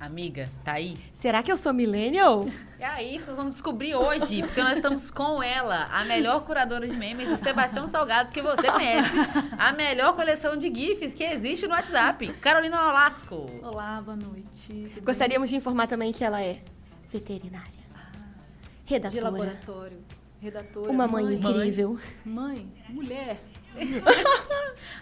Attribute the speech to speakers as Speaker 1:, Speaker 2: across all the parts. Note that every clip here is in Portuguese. Speaker 1: Amiga, tá aí?
Speaker 2: Será que eu sou millennial?
Speaker 1: É isso, nós vamos descobrir hoje, porque nós estamos com ela, a melhor curadora de memes, o Sebastião Salgado, que você conhece. A melhor coleção de GIFs que existe no WhatsApp, Carolina Nolasco.
Speaker 3: Olá, boa noite. tudo
Speaker 2: Gostaríamos de informar também que ela é Ah, veterinária,
Speaker 3: bem? de
Speaker 2: redatora,
Speaker 3: laboratório. Redatora.
Speaker 2: uma mãe incrível.
Speaker 3: Mãe, mulher.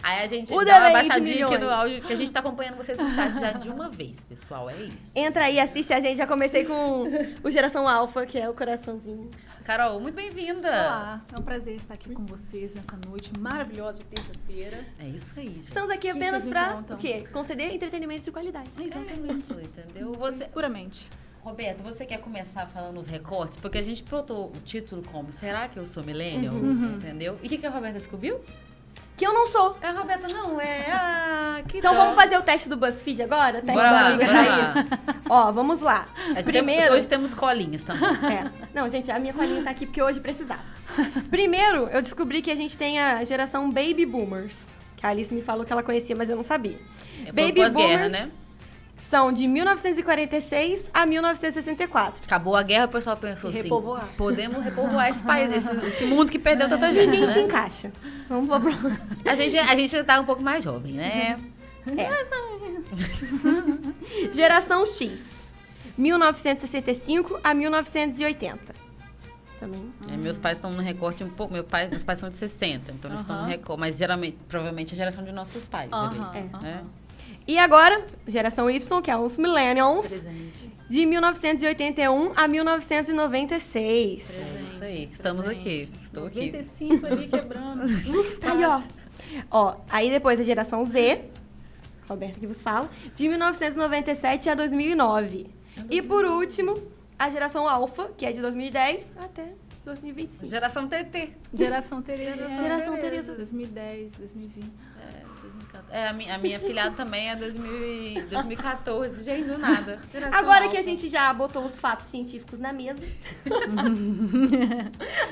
Speaker 1: Aí a gente dá
Speaker 2: O
Speaker 1: uma
Speaker 2: delay de
Speaker 1: baixadinha aqui
Speaker 2: milhões.
Speaker 1: no áudio, que a gente tá acompanhando vocês no chat já de uma vez, pessoal. É isso.
Speaker 2: Entra aí, assiste a gente. Já comecei com o Geração Alfa, que é o coraçãozinho.
Speaker 1: Carol, muito bem-vinda.
Speaker 3: Olá, é um prazer estar aqui com vocês nessa noite maravilhosa de terça-feira.
Speaker 1: É isso aí, gente.
Speaker 2: Estamos aqui
Speaker 3: O que
Speaker 2: apenas
Speaker 3: vocês
Speaker 2: pra
Speaker 3: inventam?
Speaker 2: o quê? Conceder entretenimento de qualidade.
Speaker 1: Exatamente isso, entendeu? Você,
Speaker 3: Puramente.
Speaker 1: Roberto, você quer começar falando os recortes? Porque a gente prontou o título como Será que eu sou millennial? Entendeu? E o que, que a Roberta descobriu?
Speaker 2: Que eu não sou.
Speaker 1: A Roberta não é a... Que
Speaker 2: Então
Speaker 1: dó.
Speaker 2: vamos fazer o teste do BuzzFeed agora? Teste
Speaker 1: Bora
Speaker 2: da
Speaker 1: lá,
Speaker 2: amiga
Speaker 1: bora
Speaker 2: Raí.
Speaker 1: lá.
Speaker 2: Ó, vamos lá.
Speaker 1: Mas tem-
Speaker 2: Primeiro...
Speaker 1: hoje temos colinhas também.
Speaker 2: É. Não, gente, a minha colinha tá aqui porque hoje precisava. Primeiro, eu descobri que a gente tem a geração Baby Boomers. Que a Alice me falou que ela conhecia, mas eu não sabia.
Speaker 1: É, foi
Speaker 2: Baby
Speaker 1: pós-guerra,
Speaker 2: Boomers
Speaker 1: né?
Speaker 2: são de 1946 a 1964.
Speaker 1: Acabou a guerra, o pessoal pensou
Speaker 3: E
Speaker 1: assim...
Speaker 3: repovoar.
Speaker 1: Podemos repovoar esse país, esse, esse mundo que perdeu
Speaker 2: É.
Speaker 1: tanta gente,
Speaker 2: Ninguém Tipo, se
Speaker 1: né?
Speaker 2: encaixa. Vamos pro problema.
Speaker 1: A gente, a gente tá um pouco mais jovem, né?
Speaker 2: Uhum. É. Geração X. 1965 a 1980. Também.
Speaker 1: É, meus pais estão no recorte um pouco... Meu pai, meus pais são de 60, então eles estão no
Speaker 3: Aham.
Speaker 1: recorte. Mas geralmente, provavelmente, é a geração de nossos pais. ali,
Speaker 3: Aham,
Speaker 2: É.
Speaker 1: né?
Speaker 2: E agora, geração Y, que é os Millennials,
Speaker 3: Presente.
Speaker 2: de 1981 a 1996.
Speaker 1: É isso aí, estamos
Speaker 3: presente.
Speaker 1: aqui, estou aqui.
Speaker 3: 95 ali quebrando.
Speaker 2: Aí, ó. assim. Ó, aí depois a geração Z, Roberta que vos fala, de 1997 a 2009. E por último, a geração Alfa, que é de 2010 até 2025.
Speaker 1: Geração TT.
Speaker 3: Geração Tereza.
Speaker 2: Geração Tereza.
Speaker 3: 2010, 2020.
Speaker 1: É, 2014. É, a, minha, a minha filhada também é 2000 e- 2014, gente, do nada.
Speaker 2: Agora que a gente já botou os fatos científicos na mesa,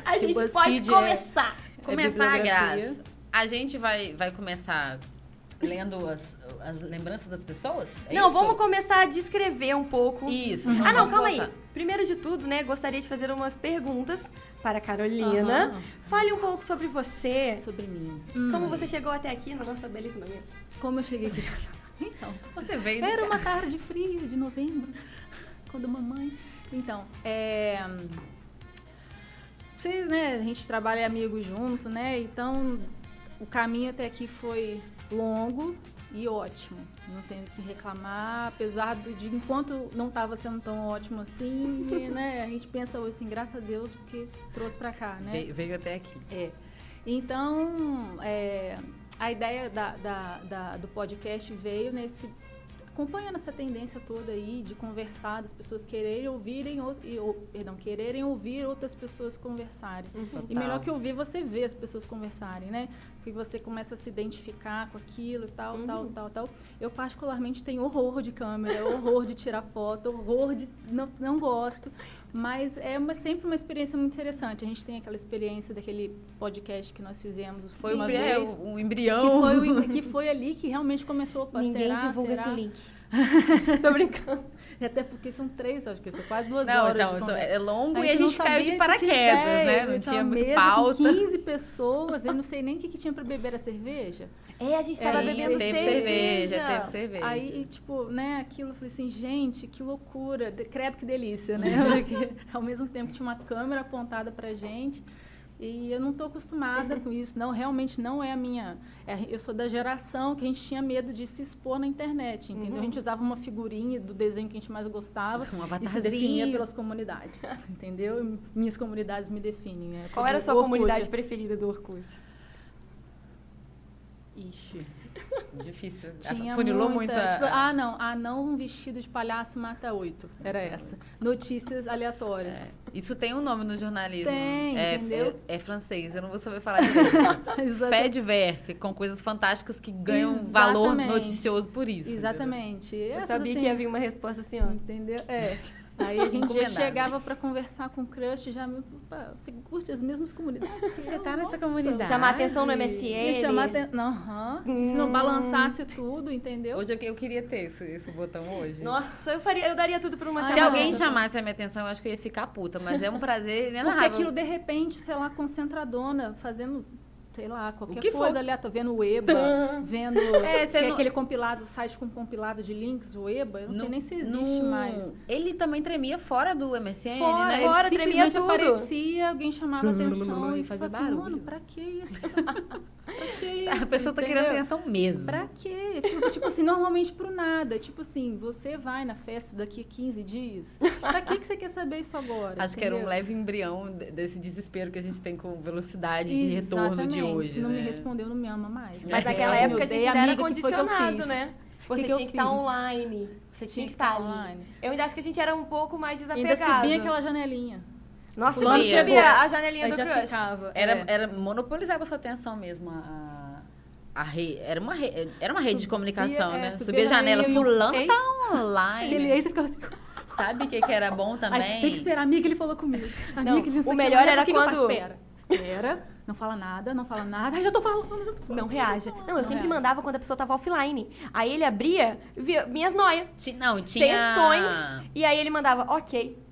Speaker 2: a
Speaker 3: Que
Speaker 2: gente pode
Speaker 3: BuzzFeed é-
Speaker 2: começar.
Speaker 1: Começar a
Speaker 3: bibliografia.
Speaker 1: graça. ah, A gente vai, vai começar lendo as, as lembranças das pessoas? É
Speaker 2: Não,
Speaker 1: isso?
Speaker 2: vamos começar a descrever um pouco.
Speaker 1: Isso.
Speaker 2: Ah, não,
Speaker 1: vamos
Speaker 2: calma aí.
Speaker 1: voltar.
Speaker 2: Primeiro de tudo, né, gostaria de fazer umas perguntas para a Carolina.
Speaker 3: Aham.
Speaker 2: Fale um pouco sobre você.
Speaker 3: É Sobre mim.
Speaker 2: Como você chegou até aqui na nossa belíssima mesa?
Speaker 3: Como eu cheguei aqui? Então,
Speaker 1: Você veio de...
Speaker 3: Era uma tarde fria de novembro, quando mamãe. Então, é. Vocês, né, a gente trabalha amigo junto, né? Então, o caminho até aqui foi longo e ótimo. Não tenho o que reclamar, apesar do- de enquanto não estava sendo tão ótimo assim, e, né? A gente pensa hoje assim, graças a Deus, porque trouxe pra cá, né?
Speaker 1: Veio, veio até aqui.
Speaker 3: É. Então, é, a ideia da- da- da- do podcast veio nesse acompanhando essa tendência toda aí de conversar, das pessoas quererem ouvirem ou, e, ou- perdão, quererem ouvir outras pessoas conversarem. E melhor que ouvir, você vê as pessoas conversarem, né? Porque você começa a se identificar com aquilo, tal,
Speaker 1: Uhum.
Speaker 3: tal, tal, tal. Eu particularmente tenho horror de câmera, horror de tirar foto, horror de não, não gosto, mas é uma, sempre uma experiência muito interessante. A gente tem aquela experiência daquele podcast que nós fizemos
Speaker 1: Foi
Speaker 3: uma
Speaker 1: um, é,
Speaker 3: vez.
Speaker 1: um
Speaker 3: Que
Speaker 1: embrião.
Speaker 3: foi, o- que foi ali que realmente começou a
Speaker 2: Ninguém
Speaker 3: será,
Speaker 2: divulga
Speaker 3: será?
Speaker 2: esse link. Tô brincando.
Speaker 3: Até porque são três, acho que são quase duas
Speaker 1: Não,
Speaker 3: horas.
Speaker 1: isso é-
Speaker 3: de
Speaker 1: isso
Speaker 3: conversa.
Speaker 1: é longo e a
Speaker 3: então. não
Speaker 1: gente caiu
Speaker 3: sabia,
Speaker 1: de
Speaker 3: não
Speaker 1: paraquedas,
Speaker 3: tinha
Speaker 1: né?
Speaker 3: ideia,
Speaker 1: Não
Speaker 3: então, um
Speaker 1: tinha
Speaker 3: a
Speaker 1: muito
Speaker 3: mesa
Speaker 1: pauta.
Speaker 3: Com 15 pessoas, eu não sei nem o que, que tinha pra beber a cerveja.
Speaker 2: É, a gente
Speaker 3: É
Speaker 2: tava
Speaker 3: isso,
Speaker 2: bebendo
Speaker 1: teve cerveja. Teve cerveja.
Speaker 3: Aí, e, tipo, né, aquilo, eu falei assim, gente, que loucura, de- credo que delícia, né?
Speaker 1: Uhum.
Speaker 3: Porque ao mesmo tempo tinha uma câmera apontada pra gente. E eu não tô acostumada com isso, não, realmente não é a minha. é, eu sou da geração que a gente tinha medo de se expor na internet, entendeu?
Speaker 1: Uhum.
Speaker 3: A gente usava uma figurinha do desenho que a gente mais
Speaker 1: Um
Speaker 3: gostava e se definia
Speaker 1: avatarzinho.
Speaker 3: pelas comunidades, entendeu? E Minhas comunidades me definem, né?
Speaker 2: Qual era a sua
Speaker 3: Orkut.
Speaker 2: comunidade preferida do Orkut?
Speaker 3: é- Ixi.
Speaker 1: Difícil.
Speaker 3: Tinha
Speaker 1: Funilou muito
Speaker 3: muita,
Speaker 1: a-
Speaker 3: tipo, ah, não. Ah, não, um vestido de palhaço mata oito. Era É. essa. Notícias aleatórias.
Speaker 1: Isso tem um nome no jornalismo.
Speaker 3: Tem,
Speaker 1: é,
Speaker 3: entendeu?
Speaker 1: é- é francês, eu não vou saber falar direito.
Speaker 3: Exata-
Speaker 1: Fé de ver, que é com coisas fantásticas que ganham um valor
Speaker 3: Exatamente.
Speaker 1: noticioso por isso.
Speaker 3: Exatamente.
Speaker 2: Eu
Speaker 3: Essas,
Speaker 2: sabia
Speaker 3: assim,
Speaker 2: que ia vir uma resposta assim, ó.
Speaker 3: Entendeu? É. Aí a gente já
Speaker 1: Encomendado.
Speaker 3: chegava para conversar com o crush, já me, "Opa, você curte as mesmas comunidades? que
Speaker 1: Você
Speaker 3: eu?
Speaker 1: tá nessa
Speaker 3: Nossa."
Speaker 1: comunidade.
Speaker 2: Chamar atenção no
Speaker 3: Me
Speaker 2: MSN.
Speaker 3: chamar aten- não, aham. Se não
Speaker 2: Hum.
Speaker 3: balançasse tudo, entendeu?
Speaker 1: Hoje eu, eu queria ter esse, esse botão hoje.
Speaker 2: Nossa, eu faria, eu daria tudo por uma
Speaker 1: Se
Speaker 2: chamada.
Speaker 1: alguém chamasse a minha atenção, eu acho que eu ia ficar puta, mas é um prazer, né?
Speaker 3: tá Porque
Speaker 1: Rafa?
Speaker 3: aquilo, de repente, sei lá, concentradona, fazendo, sei lá, qualquer
Speaker 1: que
Speaker 3: coisa
Speaker 1: for.
Speaker 3: ali, ah, tô vendo o EBA, vendo
Speaker 1: É, você
Speaker 3: que é
Speaker 1: não-
Speaker 3: aquele compilado, site com compilado de links, o EBA, eu não sei nem se existe
Speaker 1: no-
Speaker 3: mais.
Speaker 1: Ele também tremia fora do MSN,
Speaker 3: Fora,
Speaker 1: né?
Speaker 3: ele
Speaker 2: fora, tremia
Speaker 3: simplesmente
Speaker 2: tudo.
Speaker 3: aparecia, alguém chamava atenção e
Speaker 1: Fazia
Speaker 3: fazia barulho.
Speaker 1: barulho.
Speaker 3: mano, pra que isso? pra que isso?
Speaker 1: A pessoa tá querendo
Speaker 3: Entendeu?
Speaker 1: atenção mesmo.
Speaker 3: Pra quê? Tipo, tipo assim, normalmente pro nada. Tipo assim, você vai na festa daqui a 15 dias? Pra que, que você quer saber isso agora?
Speaker 1: Acho que era um
Speaker 3: entendeu?
Speaker 1: leve embrião de- desse desespero que a gente tem com velocidade de retorno de
Speaker 3: Exatamente.
Speaker 1: hoje.
Speaker 3: Se não
Speaker 1: né?
Speaker 3: me respondeu, não me ama mais.
Speaker 2: Mas
Speaker 1: É,
Speaker 2: naquela
Speaker 1: eu
Speaker 2: época a gente
Speaker 3: odeio,
Speaker 2: ainda era
Speaker 3: amiga, que foi que eu
Speaker 2: condicionado,
Speaker 3: fiz?
Speaker 2: né? Você
Speaker 3: que eu
Speaker 2: tinha que estar
Speaker 3: fiz?
Speaker 2: online. Você tinha que estar ali.
Speaker 3: tá online.
Speaker 2: Eu ainda acho que a gente era um pouco mais
Speaker 3: Ainda
Speaker 2: desapegado.
Speaker 3: subia aquela janelinha.
Speaker 2: Nossa,
Speaker 1: Fulano
Speaker 2: subia
Speaker 1: chegou.
Speaker 2: a janelinha
Speaker 3: Aí
Speaker 2: do
Speaker 3: já
Speaker 2: crush.
Speaker 3: ficava.
Speaker 1: Era,
Speaker 3: é.
Speaker 1: era monopolizava sua atenção mesmo a, a rede, era uma rede, era uma rede de comunicação,
Speaker 3: é,
Speaker 1: né?
Speaker 3: subia
Speaker 1: Subia a
Speaker 3: na
Speaker 1: janela,
Speaker 3: linha e-
Speaker 1: fulano
Speaker 3: Ei.
Speaker 1: tá online.
Speaker 3: Ele aí você ficava assim.
Speaker 1: Sabe o que, que era bom também?
Speaker 3: Ai, tem que esperar, amiga, ele falou comigo. Amiga,
Speaker 2: Não,
Speaker 3: ele sei
Speaker 2: o
Speaker 3: que,
Speaker 2: melhor
Speaker 3: mas
Speaker 2: era
Speaker 3: o que que eu faço?
Speaker 2: quando-
Speaker 3: Espera, espera, não fala nada, não fala nada. Ai, já tô falando, já tô falando.
Speaker 2: Não reaja. Não, eu
Speaker 3: Não
Speaker 2: sempre
Speaker 3: reage.
Speaker 2: mandava quando a pessoa tava offline. Aí ele abria, via minhas noias,
Speaker 1: Ti- Não, tinha...
Speaker 2: textões. E aí ele mandava, ok.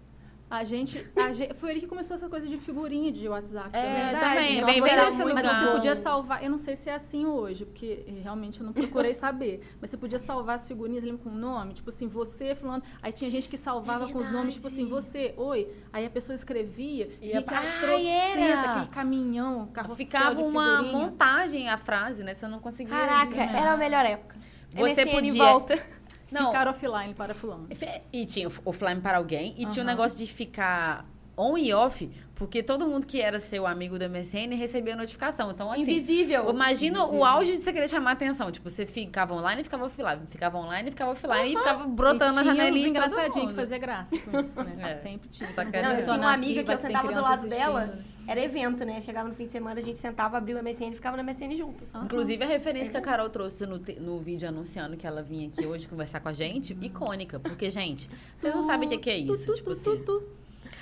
Speaker 3: A gente, a gente- Foi ele que começou essa coisa de figurinha de WhatsApp também.
Speaker 1: É,
Speaker 2: Verdade,
Speaker 1: também,
Speaker 2: nossa,
Speaker 1: vem
Speaker 2: era
Speaker 1: ver esse
Speaker 2: muito
Speaker 1: lugar.
Speaker 3: Mas
Speaker 2: legal.
Speaker 3: você podia salvar, eu não sei se é assim hoje, porque eh, realmente eu não procurei saber. Mas você podia salvar as figurinhas, lembra com o nome? Tipo assim, você falando. Aí tinha gente que salvava
Speaker 1: É
Speaker 3: com os nomes, tipo assim, você, oi. Aí a pessoa escrevia e
Speaker 1: a-
Speaker 3: aquela
Speaker 1: Ai,
Speaker 3: troceta,
Speaker 1: era!
Speaker 3: aquele caminhão, carrossel
Speaker 1: Ficava
Speaker 3: de
Speaker 1: uma
Speaker 3: figurinha. é
Speaker 1: montagem a frase, né? Você não conseguia...
Speaker 2: Caraca,
Speaker 1: digerir.
Speaker 2: era a melhor época.
Speaker 1: Você
Speaker 2: MSN
Speaker 1: podia-
Speaker 2: volta.
Speaker 1: Não,
Speaker 3: Ficar offline para fulano.
Speaker 1: E tinha o offline para alguém. E tinha o
Speaker 3: Aham.
Speaker 1: negócio de ficar on e off, porque todo mundo que era seu amigo do MSN recebia notificação. Então, assim...
Speaker 2: Invisível.
Speaker 1: Imagina o auge de você querer chamar atenção. Tipo, você ficava online e ficava offline. Ficava online e ficava offline e ficava brotando na
Speaker 3: E tinha
Speaker 1: janelinha.
Speaker 3: uns
Speaker 1: de todo
Speaker 3: engraçadinhos que
Speaker 1: mundo.
Speaker 3: fazia graça com isso, né?
Speaker 1: É.
Speaker 3: Sempre tinha.
Speaker 1: Sacanagem.
Speaker 2: Não, eu tinha
Speaker 1: Zona
Speaker 2: uma amiga que eu
Speaker 3: Vai ter
Speaker 2: sentava do
Speaker 3: criança
Speaker 2: lado dela.
Speaker 3: assistindo.
Speaker 2: Era evento, né? Chegava no fim de semana, a gente sentava, abria o MSN e ficava no MSN juntas.
Speaker 3: Ah.
Speaker 1: Inclusive, a referência que a Carol trouxe no, te- no vídeo anunciando que ela vinha aqui hoje conversar com a gente, icônica. Porque, gente, vocês não sabem o que que é isso.
Speaker 3: Tu, tu,
Speaker 1: tipo
Speaker 3: tu,
Speaker 1: assim,
Speaker 3: tu, tu.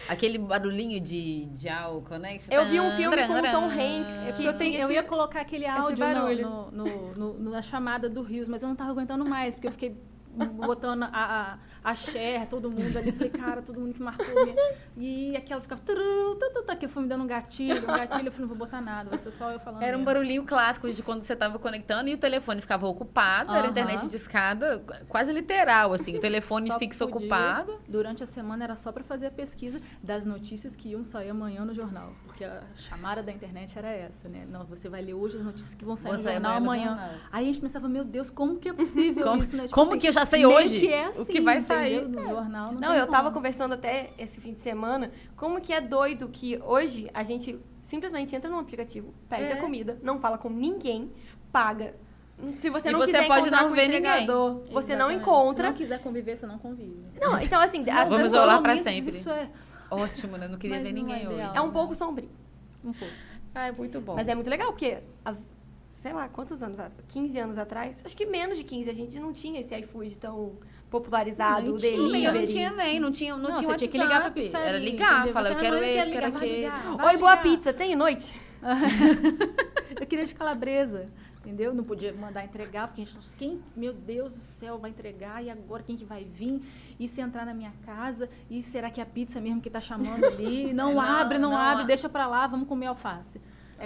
Speaker 1: aquele barulhinho de, de álcool, né? Que-
Speaker 2: Eu vi um filme
Speaker 1: Tran,
Speaker 2: com o
Speaker 1: tran.
Speaker 2: Tom Hanks,
Speaker 3: É porque
Speaker 2: que
Speaker 3: eu, tenho-
Speaker 2: tinha
Speaker 3: eu
Speaker 2: esse-
Speaker 3: ia colocar aquele áudio
Speaker 2: barulho.
Speaker 3: no, no- no- no- na chamada do Rios, mas eu não tava aguentando mais, porque eu fiquei botando a, a, a Cher, todo mundo ali, falei, cara, todo mundo que marcou. Minha... E aquela ficava. tru, tu, tu, tu, Aquilo foi me dando um gatilho, um gatilho, eu falei, não vou botar nada, vai ser só eu falando.
Speaker 1: Era um
Speaker 3: mesmo.
Speaker 1: barulhinho clássico de quando você estava conectando e o telefone ficava ocupado, era
Speaker 3: Aham.
Speaker 1: internet de escada, quase literal, assim, o telefone
Speaker 3: Só
Speaker 1: fixo
Speaker 3: podia-
Speaker 1: ocupado.
Speaker 3: Durante a semana era só para fazer a pesquisa das notícias que iam sair amanhã no jornal. Porque a chamada da internet era essa, né? Não, você vai ler hoje as notícias que vão sair
Speaker 1: Vão
Speaker 3: no
Speaker 2: é,
Speaker 1: sair
Speaker 3: jornal
Speaker 1: amanhã
Speaker 3: amanhã.
Speaker 1: no jornal.
Speaker 3: Aí a gente pensava, meu Deus, como que é possível
Speaker 1: Como,
Speaker 3: isso, né? Tipo
Speaker 1: como
Speaker 3: assim,
Speaker 1: que eu já sei
Speaker 3: meio
Speaker 1: hoje
Speaker 3: que é
Speaker 1: o que
Speaker 3: assim,
Speaker 1: vai sair? É.
Speaker 3: entendeu? No jornal não
Speaker 2: Não,
Speaker 3: tem
Speaker 2: eu tava
Speaker 3: como.
Speaker 2: conversando até esse fim de semana como que é doido que hoje a gente simplesmente entra num aplicativo, pede
Speaker 3: É.
Speaker 2: a comida, não fala com ninguém, paga. Se você
Speaker 1: E
Speaker 2: não
Speaker 1: você
Speaker 2: quiser
Speaker 1: pode
Speaker 2: encontrar
Speaker 1: não
Speaker 2: com o
Speaker 1: ver ninguém.
Speaker 2: entregador, você não
Speaker 3: Exatamente.
Speaker 2: encontra.
Speaker 3: Se não quiser conviver, você não convive.
Speaker 2: Não, então assim, as
Speaker 1: Vamos
Speaker 2: pessoas-
Speaker 1: isolar
Speaker 3: Pelo
Speaker 1: pra
Speaker 3: menos
Speaker 1: sempre.
Speaker 3: Isso é
Speaker 1: Ótimo, né? Não queria
Speaker 3: Mas
Speaker 1: ver
Speaker 3: não é
Speaker 1: ninguém hoje.
Speaker 3: ideal.
Speaker 2: é um pouco sombrio.
Speaker 3: um pouco.
Speaker 1: Ah, é muito bom.
Speaker 2: Mas é muito legal, porque, há, sei lá, quantos anos? a- 15 anos atrás? Acho que menos de 15, a gente não tinha esse iFood tão popularizado,
Speaker 3: Nem
Speaker 2: o
Speaker 3: tinha,
Speaker 1: Eu não
Speaker 2: delivery.
Speaker 1: tinha nem, não tinha, não,
Speaker 3: Não,
Speaker 1: tinha
Speaker 3: você
Speaker 1: WhatsApp.
Speaker 3: tinha que ligar pra pizzaria,
Speaker 1: Era ligar,
Speaker 3: entendeu?
Speaker 1: falar,
Speaker 3: Você,
Speaker 1: eu
Speaker 3: ah,
Speaker 1: quero
Speaker 3: mãe, eu
Speaker 1: esse,
Speaker 3: quero
Speaker 1: quero aquele.
Speaker 3: ligar, vai ligar, vai
Speaker 2: Oi, boa
Speaker 3: ligar.
Speaker 2: pizza, tem noite?
Speaker 3: eu queria de calabresa, entendeu? Não podia mandar entregar, porque a gente não sabe quem, meu Deus do céu, vai entregar, e agora quem que vai vir? E se entrar na minha casa, e será que é a pizza mesmo que tá chamando ali? Não,
Speaker 1: É, Não,
Speaker 3: abre, não,
Speaker 1: não
Speaker 3: abre,
Speaker 1: a-
Speaker 3: deixa pra lá, vamos comer alface.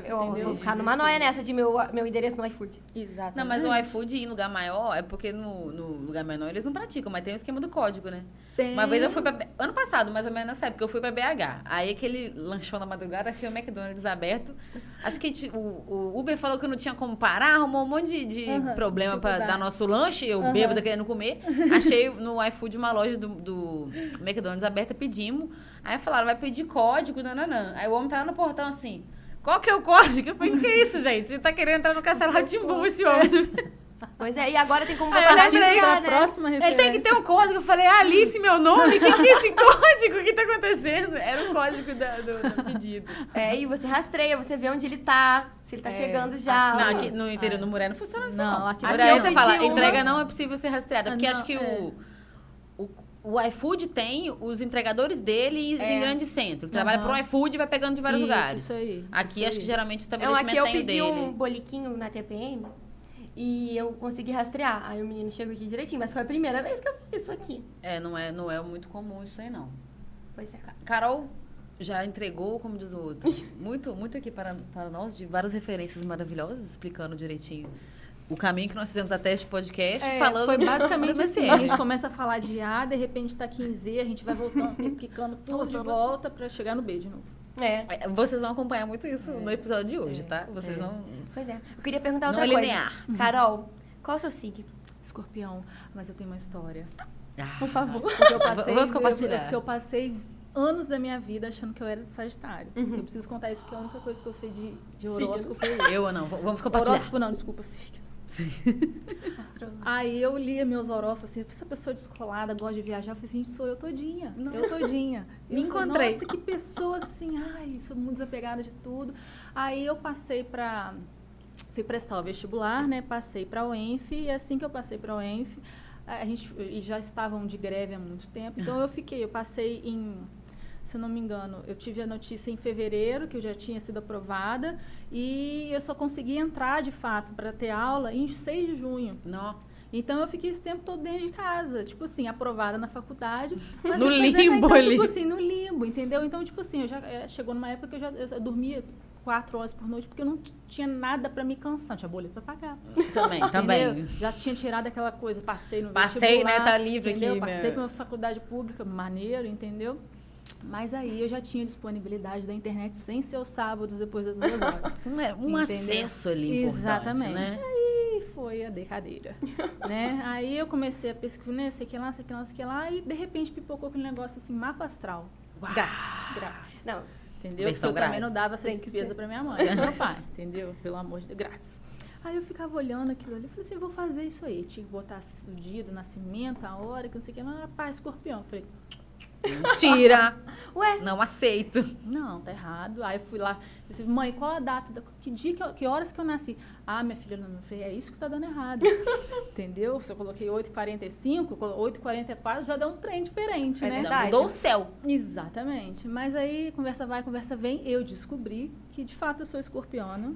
Speaker 2: Eu
Speaker 3: Entendeu?
Speaker 2: vou ficar numa noia nessa de meu, meu endereço no iFood.
Speaker 3: Exatamente.
Speaker 1: Não, mas o iFood em lugar maior é porque no, no lugar menor eles não praticam, mas tem o esquema do código, né?
Speaker 3: Tem.
Speaker 1: Uma vez eu fui pra. B- Ano passado, mais ou menos nessa época, eu fui pra BH. Aí aquele lanchão da madrugada, achei o McDonald's aberto. Acho que ti- o, o Uber falou que não tinha como parar, arrumou um monte de, de
Speaker 3: Aham,
Speaker 1: problema pra
Speaker 3: dificuldade.
Speaker 1: dar nosso lanche, eu
Speaker 3: Aham.
Speaker 1: bêbada querendo comer. Achei no iFood uma loja do, do McDonald's aberta, pedimos. Aí falaram, vai pedir código, nananã. Aí o homem tava no portão assim. Qual que é o código? Eu falei, que isso, gente? Ele tá querendo entrar no castelo Ratimbu esse homem.
Speaker 2: Pois é, e agora tem como
Speaker 1: Aí
Speaker 2: você
Speaker 1: eu
Speaker 2: pagar
Speaker 1: lembrei,
Speaker 2: de
Speaker 1: a
Speaker 2: ligar,
Speaker 3: a
Speaker 2: né?
Speaker 3: Ah, próxima
Speaker 1: Ele tem que ter um código. Eu falei, Alice, meu nome? O que, que é esse código? O que tá acontecendo? Era o código da- do, do pedido.
Speaker 2: É, e você rastreia, você vê onde ele tá, se ele
Speaker 3: É,
Speaker 2: tá chegando já.
Speaker 1: Não, aqui no interior, no Moré, Ah, é. não funciona assim.
Speaker 3: Não, aqui
Speaker 1: aqui no
Speaker 3: no Moré
Speaker 1: Moré você
Speaker 2: eu
Speaker 1: fala,
Speaker 2: pedi uma-
Speaker 1: entrega não é possível ser rastreada. Porque
Speaker 3: Ah,
Speaker 1: acho que
Speaker 3: não,
Speaker 1: o, o, O iFood tem os entregadores deles
Speaker 2: É.
Speaker 1: em grande centro. Trabalha
Speaker 3: Aham.
Speaker 1: para pro iFood e vai pegando de vários
Speaker 3: Isso,
Speaker 1: lugares.
Speaker 3: isso aí,
Speaker 1: Aqui
Speaker 3: isso
Speaker 1: acho que
Speaker 3: aí.
Speaker 1: geralmente o
Speaker 2: Então,
Speaker 1: estabelecimento
Speaker 2: aqui eu
Speaker 1: tem o
Speaker 2: pedi
Speaker 1: dele.
Speaker 2: um boliquinho na TPM e eu consegui rastrear. Aí o menino chegou aqui direitinho, mas foi a primeira vez que eu fiz isso aqui.
Speaker 1: É, não é, não é muito comum isso aí não.
Speaker 2: Pois é.
Speaker 1: Carol já entregou, como diz o outro, muito, muito aqui para, para nós, de várias referências maravilhosas, explicando direitinho o caminho que nós fizemos até este podcast,
Speaker 3: É,
Speaker 1: falando
Speaker 3: foi basicamente
Speaker 1: sobre
Speaker 3: assim, a
Speaker 1: BCM.
Speaker 3: gente começa a falar de A, de repente tá 15 a gente vai voltando, pipicando tudo de volta pra chegar no B de novo.
Speaker 2: É.
Speaker 1: É, Vocês vão acompanhar muito isso no episódio de
Speaker 3: É,
Speaker 1: hoje, tá? Vocês vão...
Speaker 2: Pois é. Eu queria perguntar
Speaker 1: Não
Speaker 2: outra
Speaker 1: é
Speaker 2: coisa. Uhum.
Speaker 1: linear.
Speaker 2: Carol, qual é o seu signo?
Speaker 3: Escorpião, mas eu tenho uma história.
Speaker 1: Ah,
Speaker 2: Por favor.
Speaker 3: Porque eu passei,
Speaker 1: Vamos
Speaker 3: eu-
Speaker 1: compartilhar.
Speaker 3: eu- Porque eu passei anos da minha vida achando que eu era de Sagitário.
Speaker 2: Uhum.
Speaker 3: Eu preciso contar isso porque é a única coisa que eu sei de, de
Speaker 2: Signos.
Speaker 3: horóscopo. é isso.
Speaker 1: Eu ou não? V- Vamos compartilhar.
Speaker 3: Horóscopo não, desculpa, signo. Aí eu lia meus horóscopos, assim, essa pessoa descolada, gosta de viajar, eu falei assim, gente, sou eu todinha, eu todinha.
Speaker 1: Me
Speaker 3: Eu falei,
Speaker 1: encontrei.
Speaker 3: Nossa, que pessoa assim, ai, sou muito desapegada de tudo. Aí eu passei pra, fui prestar o vestibular, né, passei pra UENF, e assim que eu passei pra UENF, a a gente, e já estavam de greve há muito tempo, então eu fiquei, eu passei em, se eu não me engano, eu tive a notícia em fevereiro, que eu já tinha sido aprovada, e eu só consegui entrar, de fato, para ter aula em 6 de junho.
Speaker 1: Não.
Speaker 3: Então eu fiquei esse tempo todo dentro de casa, tipo assim, aprovada na faculdade, mas
Speaker 1: No
Speaker 3: eu fazia, né,
Speaker 1: limbo
Speaker 3: então,
Speaker 1: ali.
Speaker 3: tipo assim, no limbo, entendeu? Então tipo assim, eu já eh, chegou numa época que eu já eu só dormia quatro horas por noite porque eu não t- tinha nada pra me cansar, não tinha boleto pra pagar.
Speaker 1: Também,
Speaker 3: entendeu?
Speaker 1: também.
Speaker 3: Já tinha tirado aquela coisa, passei no
Speaker 1: Passei, né,
Speaker 3: vestibular,
Speaker 1: tá livre aqui,
Speaker 3: entendeu?
Speaker 1: né?
Speaker 3: Passei pra uma faculdade pública, maneiro, entendeu? Mas aí eu já tinha disponibilidade da internet sem ser os sábados depois das duas horas.
Speaker 1: Um, é, um
Speaker 3: Entendeu?
Speaker 1: acesso ali importante,
Speaker 3: Exatamente.
Speaker 1: né?
Speaker 3: Aí foi a decadeira, né? Aí eu comecei a pesquisar, né, sei que lá, sei que lá, sei que lá, e de repente pipocou aquele negócio assim, mapa astral.
Speaker 1: Uau!
Speaker 3: Grátis, grátis.
Speaker 2: Não.
Speaker 3: Entendeu?
Speaker 1: Ah, Versão
Speaker 3: Porque eu também
Speaker 1: grátis.
Speaker 3: não dava essa
Speaker 2: Tem que ser.
Speaker 3: despesa pra minha mãe, né, meu pai, entendeu? Pelo amor de Deus, grátis. Aí eu ficava olhando aquilo ali, falei assim, eu vou fazer isso aí. Tinha que botar o dia do nascimento, a hora, que não sei o que, mas rapaz, escorpião. Eu Falei,
Speaker 1: Tira!
Speaker 2: Ué,
Speaker 1: Não aceito.
Speaker 3: não, tá errado. Aí eu fui lá, eu disse, mãe, qual a data? da- Que dia, que, eu- que horas que eu nasci? Ah, minha filha, não, eu falei, é isso que tá dando errado. Entendeu? Se eu coloquei 8h45, colo- 8h44 já dá um trem diferente,
Speaker 2: É
Speaker 3: né?
Speaker 2: Verdade.
Speaker 1: Já mudou o céu.
Speaker 3: Exatamente. Mas aí, conversa vai, conversa vem, eu descobri que de fato eu sou escorpiana.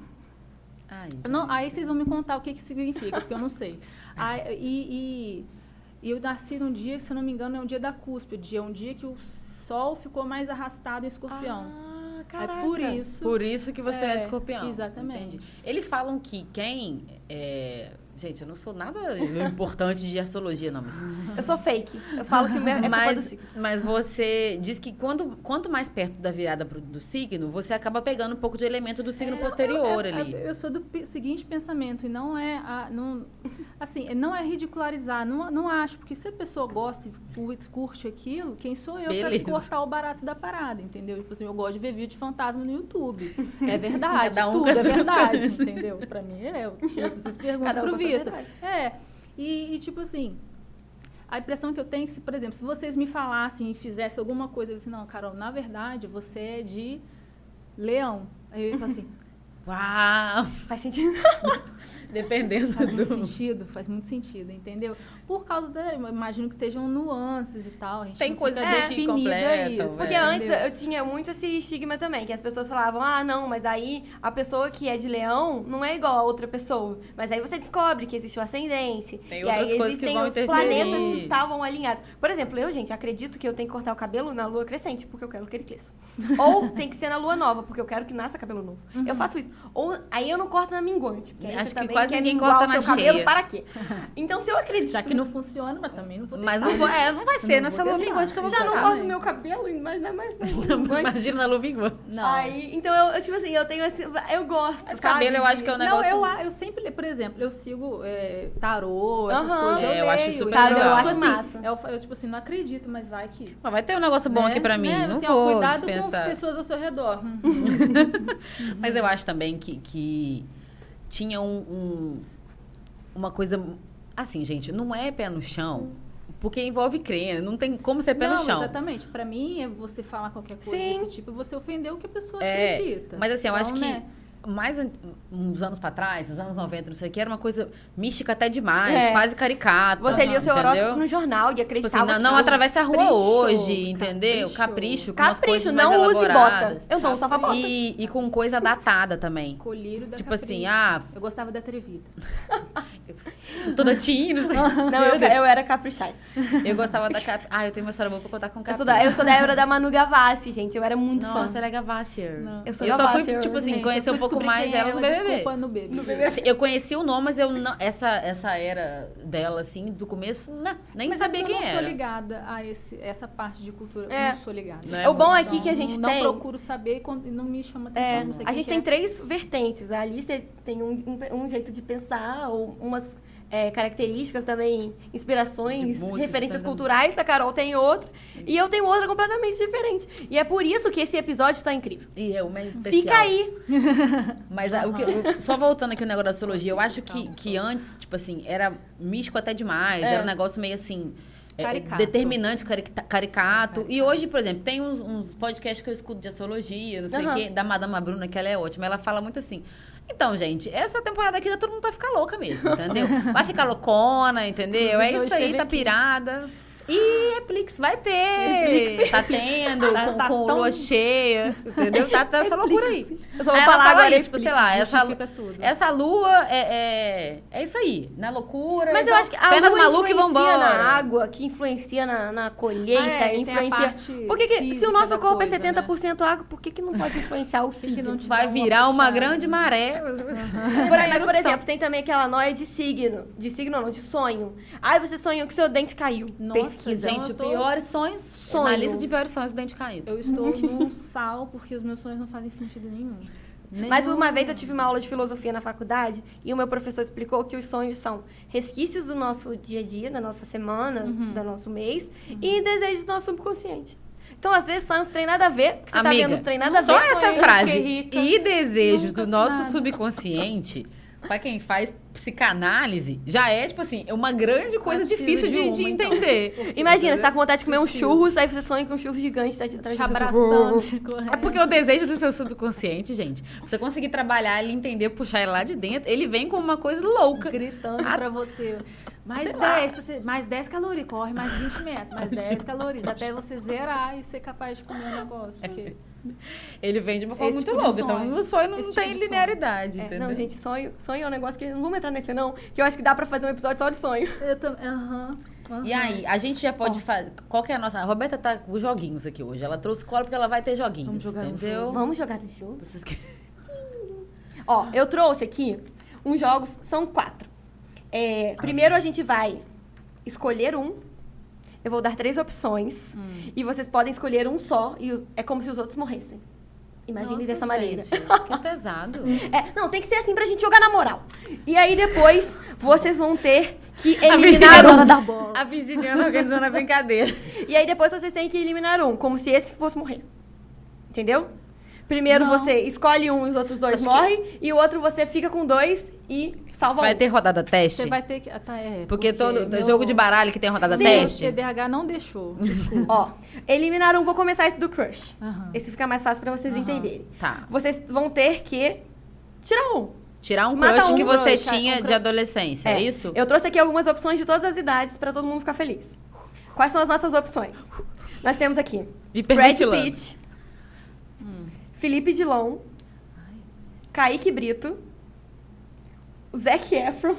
Speaker 1: Ai,
Speaker 3: Eu não- aí vocês vão me contar o que, que significa, porque eu não sei. Aí, e, e- e eu nasci num dia, se eu não me engano, é um dia da cúspide, é um dia que o sol ficou mais arrastado em escorpião.
Speaker 2: Ah,
Speaker 3: É
Speaker 2: caraca.
Speaker 3: por isso.
Speaker 1: Por isso que você é, de
Speaker 3: É,
Speaker 1: escorpião.
Speaker 3: exatamente.
Speaker 1: Entendi. Eles falam que quem. é, Gente, eu não sou nada importante de astrologia, não, mas.
Speaker 2: Eu sou fake. Eu falo que o meu é culpa do
Speaker 1: Mas,
Speaker 2: signo.
Speaker 1: mas você diz que quando, quanto mais perto da virada pro- do signo, você acaba pegando um pouco de elemento do signo posterior
Speaker 3: É, Eu- eu-
Speaker 1: ali.
Speaker 3: Eu, sou do pe- seguinte pensamento, e não é. a- não, assim, não é ridicularizar, não, não acho, porque se a pessoa gosta e cu- curte aquilo, quem sou eu
Speaker 1: Beleza.
Speaker 3: pra cortar o barato da parada, entendeu? Tipo assim, eu gosto de ver vídeo de fantasma no YouTube. É verdade.
Speaker 1: Cada um
Speaker 3: tudo
Speaker 1: com
Speaker 3: é
Speaker 1: as suas
Speaker 3: verdade,
Speaker 1: coisas.
Speaker 3: entendeu? Pra mim é. Eu, vocês perguntam
Speaker 2: Cada um
Speaker 3: pro
Speaker 2: com a sua
Speaker 3: Vitor.
Speaker 2: verdade.
Speaker 3: É. E, e, tipo assim. A impressão que eu tenho é que, se, por exemplo, se vocês me falassem e fizessem alguma coisa, eu disse, não, Carol, na verdade, você é de leão. Aí eu ia falar assim,
Speaker 1: Uau!
Speaker 2: Faz sentido.
Speaker 1: Dependendo
Speaker 3: Faz muito
Speaker 1: do.
Speaker 3: sentido, faz muito sentido, entendeu? Por causa da. eu Imagino que estejam nuances e tal. A gente
Speaker 1: Tem
Speaker 3: não
Speaker 1: coisas
Speaker 3: fica
Speaker 1: que
Speaker 3: definida
Speaker 1: completam,
Speaker 3: isso,
Speaker 2: Porque
Speaker 1: É,
Speaker 2: antes
Speaker 3: entendeu?
Speaker 2: eu tinha muito esse estigma também, que as pessoas falavam, ah, não, mas aí a pessoa que é de leão não é igual a outra pessoa. Mas aí você descobre que existe o ascendente.
Speaker 1: Tem
Speaker 2: e
Speaker 1: outras
Speaker 2: aí
Speaker 1: coisas que
Speaker 2: existem
Speaker 1: vão
Speaker 2: os
Speaker 1: interferir.
Speaker 2: planetas que estavam alinhados. Por exemplo, eu, gente, acredito que eu tenho que cortar o cabelo na lua crescente, porque eu quero que ele cresça. Ou tem que ser na lua nova, porque eu quero que nasça cabelo novo. Eu faço isso. Ou aí eu não corto na minguante, porque aí
Speaker 1: Uhum. Acho
Speaker 2: você
Speaker 1: que
Speaker 2: também
Speaker 1: quase
Speaker 2: quer
Speaker 1: ninguém
Speaker 2: minguar
Speaker 1: corta
Speaker 2: o
Speaker 1: na
Speaker 2: seu cabelo,
Speaker 1: cheia.
Speaker 2: para quê? Então, se eu acredito...
Speaker 3: Já que não funciona, mas também não vou né?
Speaker 1: Mas não, vai- é, não vai ser
Speaker 3: não
Speaker 1: nessa
Speaker 3: vou
Speaker 1: lua
Speaker 3: testar.
Speaker 1: minguante que eu vou
Speaker 2: já não
Speaker 1: cortar.
Speaker 2: corto meu cabelo, imagina mais na
Speaker 1: é
Speaker 2: lua minguante.
Speaker 1: Imagina na lua minguante.
Speaker 3: Não.
Speaker 2: Aí, então eu, eu, tipo assim, eu tenho esse. Eu gosto.
Speaker 1: Mas
Speaker 2: sabe,
Speaker 1: cabelo eu
Speaker 2: de-
Speaker 1: acho que é um
Speaker 3: Não,
Speaker 1: negócio.
Speaker 3: eu, a- eu sempre, por exemplo, eu sigo é, tarô, essas
Speaker 2: Aham.
Speaker 3: coisas.
Speaker 1: É, eu
Speaker 3: eu
Speaker 1: acho
Speaker 3: leio,
Speaker 1: super
Speaker 3: entendeu?
Speaker 1: legal.
Speaker 2: Eu
Speaker 3: Tipo
Speaker 2: acho
Speaker 3: assim,
Speaker 2: massa.
Speaker 3: Eu, fa- eu, tipo assim, não acredito, mas vai que.
Speaker 1: Mas vai ter um negócio bom
Speaker 3: né?
Speaker 1: aqui pra mim.
Speaker 3: Né?
Speaker 1: Não
Speaker 3: assim, ó,
Speaker 1: vou
Speaker 3: cuidado
Speaker 1: dispensar.
Speaker 3: com pessoas ao seu redor. Hum.
Speaker 1: Mas eu acho também que, que tinha um, um- uma coisa. Assim, gente, não é pé no chão, porque envolve crença. Não tem como ser pé
Speaker 3: não,
Speaker 1: no chão.
Speaker 3: exatamente. Pra mim, é você falar qualquer coisa
Speaker 2: Sim.
Speaker 3: desse tipo, você ofender o que a pessoa
Speaker 1: É,
Speaker 3: acredita.
Speaker 1: Mas assim, eu acho
Speaker 3: Então,
Speaker 1: que
Speaker 3: né?
Speaker 1: mais an- uns anos pra trás, os anos 90, não sei o que, era uma coisa mística até demais,
Speaker 2: É.
Speaker 1: quase caricata.
Speaker 2: Você lia o seu
Speaker 1: entendeu?
Speaker 2: horóscopo no jornal e
Speaker 1: Tipo assim,
Speaker 2: acreditava
Speaker 1: não,
Speaker 2: que um
Speaker 1: não
Speaker 2: aquilo-
Speaker 1: atravessa a rua
Speaker 3: Capricho,
Speaker 1: hoje, entendeu? Capricho,
Speaker 3: capricho.
Speaker 1: com umas
Speaker 2: Capricho,
Speaker 1: coisas mais
Speaker 2: não use bota.
Speaker 1: elaboradas.
Speaker 2: Eu não usava bota.
Speaker 1: E, e com coisa datada também.
Speaker 3: Colírio da
Speaker 1: Tipo
Speaker 3: Capricho.
Speaker 1: assim, ah,
Speaker 3: Eu gostava da Atrevida.
Speaker 1: toda teen, não sei.
Speaker 2: Não, eu, eu era caprichate.
Speaker 1: Eu gostava da Cap. Ah, eu tenho uma história boa pra contar com
Speaker 2: Eu
Speaker 1: Cap.
Speaker 2: sou, da, eu sou da era da Manu Gavassi, gente. Eu era muito
Speaker 1: Nossa,
Speaker 2: fã.
Speaker 1: ela é Gavassier.
Speaker 3: Não.
Speaker 2: Eu sou
Speaker 1: Eu só fui,
Speaker 2: Gavassier,
Speaker 1: tipo assim,
Speaker 3: Gente, eu
Speaker 1: conhecer
Speaker 3: fui
Speaker 1: um pouco
Speaker 3: descobrir
Speaker 1: mais
Speaker 3: quem
Speaker 1: ela no BBB.
Speaker 3: Desculpa, no BBB.
Speaker 2: No BBB.
Speaker 1: Assim, eu conheci o nome, mas eu não, essa, essa era dela, assim, do começo, na- nem
Speaker 3: Mas é
Speaker 1: sabia
Speaker 3: porque
Speaker 1: quem
Speaker 3: eu não
Speaker 1: era.
Speaker 3: sou ligada a esse- essa parte de cultura.
Speaker 2: É.
Speaker 3: Eu não sou ligada.
Speaker 1: Não é
Speaker 2: O bom
Speaker 3: Então,
Speaker 2: aqui que a gente
Speaker 3: não
Speaker 2: tem...
Speaker 3: procuro saber e con- e não me chama atenção.
Speaker 2: É,
Speaker 3: não sei
Speaker 2: a
Speaker 3: quem
Speaker 2: gente
Speaker 3: que
Speaker 2: tem
Speaker 3: é.
Speaker 2: três vertentes. A Alice tem um, um- um jeito de pensar, ou umas é, características também, inspirações,
Speaker 1: De música,
Speaker 2: referências
Speaker 1: de-
Speaker 3: né?
Speaker 2: culturais. A Carol tem outra. E eu tenho outra completamente diferente. E é por isso que esse episódio está incrível.
Speaker 1: E é o mais especial.
Speaker 2: Fica aí.
Speaker 1: Mas a- o que- o- só voltando aqui no negócio da astrologia, eu acho que, que antes, tipo assim, era místico até demais,
Speaker 2: É.
Speaker 1: era um negócio meio assim. é,
Speaker 3: Caricato.
Speaker 1: determinante, caricata- caricato. E hoje, por exemplo, tem uns, uns podcasts que eu escuto de astrologia, não sei o
Speaker 2: Aham.
Speaker 1: quê, da Madama Bruna, que ela é ótima. Ela fala muito assim. Então, gente, essa temporada aqui dá todo mundo pra ficar louca mesmo, entendeu? Vai ficar loucona, entendeu? É
Speaker 3: Inclusive,
Speaker 1: isso
Speaker 3: hoje
Speaker 1: aí,
Speaker 3: teve
Speaker 1: tá
Speaker 3: Eclipse.
Speaker 1: pirada. E Plix vai ter! Tá tendo,
Speaker 3: Tá-
Speaker 1: com,
Speaker 3: tá
Speaker 1: com
Speaker 3: tão-
Speaker 1: lua cheia, entendeu? Tá, tá essa loucura aí.
Speaker 2: Eu só vou
Speaker 1: Aí ela
Speaker 2: falar
Speaker 1: fala
Speaker 2: agora.
Speaker 1: isso, tipo, sei lá, essa,
Speaker 3: Justifica tudo.
Speaker 1: essa lua é, é, é isso aí, na loucura.
Speaker 2: Mas eu acho que a
Speaker 1: Fé nas
Speaker 2: lua
Speaker 1: malucas e
Speaker 2: influencia
Speaker 1: vambora.
Speaker 2: na água, que influencia na, na colheita,
Speaker 3: Ah, é, e tem a
Speaker 2: influencia...
Speaker 3: parte
Speaker 2: Por que que- se
Speaker 3: física
Speaker 2: o nosso
Speaker 3: da
Speaker 2: corpo é
Speaker 3: coisa, né?
Speaker 2: 70% água, por que, que não pode influenciar o
Speaker 3: que
Speaker 2: signo?
Speaker 3: não te
Speaker 1: Vai
Speaker 3: dá uma
Speaker 1: virar uma
Speaker 3: puxada?
Speaker 1: grande maré.
Speaker 2: Por aí, mas, por
Speaker 1: Erupção.
Speaker 2: exemplo, tem também aquela noia de signo. De signo não, de sonho. Ai, você sonhou que seu dente caiu.
Speaker 3: Nossa,
Speaker 2: Pesquisa.
Speaker 1: Gente,
Speaker 3: eu tô-
Speaker 1: piores sonhos.
Speaker 2: assim, Sonho.
Speaker 1: Na lista de piores sonhos, o dente caído.
Speaker 3: Eu estou num sal porque os meus sonhos não fazem sentido nenhum.
Speaker 2: Mas
Speaker 3: Nenhum.
Speaker 2: uma vez eu tive uma aula de filosofia na faculdade e o meu professor explicou que os sonhos são resquícios do nosso dia a dia, da nossa semana, do nosso mês e desejos do nosso subconsciente. Então, às vezes, sonhos tem nada a ver, porque você
Speaker 1: Amiga,
Speaker 2: tá vendo os trem nada a ver.
Speaker 1: só essa
Speaker 3: sonho,
Speaker 1: frase.
Speaker 3: fiquei rica.
Speaker 1: E desejos
Speaker 3: Nunca
Speaker 1: do nosso
Speaker 3: nada.
Speaker 1: subconsciente, pra quem faz psicanálise, já é, tipo assim, é uma grande coisa difícil
Speaker 3: Preciso
Speaker 1: de,
Speaker 3: de
Speaker 1: de
Speaker 3: uma, então.
Speaker 1: entender.
Speaker 2: Imagina, você tá com vontade de comer um
Speaker 3: Preciso.
Speaker 2: churros, aí você sonha com um churros gigante. Tá atrás de
Speaker 3: te
Speaker 2: você.
Speaker 3: abraçando.
Speaker 1: É porque o desejo do seu subconsciente, gente, pra você conseguir trabalhar ele, entender, puxar ele lá de dentro, ele vem com uma coisa louca.
Speaker 3: gritando pra você. Mais 10, pra você- mais 10 calorias, corre mais 20 metros, mais 10 calorias, até você zerar e ser capaz de comer o negócio.
Speaker 1: É.
Speaker 3: Porque
Speaker 1: Ele vem de uma forma
Speaker 3: Esse
Speaker 1: muito
Speaker 3: tipo de
Speaker 1: louca. Então
Speaker 3: sonho.
Speaker 1: o sonho não
Speaker 3: Esse
Speaker 1: tem
Speaker 3: tipo de sonho.
Speaker 1: linearidade,
Speaker 2: É,
Speaker 1: entendeu?
Speaker 2: não, gente, sonho, sonho é um negócio que não vamos entrar nesse não, que eu acho que dá pra fazer um episódio só de sonho.
Speaker 3: eu também. Aham. aham.
Speaker 1: E aí, a gente já pode fazer. Qual que é a nossa. A Roberta tá com joguinhos aqui hoje. Ela trouxe cola porque ela vai ter joguinhos.
Speaker 3: Vamos jogar um
Speaker 1: entendeu?
Speaker 2: Vamos jogar no jogo?
Speaker 1: Vocês que-
Speaker 2: Ó, eu trouxe aqui uns jogos, são quatro. É, primeiro a gente vai escolher um. Eu vou dar três opções.
Speaker 1: Hum.
Speaker 2: E vocês podem escolher um só. E os- é como se os outros morressem. Imagine
Speaker 1: Nossa,
Speaker 2: dessa maneira.
Speaker 1: gente, Que pesado.
Speaker 2: É, não, tem que ser assim pra gente jogar na moral. E aí depois vocês vão ter que
Speaker 1: Virginia
Speaker 2: eliminar
Speaker 1: dona
Speaker 2: um.
Speaker 3: Dona da bola.
Speaker 1: A Virginiana organizando a brincadeira.
Speaker 2: E aí depois vocês têm que eliminar um, como se esse fosse morrer. Entendeu? Primeiro
Speaker 3: Não.
Speaker 2: você escolhe um e os outros dois
Speaker 1: Acho que-
Speaker 2: morrem, e o outro você fica com dois e salva
Speaker 1: Vai
Speaker 2: um.
Speaker 1: ter rodada teste?
Speaker 3: Você vai ter que. ah, tá, é,
Speaker 1: Porque, todo
Speaker 3: meu-
Speaker 1: jogo de baralho que tem rodada
Speaker 2: Sim,
Speaker 1: teste.
Speaker 3: Meu TDAH não deixou.
Speaker 2: Ó, eliminar um, vou começar esse do crush.
Speaker 3: Aham.
Speaker 2: Esse fica mais fácil pra vocês entenderem.
Speaker 1: Tá.
Speaker 2: Vocês vão ter que tirar um.
Speaker 1: Tirar um
Speaker 2: Mata
Speaker 1: crush
Speaker 2: um
Speaker 1: que você
Speaker 2: crush,
Speaker 1: tinha
Speaker 2: um crush.
Speaker 1: de adolescência, é, isso?
Speaker 2: Eu trouxe aqui algumas opções de todas as idades pra todo mundo ficar feliz. Quais são as nossas opções? Nós temos aqui Brad
Speaker 1: Hiperventilando.
Speaker 2: Pitt, Felipe Dilon, Kaique Brito, o Zac Efron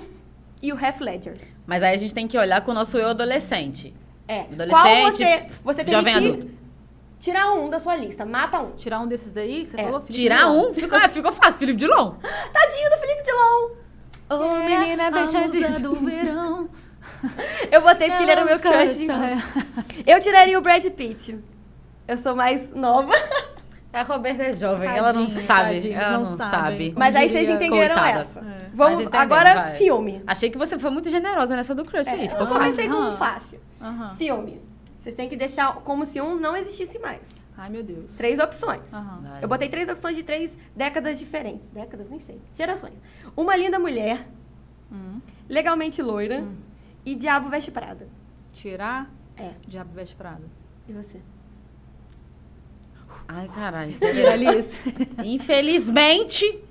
Speaker 2: e o Heath Ledger.
Speaker 1: Mas aí a gente tem que olhar com o nosso eu adolescente.
Speaker 2: É.
Speaker 1: Adolescente,
Speaker 2: Qual você, você tem
Speaker 1: jovem
Speaker 2: que
Speaker 1: adulto.
Speaker 2: tirar um da sua lista, mata um.
Speaker 3: Tirar um desses daí que você
Speaker 2: É,
Speaker 3: falou? Felipe
Speaker 1: Tirar
Speaker 3: Dilon?
Speaker 1: um? Ficou, é, ficou fácil, Felipe Dilon.
Speaker 2: Tadinho do Felipe Dilon.
Speaker 3: Ô,
Speaker 1: É, a musa
Speaker 3: do verão.
Speaker 2: Eu botei porque ele era meu crush. então.
Speaker 3: né?
Speaker 2: Eu tiraria o Brad Pitt. Eu sou mais nova.
Speaker 1: A Roberta é jovem,
Speaker 3: Tadinha,
Speaker 1: ela não sabe.
Speaker 3: tadinha,
Speaker 1: ela não,
Speaker 3: não
Speaker 1: sabe.
Speaker 3: sabem.
Speaker 2: Mas aí vocês
Speaker 3: diria,
Speaker 2: entenderam
Speaker 1: coitada.
Speaker 2: essa.
Speaker 3: É.
Speaker 1: Mas
Speaker 2: Vamos,
Speaker 1: entendeu,
Speaker 2: agora,
Speaker 1: vai.
Speaker 2: filme.
Speaker 1: Achei que você foi muito generosa nessa do crush aí. Ficou fácil.
Speaker 2: Eu
Speaker 1: Ah.
Speaker 2: comecei com um
Speaker 3: Aham.
Speaker 2: fácil.
Speaker 3: Aham.
Speaker 2: Filme. Vocês têm que deixar como se um não existisse mais.
Speaker 3: Ai, meu Deus.
Speaker 2: Três opções.
Speaker 3: Aham.
Speaker 1: Vai.
Speaker 2: Eu botei três opções de três décadas diferentes. Décadas, nem sei. Gerações. Uma linda mulher,
Speaker 3: Hum.
Speaker 2: legalmente loira
Speaker 1: Hum.
Speaker 2: e Diabo Veste Prada.
Speaker 3: Tirar
Speaker 2: É.
Speaker 3: Diabo Veste Prada.
Speaker 2: E você?
Speaker 1: Ai, caralho. é-
Speaker 3: Tira, Alice.
Speaker 1: Infelizmente,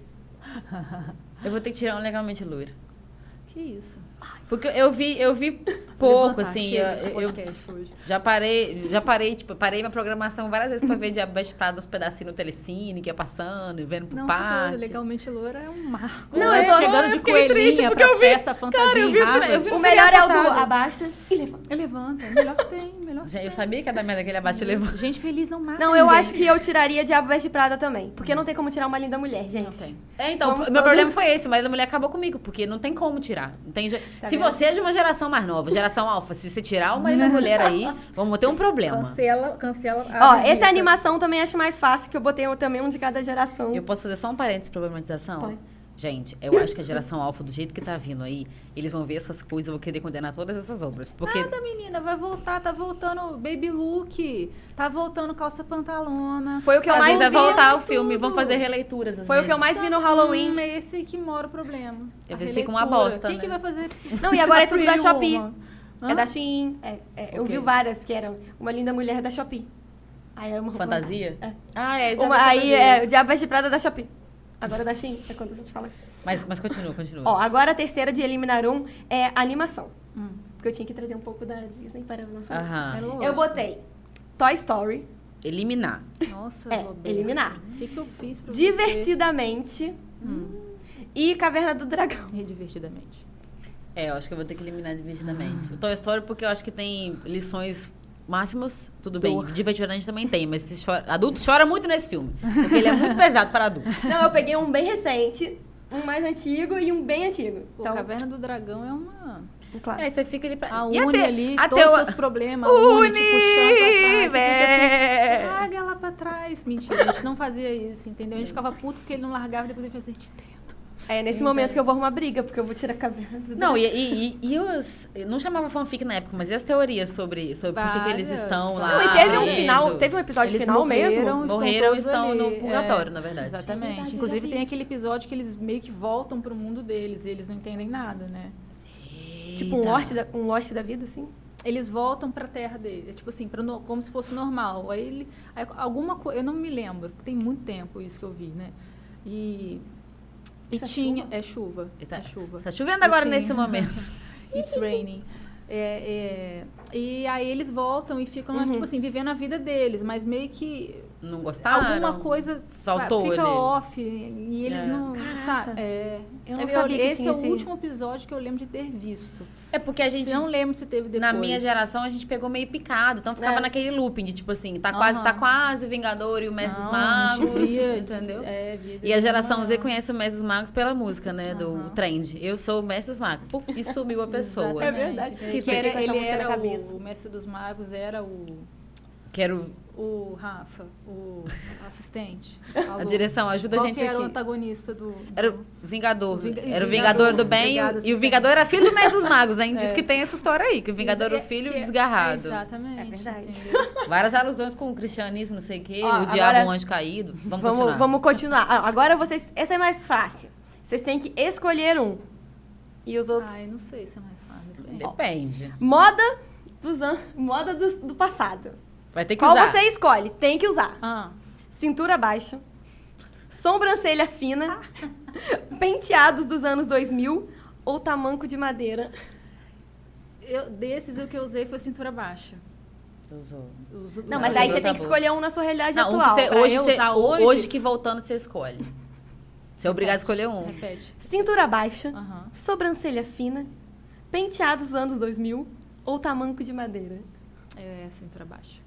Speaker 1: Eu vou ter que tirar um legalmente loira.
Speaker 3: Que isso.
Speaker 1: Porque eu vi, eu vi
Speaker 2: um
Speaker 1: pouco,
Speaker 3: Levantar,
Speaker 1: assim.
Speaker 3: chega de
Speaker 1: eu- eu,
Speaker 3: podcast hoje.
Speaker 1: Já parei, já parei, tipo, parei minha programação várias vezes pra ver Diabo Veste Prada, uns pedacinhos no Telecine, que ia passando, e vendo pro
Speaker 3: Não,
Speaker 2: tá
Speaker 3: tá
Speaker 1: pátio.
Speaker 3: legalmente loura é um marco.
Speaker 1: Não,
Speaker 3: né?
Speaker 1: eu tô-
Speaker 3: chegando
Speaker 1: eu
Speaker 3: de
Speaker 1: fiquei
Speaker 3: coelhinha
Speaker 1: triste porque
Speaker 3: pra
Speaker 1: eu vi-
Speaker 3: festa, fantasia
Speaker 1: Cara, eu vi
Speaker 3: em
Speaker 1: o fina-
Speaker 3: Harvard.
Speaker 1: eu vi no
Speaker 2: O melhor é o do
Speaker 1: passado.
Speaker 2: abaixa e levanta.
Speaker 3: Levanta, é melhor que tem, melhor que
Speaker 1: Já- Eu
Speaker 3: tem.
Speaker 1: sabia que a da merda que ele abaixo levou.
Speaker 3: Gente feliz não mata
Speaker 2: Não, eu
Speaker 3: ninguém.
Speaker 2: acho que eu tiraria Diabo Veste Prada também. Porque não tem como tirar uma linda mulher, gente.
Speaker 3: Não tem.
Speaker 1: É, então,
Speaker 2: Vamos
Speaker 1: meu
Speaker 2: todos-
Speaker 1: problema foi esse, mas a mulher acabou comigo, porque não tem como tirar. Não tem je-
Speaker 2: Tá
Speaker 1: se
Speaker 2: vendo?
Speaker 1: você é de uma geração mais nova, geração alfa, se você tirar uma linda mulher aí, vamos ter um
Speaker 2: Tá
Speaker 1: problema.
Speaker 3: Cancela, cancela a
Speaker 2: Ó,
Speaker 3: visita.
Speaker 2: essa animação também acho mais fácil, que eu botei também um de cada geração.
Speaker 1: Eu posso fazer só um parênteses problematização?
Speaker 2: Pode.
Speaker 1: Gente, eu acho que a geração alfa, do jeito que tá vindo aí, eles vão ver essas coisas, vão querer condenar todas essas obras. Porque
Speaker 3: Nada, menina, vai voltar, tá voltando baby look, tá voltando calça pantalona.
Speaker 2: Foi o que eu
Speaker 1: às
Speaker 2: mais
Speaker 1: vezes vai
Speaker 2: vi.
Speaker 1: voltar o filme,
Speaker 3: tudo.
Speaker 1: vão fazer releituras. às
Speaker 2: Foi o que eu
Speaker 1: vezes.
Speaker 2: mais vi no Halloween.
Speaker 3: Hum, é esse que mora o problema.
Speaker 1: Às
Speaker 3: A
Speaker 1: vezes fica uma
Speaker 3: releitura.
Speaker 1: bosta,
Speaker 3: Quem
Speaker 1: né?
Speaker 3: que vai fazer?
Speaker 2: Não, e agora é tudo da
Speaker 3: Pretty
Speaker 2: Shopee.
Speaker 3: Woman?
Speaker 2: É
Speaker 3: Hã?
Speaker 2: da Shein. É, é, Eu
Speaker 1: Ok.
Speaker 2: vi várias que eram uma linda mulher da Shopee. Aí é uma
Speaker 1: Fantasia?
Speaker 2: É.
Speaker 1: Ah, é. dá
Speaker 2: Uma,
Speaker 1: pra
Speaker 2: aí
Speaker 1: fazer
Speaker 2: é
Speaker 1: isso.
Speaker 2: o Diabo Veste Prada da Shopee. Agora da Shein, é quando a gente fala isso.
Speaker 1: Mas, mas continua, continua.
Speaker 2: Ó, agora a terceira de eliminar um é animação.
Speaker 3: Hum.
Speaker 2: Porque eu tinha que trazer um pouco da Disney para o nosso...
Speaker 3: É
Speaker 1: Aham.
Speaker 3: louco.
Speaker 2: Eu botei Toy Story,
Speaker 1: Eliminar.
Speaker 3: Nossa,
Speaker 2: É,
Speaker 3: Roberta, né?
Speaker 2: eliminar.
Speaker 3: O que, que eu fiz pra você?
Speaker 2: Divertidamente Hum. e Caverna do Dragão.
Speaker 3: E Divertidamente.
Speaker 1: É, eu acho que eu vou ter que eliminar divertidamente. O Toy Story, porque eu acho que tem lições máximas, tudo bem. Divertidamente também tem, mas se chora, adulto chora muito nesse filme. Porque ele é muito pesado para adulto.
Speaker 2: Não, eu peguei um bem recente, um mais antigo e um bem antigo.
Speaker 3: O
Speaker 2: Então,
Speaker 3: Caverna do Dragão é uma...
Speaker 2: claro.
Speaker 1: Aí você fica ali pra...
Speaker 3: A
Speaker 1: E
Speaker 3: Uni
Speaker 1: até,
Speaker 3: ali,
Speaker 1: até
Speaker 3: todos
Speaker 1: o...
Speaker 3: os seus problemas, a
Speaker 1: Uni,
Speaker 3: Uni,
Speaker 1: tipo,
Speaker 3: te
Speaker 1: assim,
Speaker 3: puxando pra trás. Você fica assim,
Speaker 1: véi.
Speaker 3: larga ela pra trás. Mentira, a gente não fazia isso, entendeu? A gente ficava puto porque ele não largava e depois ele fazia, assim, te tento.
Speaker 2: É nesse momento que eu vou arrumar briga, porque eu vou tirar a Caverna do Dragão.
Speaker 1: Não, e, e, e, e os... eu Não chamava fanfic na época, mas e as teorias sobre, sobre por que que eles
Speaker 3: Várias,
Speaker 1: estão lá
Speaker 2: Não, e teve um
Speaker 1: presos?
Speaker 2: final, teve um episódio
Speaker 3: Eles
Speaker 2: final
Speaker 3: morreram.
Speaker 2: mesmo.
Speaker 3: Estão
Speaker 1: Morreram e
Speaker 3: todos
Speaker 1: estão
Speaker 3: ali,
Speaker 1: no
Speaker 3: é.
Speaker 1: purgatório, na verdade.
Speaker 3: Exatamente.
Speaker 2: Verdade, eu já
Speaker 3: Inclusive
Speaker 2: vi
Speaker 3: tem
Speaker 2: isso.
Speaker 3: aquele episódio que eles meio que voltam pro mundo deles e eles não entendem nada, né?
Speaker 2: Tipo um
Speaker 1: Eita.
Speaker 2: lost, da, um lost da vida, assim.
Speaker 3: Eles voltam pra terra dele, é tipo assim, pra no- como se fosse normal. Aí ele, aí alguma coisa, eu não me lembro, tem muito tempo isso que eu vi, né? E e
Speaker 2: Isso é
Speaker 3: tinha
Speaker 2: chuva?
Speaker 3: é chuva,
Speaker 1: Eita,
Speaker 3: é chuva.
Speaker 1: Está Tá chovendo agora
Speaker 3: Sim.
Speaker 1: nesse momento.
Speaker 3: It's raining. É, é, e aí eles voltam e ficam,
Speaker 1: Uhum.
Speaker 3: tipo assim, vivendo a vida deles, mas meio que
Speaker 1: Não gostaram?
Speaker 3: alguma coisa
Speaker 1: Faltou
Speaker 3: fica
Speaker 1: ali.
Speaker 3: off e eles
Speaker 1: É.
Speaker 3: não.
Speaker 2: Caraca.
Speaker 3: Sabe, é,
Speaker 2: Eu não sabia que
Speaker 3: esse
Speaker 2: tinha
Speaker 3: é o
Speaker 2: esse-
Speaker 3: último episódio que eu lembro de ter visto.
Speaker 1: É porque a gente,
Speaker 3: não lembro se teve um depois.
Speaker 1: na minha geração, a gente pegou meio picado. Então ficava
Speaker 2: É.
Speaker 1: naquele looping de tipo assim, tá quase, tá
Speaker 3: Aham.
Speaker 1: quase, Vingador e o Mestres
Speaker 3: Não, a gente
Speaker 1: Magos,
Speaker 3: via,
Speaker 1: entendeu?
Speaker 3: é, via
Speaker 1: E a
Speaker 3: desenho
Speaker 1: geração Z
Speaker 3: animado.
Speaker 1: conhece o Mestres Magos pela música, né? Do
Speaker 3: Aham.
Speaker 1: trend. Eu sou o Mestres Magos. Pum, e sumiu a pessoa.
Speaker 3: Exatamente.
Speaker 2: É verdade.
Speaker 3: né? Que,
Speaker 2: Fiquei
Speaker 3: era,
Speaker 2: com essa
Speaker 3: ele
Speaker 2: música na
Speaker 3: era
Speaker 2: cabeça.
Speaker 3: O, o mestre dos magos era o,
Speaker 1: Quero
Speaker 3: o Rafa, o assistente.
Speaker 1: a
Speaker 3: Alô.
Speaker 1: direção, ajuda a
Speaker 3: Qual
Speaker 1: gente
Speaker 3: que era o
Speaker 1: aqui.
Speaker 3: antagonista do...
Speaker 1: Era o Vingador.
Speaker 3: O Vinga-
Speaker 1: Era o
Speaker 3: Vingador.
Speaker 1: Vingador do bem.
Speaker 3: Obrigada,
Speaker 1: e o
Speaker 3: assistente.
Speaker 1: Vingador era filho do Mestres Magos, hein? Diz
Speaker 3: É.
Speaker 1: que tem essa história aí, que o Vingador é o
Speaker 3: Que-
Speaker 1: filho
Speaker 3: que-
Speaker 1: desgarrado.
Speaker 3: Exatamente.
Speaker 2: É verdade.
Speaker 3: entendeu?
Speaker 1: Várias alusões com o cristianismo, não sei o quê,
Speaker 2: Ó,
Speaker 1: o
Speaker 2: agora-
Speaker 1: diabo, um anjo caído. Vamos, continuar.
Speaker 2: Vamos, vamos continuar. Ah, Agora vocês. Essa é mais fácil. Vocês têm que escolher um. E os outros.
Speaker 3: Ai, não sei se é mais fácil. depende.
Speaker 1: Depende.
Speaker 2: Moda dos an... Moda do, do passado.
Speaker 1: Vai ter que
Speaker 2: Qual
Speaker 1: usar.
Speaker 2: você escolhe? Tem que usar.
Speaker 3: Ah,
Speaker 2: Cintura baixa. Sobrancelha fina. penteados dos anos 2000. Ou tamanco de madeira.
Speaker 3: eu, desses, o que eu usei foi cintura baixa.
Speaker 2: é
Speaker 1: Usou.
Speaker 3: Uso-
Speaker 2: Não,
Speaker 1: Não,
Speaker 2: mas
Speaker 1: tá
Speaker 2: aí
Speaker 1: bom,
Speaker 2: você
Speaker 1: tá
Speaker 2: tem que
Speaker 1: bom.
Speaker 2: escolher um na sua realidade
Speaker 1: Não, um que
Speaker 2: atual.
Speaker 1: você-
Speaker 3: Pra
Speaker 1: hoje,
Speaker 3: eu
Speaker 1: você-
Speaker 3: usar
Speaker 1: hoje?
Speaker 3: hoje?
Speaker 1: que voltando você escolhe. Você é obrigado a escolher um.
Speaker 3: Repete.
Speaker 2: Cintura baixa.
Speaker 3: Aham.
Speaker 2: Sobrancelha fina. Penteados dos anos 2000. Ou tamanco de madeira.
Speaker 3: É, cintura baixa.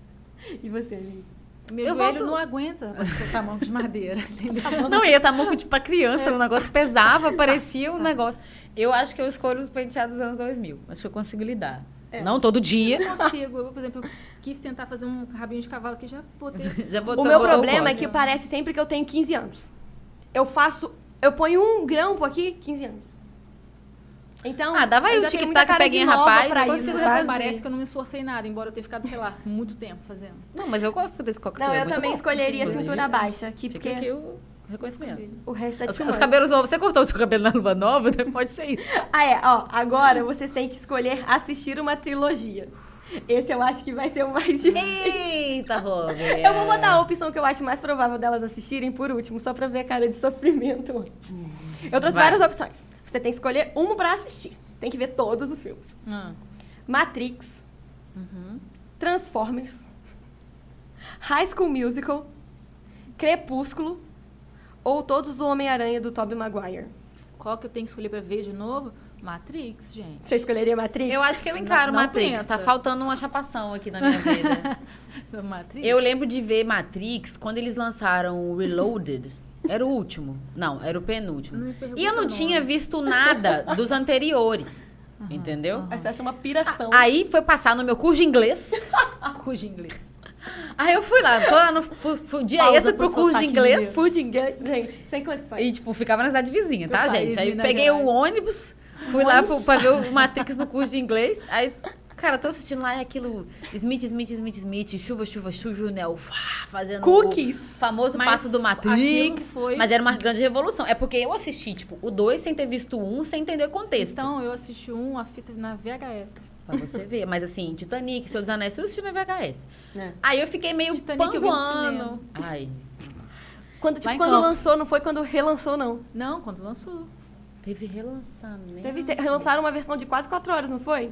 Speaker 2: E você, gente?
Speaker 3: Meu
Speaker 1: Eu
Speaker 3: joelho
Speaker 1: volto-
Speaker 3: não aguenta você botar a mão de madeira, entendeu?
Speaker 1: Não, ia estar muito tipo, pra criança,
Speaker 2: É.
Speaker 1: o negócio pesava, parecia um
Speaker 2: Tá.
Speaker 1: negócio. Eu acho que eu escolho os penteados dos anos 2000. Acho que eu consigo lidar.
Speaker 2: É.
Speaker 1: Não todo dia.
Speaker 3: Eu consigo. Eu, por exemplo, eu quis tentar fazer um rabinho de cavalo que já botei.
Speaker 1: Já botou,
Speaker 2: o meu
Speaker 1: botou
Speaker 2: problema é
Speaker 1: corte.
Speaker 2: que parece sempre que eu tenho 15 anos. Eu faço. Eu ponho um grampo aqui, 15 anos. Então.
Speaker 1: Ah, dava aí
Speaker 2: ainda
Speaker 1: o
Speaker 2: tem
Speaker 1: tic-tac,
Speaker 2: muita cara de
Speaker 1: peguinha,
Speaker 2: nova
Speaker 1: rapaz,
Speaker 2: pra
Speaker 1: eu
Speaker 2: isso, né?
Speaker 1: consigo
Speaker 2: sabe?
Speaker 3: Parece que eu não me esforcei nada, embora eu tenha ficado, sei lá, muito tempo fazendo.
Speaker 1: Não, mas eu gosto desse coquetel.
Speaker 2: Não,
Speaker 1: é
Speaker 2: eu
Speaker 1: muito
Speaker 2: também
Speaker 1: bom.
Speaker 2: escolheria
Speaker 1: Inclusive,
Speaker 2: cintura baixa aqui,
Speaker 1: Fica
Speaker 2: porque
Speaker 1: aqui o reconhecimento.
Speaker 2: o resto é
Speaker 1: Os,
Speaker 2: too
Speaker 1: os
Speaker 2: much.
Speaker 1: cabelos novos. Você cortou o seu cabelo na luva nova? né? Pode ser isso.
Speaker 2: Ah, é, ó. Agora vocês têm que escolher assistir uma trilogia. Esse eu acho que vai ser o mais difícil.
Speaker 1: Eita, Rob.
Speaker 2: Eu vou botar a opção que eu acho mais provável delas assistirem por último, só pra ver a cara de sofrimento antes. Eu trouxe
Speaker 1: Hum. Vai.
Speaker 2: várias opções. Você tem que escolher uma pra assistir. Tem que ver todos os filmes.
Speaker 1: Hum.
Speaker 2: Matrix,
Speaker 1: Uhum.
Speaker 2: Transformers, High School Musical, Crepúsculo ou todos o Homem-Aranha do Tobey Maguire.
Speaker 3: Qual que eu tenho que escolher pra ver de novo? Matrix, gente.
Speaker 2: Você escolheria Matrix?
Speaker 1: Eu acho que eu encaro
Speaker 3: Não- não
Speaker 1: Matrix.
Speaker 3: pensa.
Speaker 1: Tá faltando uma chapação aqui na minha vida.
Speaker 3: Do Matrix?
Speaker 1: Eu lembro de ver Matrix quando eles lançaram o Reloaded. Era o último. Não, era o
Speaker 3: Não me
Speaker 1: penúltimo.
Speaker 3: pergunta
Speaker 1: E eu não
Speaker 3: o
Speaker 1: tinha
Speaker 3: nome.
Speaker 1: visto nada dos anteriores. Entendeu?
Speaker 2: Aí Você acha uma piração.
Speaker 1: Aí foi passar no meu curso de inglês.
Speaker 3: Cujo inglês.
Speaker 1: Aí eu fui lá, tô lá no fu- fu- dia
Speaker 3: Pausa
Speaker 1: esse pro
Speaker 3: pro
Speaker 1: curso de
Speaker 3: sotaque
Speaker 1: inglês.
Speaker 3: mineiro.
Speaker 2: Pudim, gente, sem condições.
Speaker 1: E, tipo, ficava na cidade vizinha, tá,
Speaker 3: Pro país,
Speaker 1: gente? Aí
Speaker 3: Minas
Speaker 1: peguei o
Speaker 3: Gerais.
Speaker 1: ônibus, fui lá pro, pra ver o Matrix no curso de inglês. Aí, cara, tô assistindo lá e aquilo Smith, Smith, Smith, Smith, chuva, chuva, chuva, né? o fá, fazendo o
Speaker 2: Cookies.
Speaker 1: famoso
Speaker 3: Mas
Speaker 1: passo do
Speaker 3: aquilo
Speaker 1: Matrix.
Speaker 3: foi-
Speaker 1: Mas era uma grande revolução. É porque eu assisti, tipo, o 2 sem ter visto o 1, um, sem entender o contexto.
Speaker 3: Então, eu assisti um, a fita na VHS.
Speaker 1: Pra você ver. Mas assim, Titanic, Senhor dos Anéis, tudo assistindo em VHS.
Speaker 2: Né?
Speaker 1: Aí eu fiquei meio
Speaker 3: Titanic eu vi no
Speaker 1: panguano.
Speaker 3: cinema.
Speaker 1: Ai,
Speaker 2: Quando, tipo,
Speaker 3: Vai em
Speaker 2: quando
Speaker 3: Campos.
Speaker 2: lançou, não foi quando relançou, não.
Speaker 3: Não, quando lançou.
Speaker 1: teve relançamento.
Speaker 2: Teve, te- relançaram uma versão de quase 4 horas, não foi?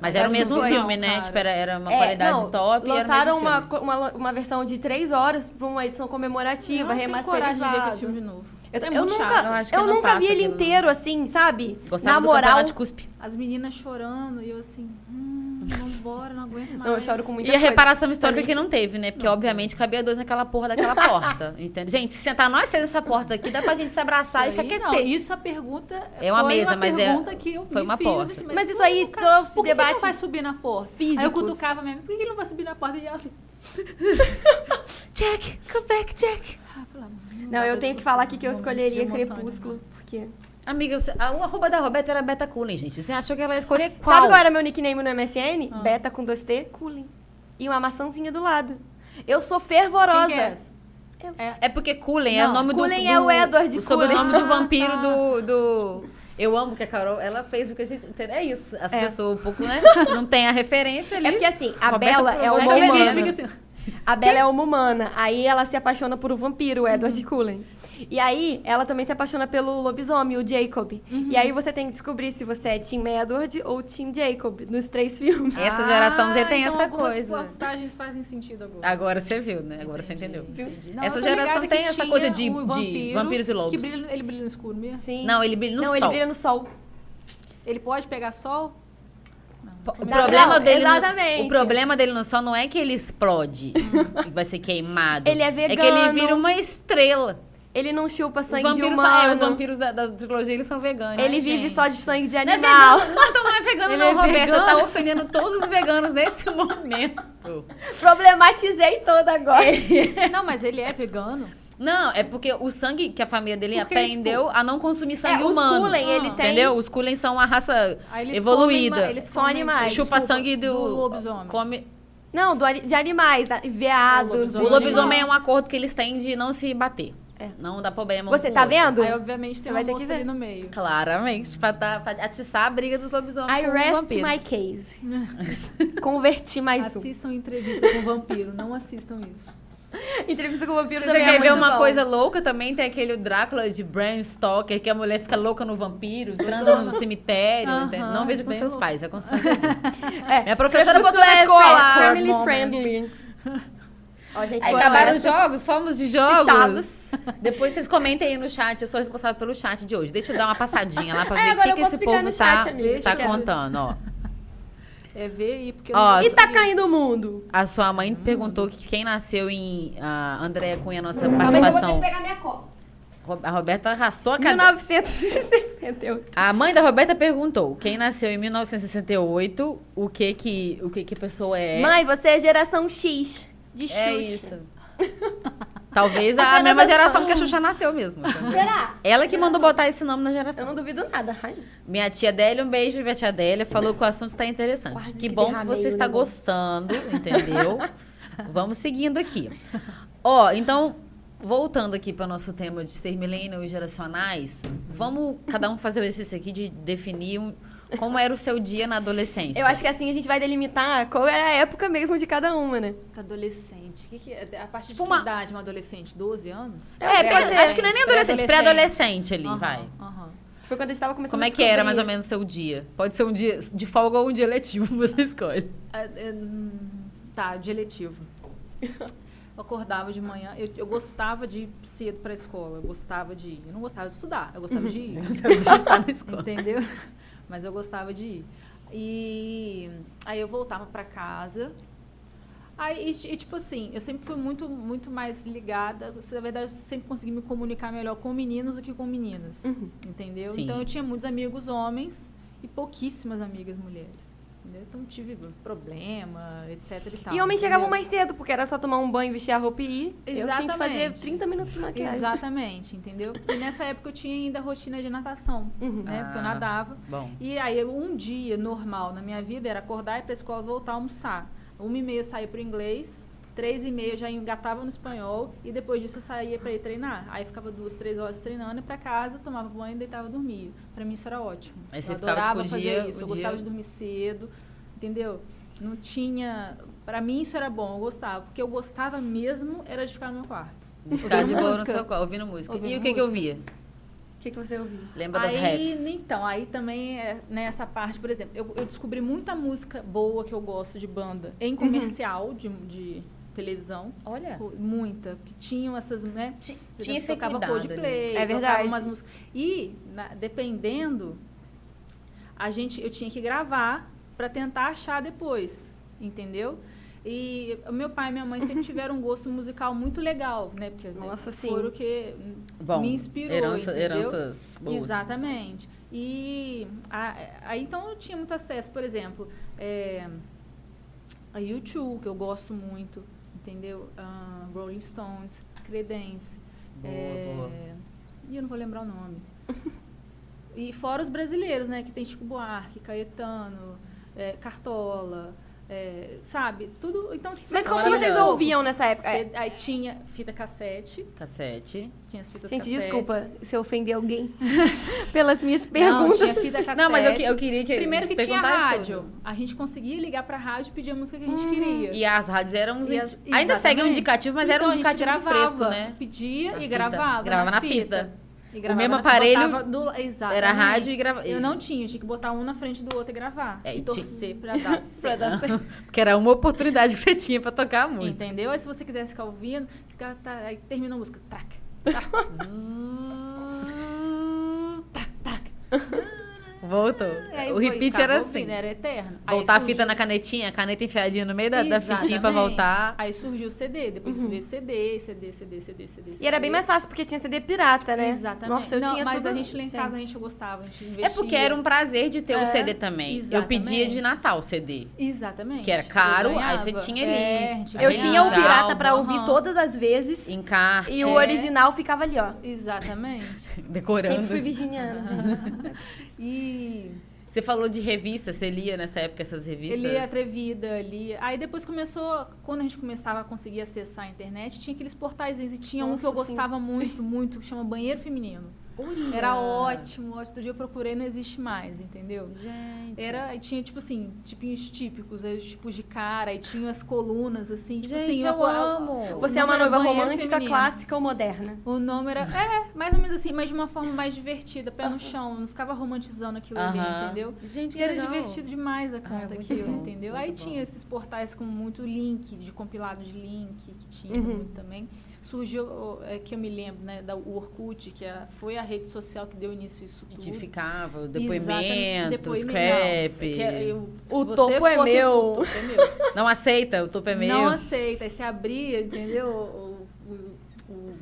Speaker 1: Mas era o
Speaker 3: Mas
Speaker 1: mesmo
Speaker 3: não foi,
Speaker 1: filme,
Speaker 3: não,
Speaker 1: né?
Speaker 3: cara.
Speaker 1: Tipo, era, era uma
Speaker 2: É,
Speaker 1: qualidade
Speaker 2: não,
Speaker 1: top.
Speaker 2: Lançaram
Speaker 1: era o mesmo
Speaker 2: uma,
Speaker 1: filme.
Speaker 2: co- uma, uma versão de 3 horas pra uma edição comemorativa,
Speaker 3: "Ah, eu não tenho coragem de ver aquele
Speaker 2: remasterizada.
Speaker 3: filme de novo.
Speaker 2: Eu,
Speaker 3: É
Speaker 2: eu
Speaker 3: muito
Speaker 2: nunca,
Speaker 3: chato.
Speaker 1: Eu acho que
Speaker 2: eu
Speaker 1: não
Speaker 2: nunca vi
Speaker 1: passa
Speaker 2: ele
Speaker 1: aquilo, não.
Speaker 2: inteiro assim, sabe?
Speaker 1: Gostava
Speaker 2: Na
Speaker 1: do
Speaker 2: moral.
Speaker 1: campeonato de cuspe.
Speaker 3: As meninas chorando e eu assim, hum, vambora, não aguento mais.
Speaker 2: Não, eu choro com muita
Speaker 1: E é a
Speaker 2: coisa,
Speaker 1: reparação histórica
Speaker 2: justamente.
Speaker 1: que não teve, né? Porque, obviamente, cabia dois naquela porra daquela porta. entende? Gente, se sentar nós seis nessa porta aqui, dá pra gente se abraçar e se
Speaker 3: Isso aí
Speaker 1: aquecer.
Speaker 3: não, isso a pergunta
Speaker 1: É uma
Speaker 3: foi
Speaker 1: mesa, mas é-
Speaker 3: pergunta que eu
Speaker 1: foi
Speaker 3: me
Speaker 1: uma
Speaker 3: fiz, eu
Speaker 1: porta.
Speaker 3: disse,
Speaker 2: Mas isso
Speaker 3: por que
Speaker 2: aí
Speaker 3: o cara-
Speaker 2: trouxe
Speaker 3: por que que ele
Speaker 2: debates
Speaker 3: não vai subir na porta? Aí eu
Speaker 2: físicos.
Speaker 3: cutucava mesmo, por que que ele não vai subir na porta? E ela assim,
Speaker 1: Jack, come back, Jack.
Speaker 3: ah, pelo amor de Deus,
Speaker 2: Não, eu tenho que falar aqui que eu
Speaker 3: momento de
Speaker 2: escolheria
Speaker 3: emoção
Speaker 2: Crepúsculo,
Speaker 3: animal.
Speaker 2: porque...
Speaker 1: Amiga, você, a, o arroba da Roberta era Beta Cooling, gente. Você achou que ela ia escolher qual? Ah.
Speaker 2: Sabe qual era meu nickname no MSN? Beta com 2T, Cooling. E uma maçãzinha do lado. Eu sou fervorosa.
Speaker 3: Quem que é essa?
Speaker 1: É porque Cullen é o
Speaker 3: Não,
Speaker 1: nome
Speaker 2: Cullen
Speaker 1: do...
Speaker 2: é o
Speaker 1: do-
Speaker 2: Edward
Speaker 1: O sobrenome
Speaker 3: Cullen.
Speaker 1: do vampiro
Speaker 3: Ah,
Speaker 1: do... do- Eu amo que a Carol, ela fez o que a gente... É isso. As
Speaker 2: É.
Speaker 1: pessoas um pouco, né? Não tem a referência ali.
Speaker 2: É porque assim, a
Speaker 1: Roberta
Speaker 2: Bela é
Speaker 1: provou
Speaker 3: Aí
Speaker 1: Uma
Speaker 2: uma
Speaker 3: aquele bicho
Speaker 1: humana.
Speaker 2: humana.
Speaker 3: fica assim, ó.
Speaker 2: A Bela é uma humana. Aí ela se apaixona por um vampiro, o Edward
Speaker 1: Uhum.
Speaker 2: Cullen. E aí ela também se apaixona pelo lobisomem, o Jacob.
Speaker 1: Uhum.
Speaker 2: E aí você tem que descobrir se você é Team Edward ou Team Jacob nos três filmes.
Speaker 1: Essa geração Z tem
Speaker 3: Ah, então
Speaker 1: essa
Speaker 3: algumas
Speaker 1: coisa.
Speaker 3: postagens fazem sentido agora.
Speaker 1: Agora você viu, né? Agora você
Speaker 3: Entendi,
Speaker 1: entendeu.
Speaker 3: entendi. Não,
Speaker 1: Essa
Speaker 3: eu tô
Speaker 1: geração
Speaker 3: ligada que
Speaker 1: tem essa
Speaker 3: tinha um
Speaker 1: coisa de- de vampiros e
Speaker 3: Que
Speaker 1: lobos.
Speaker 3: brilha, ele brilha no escuro mesmo?
Speaker 2: Sim.
Speaker 1: Não, ele brilha no
Speaker 2: Não,
Speaker 1: sol.
Speaker 2: ele brilha no sol.
Speaker 3: Ele pode pegar sol?
Speaker 1: Po- O problema,
Speaker 2: Não,
Speaker 1: dele no,
Speaker 2: exatamente.
Speaker 1: o problema dele no sol não é que ele explode e vai ser queimado.
Speaker 2: Ele é
Speaker 1: É que ele
Speaker 2: vegano.
Speaker 1: vira uma estrela.
Speaker 2: Ele não chupa
Speaker 1: Os
Speaker 2: sangue de
Speaker 1: vampiros, são- é,
Speaker 2: humano.
Speaker 1: os vampiros da, da trilogia, eles são veganos.
Speaker 2: Ele
Speaker 1: Ai,
Speaker 2: vive
Speaker 1: gente.
Speaker 2: só de sangue de
Speaker 1: Não é
Speaker 2: animal.
Speaker 1: vegano, não, então não é vegano
Speaker 3: Ele
Speaker 1: não,
Speaker 3: é
Speaker 1: Roberta.
Speaker 3: vegano?
Speaker 1: Tá ofendendo todos os veganos nesse momento.
Speaker 2: Problematizei todo agora.
Speaker 3: Não, mas ele é vegano.
Speaker 1: Não, é porque o sangue que a família dele
Speaker 3: Porque,
Speaker 1: aprendeu a não consumir sangue
Speaker 2: tipo, é, os
Speaker 1: humano. Ah.
Speaker 2: Cullen, ele tem-
Speaker 1: Entendeu? Os Cullen são uma raça
Speaker 3: Aí eles
Speaker 1: evoluída.
Speaker 3: comem ma- eles
Speaker 2: São
Speaker 3: comem-
Speaker 2: animais.
Speaker 1: Chupa sangue do,
Speaker 3: do lobisomem.
Speaker 1: Come...
Speaker 2: Não, do ani- de animais, a- veados.
Speaker 3: O
Speaker 1: O
Speaker 3: Do
Speaker 1: lobisomem
Speaker 3: animal.
Speaker 1: é um acordo que eles têm de não se bater.
Speaker 2: É.
Speaker 1: Não dá problema. um
Speaker 2: Você
Speaker 1: com
Speaker 2: tá
Speaker 1: o outro.
Speaker 2: vendo?
Speaker 3: Aí, obviamente,
Speaker 2: Você
Speaker 3: tem uma
Speaker 2: vai ter que
Speaker 3: moça
Speaker 2: ver.
Speaker 3: ali no meio.
Speaker 1: Claramente, pra, tá, pra atiçar a briga dos lobisomens.
Speaker 2: I
Speaker 1: com o
Speaker 2: rest
Speaker 1: vampiro.
Speaker 2: my case. Converti mais um.
Speaker 3: Assistam entrevista com vampiro, não assistam isso.
Speaker 2: Entrevista com o vampiro
Speaker 1: Se você
Speaker 2: também é
Speaker 1: quer ver
Speaker 2: muito
Speaker 1: uma
Speaker 2: bom.
Speaker 1: coisa louca, também tem aquele Drácula de Bram Stoker, que a mulher fica louca no vampiro, transa no cemitério.
Speaker 3: Aham,
Speaker 1: entende? Não vejo com
Speaker 3: bem
Speaker 1: seus
Speaker 3: louco.
Speaker 1: pais, é com seus
Speaker 2: É,
Speaker 1: Minha professora
Speaker 2: Crepúsculo
Speaker 1: botou na
Speaker 2: é
Speaker 1: escola.
Speaker 2: Family
Speaker 1: Moment.
Speaker 2: friendly. Ó, gente,
Speaker 1: Aí
Speaker 2: foi
Speaker 1: acabaram os
Speaker 2: essa.
Speaker 1: jogos, fomos de jogos.
Speaker 2: Tipo, Fechados.
Speaker 1: Depois vocês comentem aí no chat, eu sou responsável pelo chat de hoje. Deixa eu dar uma passadinha lá pra
Speaker 2: É,
Speaker 1: ver o
Speaker 2: agora
Speaker 1: que,
Speaker 2: eu
Speaker 1: que
Speaker 2: posso
Speaker 1: esse
Speaker 2: ficar
Speaker 1: povo
Speaker 2: no
Speaker 1: tá,
Speaker 2: chat, amiga,
Speaker 1: tá
Speaker 3: deixa eu ver.
Speaker 1: contando, ó.
Speaker 3: É ver aí, porque... eu
Speaker 1: Ó,
Speaker 3: não-
Speaker 2: E tá caindo o mundo.
Speaker 1: A sua mãe perguntou que quem nasceu em ah, Andréa Cunha, nossa
Speaker 2: Calma aí que eu vou ter
Speaker 1: participação.
Speaker 2: que pegar minha copa.
Speaker 1: Ro- A Roberta arrastou a cadeira.
Speaker 2: 1968.
Speaker 1: A mãe da Roberta perguntou: quem nasceu em 1968, o que que, o que, que a pessoa é?
Speaker 2: Mãe, você é geração X. De Xuxa.
Speaker 1: é isso. Talvez a
Speaker 2: Apenas
Speaker 1: mesma
Speaker 2: a
Speaker 1: geração
Speaker 2: sua.
Speaker 1: que a Xuxa nasceu mesmo. entendeu?
Speaker 2: Será?
Speaker 1: Ela que mandou botar esse nome na
Speaker 2: Eu
Speaker 1: geração.
Speaker 2: não duvido nada, Raim.
Speaker 1: Minha tia Adélia, um beijo, minha tia Adélia. Falou que o assunto está interessante.
Speaker 2: Quase
Speaker 1: que
Speaker 2: que
Speaker 1: bom que
Speaker 2: derramei
Speaker 1: você
Speaker 2: o
Speaker 1: está
Speaker 2: negócio.
Speaker 1: gostando, entendeu? Vamos seguindo aqui. Ó, então, voltando aqui para o nosso tema de ser milênio e geracionais, vamos cada um fazer o exercício aqui de definir um, Como era o seu dia na adolescência?
Speaker 2: Eu acho que assim a gente vai delimitar qual era a época mesmo de cada uma, né?
Speaker 3: Adolescente. O que, que é? A partir de
Speaker 1: Tipo
Speaker 3: que
Speaker 1: uma-
Speaker 3: idade, uma adolescente? 12 anos?
Speaker 2: É,
Speaker 1: É,
Speaker 2: pode
Speaker 1: pré-
Speaker 2: ser.
Speaker 1: acho que não é nem adolescente, pré-adolescente ali,
Speaker 3: Aham,
Speaker 1: vai.
Speaker 3: aham.
Speaker 2: Foi quando a gente tava começando
Speaker 1: Como
Speaker 2: a
Speaker 1: é que era mais ou
Speaker 2: descobrir.
Speaker 1: menos o seu dia? Pode ser um dia de folga ou um dia letivo, você escolhe.
Speaker 3: Ah, é, hum, Tá, de eletivo. Eu acordava de manhã, eu, eu gostava de ir cedo pra escola, eu gostava de ir. Eu não gostava de estudar, eu gostava de
Speaker 2: Uhum.
Speaker 3: ir.
Speaker 1: Seu dia está na escola.
Speaker 3: Entendeu? Mas eu gostava de ir. E aí eu voltava pra casa. Aí, e, ti- e, tipo assim, eu sempre fui muito, muito mais ligada. Na verdade, eu sempre consegui me comunicar melhor com meninos do que com meninas.
Speaker 2: Uhum.
Speaker 3: Entendeu?
Speaker 1: Sim.
Speaker 3: Então eu tinha muitos amigos homens e pouquíssimas amigas mulheres. entendeu? Então tive problema, etc e tal.
Speaker 2: E homem chegava
Speaker 3: entendeu?
Speaker 2: mais cedo, porque era só tomar um banho, vestir a roupa e ir. Eu tinha que fazer
Speaker 3: Exatamente.
Speaker 2: 30 minutos de maquiagem.
Speaker 3: Exatamente, entendeu? E nessa época eu tinha ainda rotina de natação,
Speaker 2: Uhum.
Speaker 3: né? Porque eu
Speaker 1: Ah.
Speaker 3: nadava.
Speaker 1: Bom.
Speaker 3: E aí, eu- um dia normal na minha vida era acordar, ir pra escola, voltar, almoçar. Uma e meia eu saía pro inglês, três e meia eu já engatava no espanhol, e depois disso eu saía pra ir treinar. Aí ficava duas, três horas treinando, ia pra casa, tomava banho, deitava e dormia. Pra mim isso era ótimo.
Speaker 1: Aí você
Speaker 3: eu
Speaker 1: ficava,
Speaker 3: adorava
Speaker 1: tipo, o
Speaker 3: fazer
Speaker 1: dia-
Speaker 3: isso,
Speaker 1: o
Speaker 3: eu gostava
Speaker 1: dia-
Speaker 3: de dormir cedo, entendeu? Não tinha... Pra mim isso era bom, eu gostava. Porque eu gostava mesmo era de ficar no meu quarto.
Speaker 1: De ficar Tá de boa no
Speaker 3: música.
Speaker 1: seu quarto, ouvindo música. e
Speaker 3: Ouvindo
Speaker 1: o que, que eu via?
Speaker 2: O que, que você ouviu?
Speaker 1: Lembra
Speaker 3: aí,
Speaker 1: das raps?
Speaker 3: Então, aí também é nessa parte, por exemplo, eu, eu descobri muita música boa que eu gosto de banda
Speaker 1: Uhum.
Speaker 3: em comercial de, de televisão.
Speaker 1: Olha.
Speaker 3: Muita, que tinham essas, né?
Speaker 1: Ti-
Speaker 3: por
Speaker 1: Tinha
Speaker 3: exemplo,
Speaker 1: esse
Speaker 3: tocava
Speaker 1: cuidado ali.
Speaker 3: Coldplay,
Speaker 2: É verdade.
Speaker 3: tocava umas músicas. E na- dependendo, a gente, eu tinha que gravar para tentar achar depois, entendeu? E o meu pai e minha mãe sempre tiveram um gosto musical muito legal, né? Porque né,
Speaker 2: Nossa, sim.
Speaker 3: foram o que
Speaker 1: Bom,
Speaker 3: me inspirou,
Speaker 1: herança-
Speaker 3: entendeu?
Speaker 1: heranças boas.
Speaker 3: Exatamente. E a- aí então eu tinha muito acesso, por exemplo, é, a YouTube, que eu gosto muito, entendeu? Ah, Rolling Stones, Credence.
Speaker 1: Boa, boa.
Speaker 3: E eu não vou lembrar o nome. e fora os brasileiros, né? Que tem Chico Buarque, Caetano, é, Cartola, é, sabe? Tudo. Então,
Speaker 2: Mas como
Speaker 1: Maravilhoso.
Speaker 2: vocês ouviam nessa época? É,
Speaker 3: Cê- Aí tinha fita cassete,
Speaker 1: Cassete.
Speaker 3: tinha as fitas
Speaker 2: Gente,
Speaker 3: cassete.
Speaker 2: desculpa se eu ofender alguém pelas minhas
Speaker 3: Não,
Speaker 2: perguntas.
Speaker 3: tinha fita cassete.
Speaker 1: Não, mas eu, que- eu queria que
Speaker 3: Primeiro que tinha
Speaker 1: perguntar isso
Speaker 3: rádio.
Speaker 1: tudo. Hum,
Speaker 3: A gente conseguia ligar pra rádio e pedir a música que a gente queria.
Speaker 1: E as rádios eram uns
Speaker 3: E as-
Speaker 1: indi- Ainda segue um
Speaker 3: exatamente.
Speaker 1: indicativo, mas era um
Speaker 3: Então, a gente
Speaker 1: indicativo
Speaker 3: gravava,
Speaker 1: fresco, né?
Speaker 3: Pedia
Speaker 1: Na
Speaker 3: e
Speaker 1: fita.
Speaker 3: gravava.
Speaker 1: Gravava na
Speaker 3: na
Speaker 1: fita.
Speaker 3: fita. E gravava
Speaker 1: mesmo
Speaker 3: na fita,
Speaker 1: aparelho
Speaker 3: botava do- Exatamente.
Speaker 1: Era rádio e grava.
Speaker 3: Eu não tinha, eu tinha que botar um na frente do outro e gravar.
Speaker 1: É,
Speaker 3: e
Speaker 1: e tinha-
Speaker 3: torcer pra dar
Speaker 2: pra
Speaker 3: certo.
Speaker 2: dar certo.
Speaker 1: Porque era uma oportunidade que você tinha pra tocar a música.
Speaker 3: Entendeu? Aí se você quisesse ficar ouvindo, ficava, tá, aí termina a música. Trac, trac, trac, trac.
Speaker 1: Voltou.
Speaker 3: E É, aí
Speaker 1: o
Speaker 3: foi,
Speaker 1: repeat
Speaker 3: ficava
Speaker 1: era
Speaker 3: ouvindo,
Speaker 1: assim.
Speaker 3: Era eterno. Aí
Speaker 1: Voltar a fita
Speaker 3: surgiu-
Speaker 1: na canetinha, a caneta enfiadinha no meio da, da fitinha pra
Speaker 3: Exatamente.
Speaker 1: voltar. Uhum.
Speaker 3: Aí surgiu o CD, depois veio CD, CD, CD, CD, CD.
Speaker 2: E era bem mais fácil, porque tinha CD pirata, né?
Speaker 3: Exatamente.
Speaker 2: Nossa, eu
Speaker 3: Não,
Speaker 2: tinha
Speaker 3: mas
Speaker 2: tudo-
Speaker 3: a gente lá em casa, a gente gostava, a gente investia.
Speaker 1: É porque era um prazer de ter o
Speaker 3: É,
Speaker 1: CD também. Eu
Speaker 3: exatamente.
Speaker 1: pedia de Natal o CD.
Speaker 3: Exatamente.
Speaker 1: Que era caro,
Speaker 3: Eu
Speaker 1: aí você
Speaker 3: ganhava.
Speaker 1: tinha ali.
Speaker 3: É, a gente
Speaker 1: Eu
Speaker 2: Eu
Speaker 3: ganhava.
Speaker 2: tinha o
Speaker 1: Legal,
Speaker 2: pirata pra ouvir
Speaker 3: aham.
Speaker 2: todas as vezes.
Speaker 1: Encarte,
Speaker 2: E o original ficava ali, ó.
Speaker 3: Exatamente.
Speaker 2: Sempre
Speaker 1: decorando.
Speaker 2: fui virginiana.
Speaker 3: E
Speaker 1: Você falou de revista, você lia nessa época essas revistas?
Speaker 3: ele é atrevida ali. Aí depois começou, quando a gente começava a conseguir acessar a internet, tinha aqueles portais e tinha um que eu
Speaker 2: Nossa, sim.
Speaker 3: gostava muito, muito, que chama Banheiro Feminino.
Speaker 1: Olha!
Speaker 2: Ah.
Speaker 3: Era ótimo, outro dia eu procurei, não existe mais, entendeu?
Speaker 1: Gente.
Speaker 3: Era, aí tinha, tipo assim, tipinhos típicos, aí os tipos de cara, aí tinha as colunas, assim, tipo
Speaker 1: Gente,
Speaker 3: assim,
Speaker 1: eu
Speaker 3: co-
Speaker 1: amo.
Speaker 2: Você é
Speaker 3: o
Speaker 2: uma
Speaker 3: nome era
Speaker 2: noiva
Speaker 3: banheiro
Speaker 2: romântica,
Speaker 3: feminino.
Speaker 2: clássica ou moderna?
Speaker 3: O nome era, é, mais ou menos assim, mas de uma forma mais divertida, pé no chão, não ficava romantizando aquilo ali,
Speaker 1: Aham.
Speaker 3: entendeu?
Speaker 1: Gente,
Speaker 3: E era
Speaker 1: legal.
Speaker 3: divertido demais a
Speaker 1: Ah, é
Speaker 3: conta
Speaker 1: muito
Speaker 3: aquilo,
Speaker 1: bom,
Speaker 3: entendeu?
Speaker 1: muito
Speaker 3: Aí
Speaker 1: bom.
Speaker 3: tinha esses portais com muito link, de compilado de link, que tinha
Speaker 2: Uhum.
Speaker 3: muito também. Surgiu, ó, é, que eu me lembro, né, da o Orkut, que a- foi a rede social que deu início a isso
Speaker 1: E
Speaker 3: tudo.
Speaker 1: Que ficava o
Speaker 3: Exatamente,
Speaker 1: depoimento,
Speaker 3: depoimento,
Speaker 1: scrap.
Speaker 3: não, que é- eu- se
Speaker 2: O
Speaker 3: você
Speaker 2: topo é
Speaker 3: fosse-
Speaker 2: meu.
Speaker 3: O topo é meu.
Speaker 1: Não aceita, o topo é meu.
Speaker 3: Não aceita. Aí você abria, entendeu? O, o- o-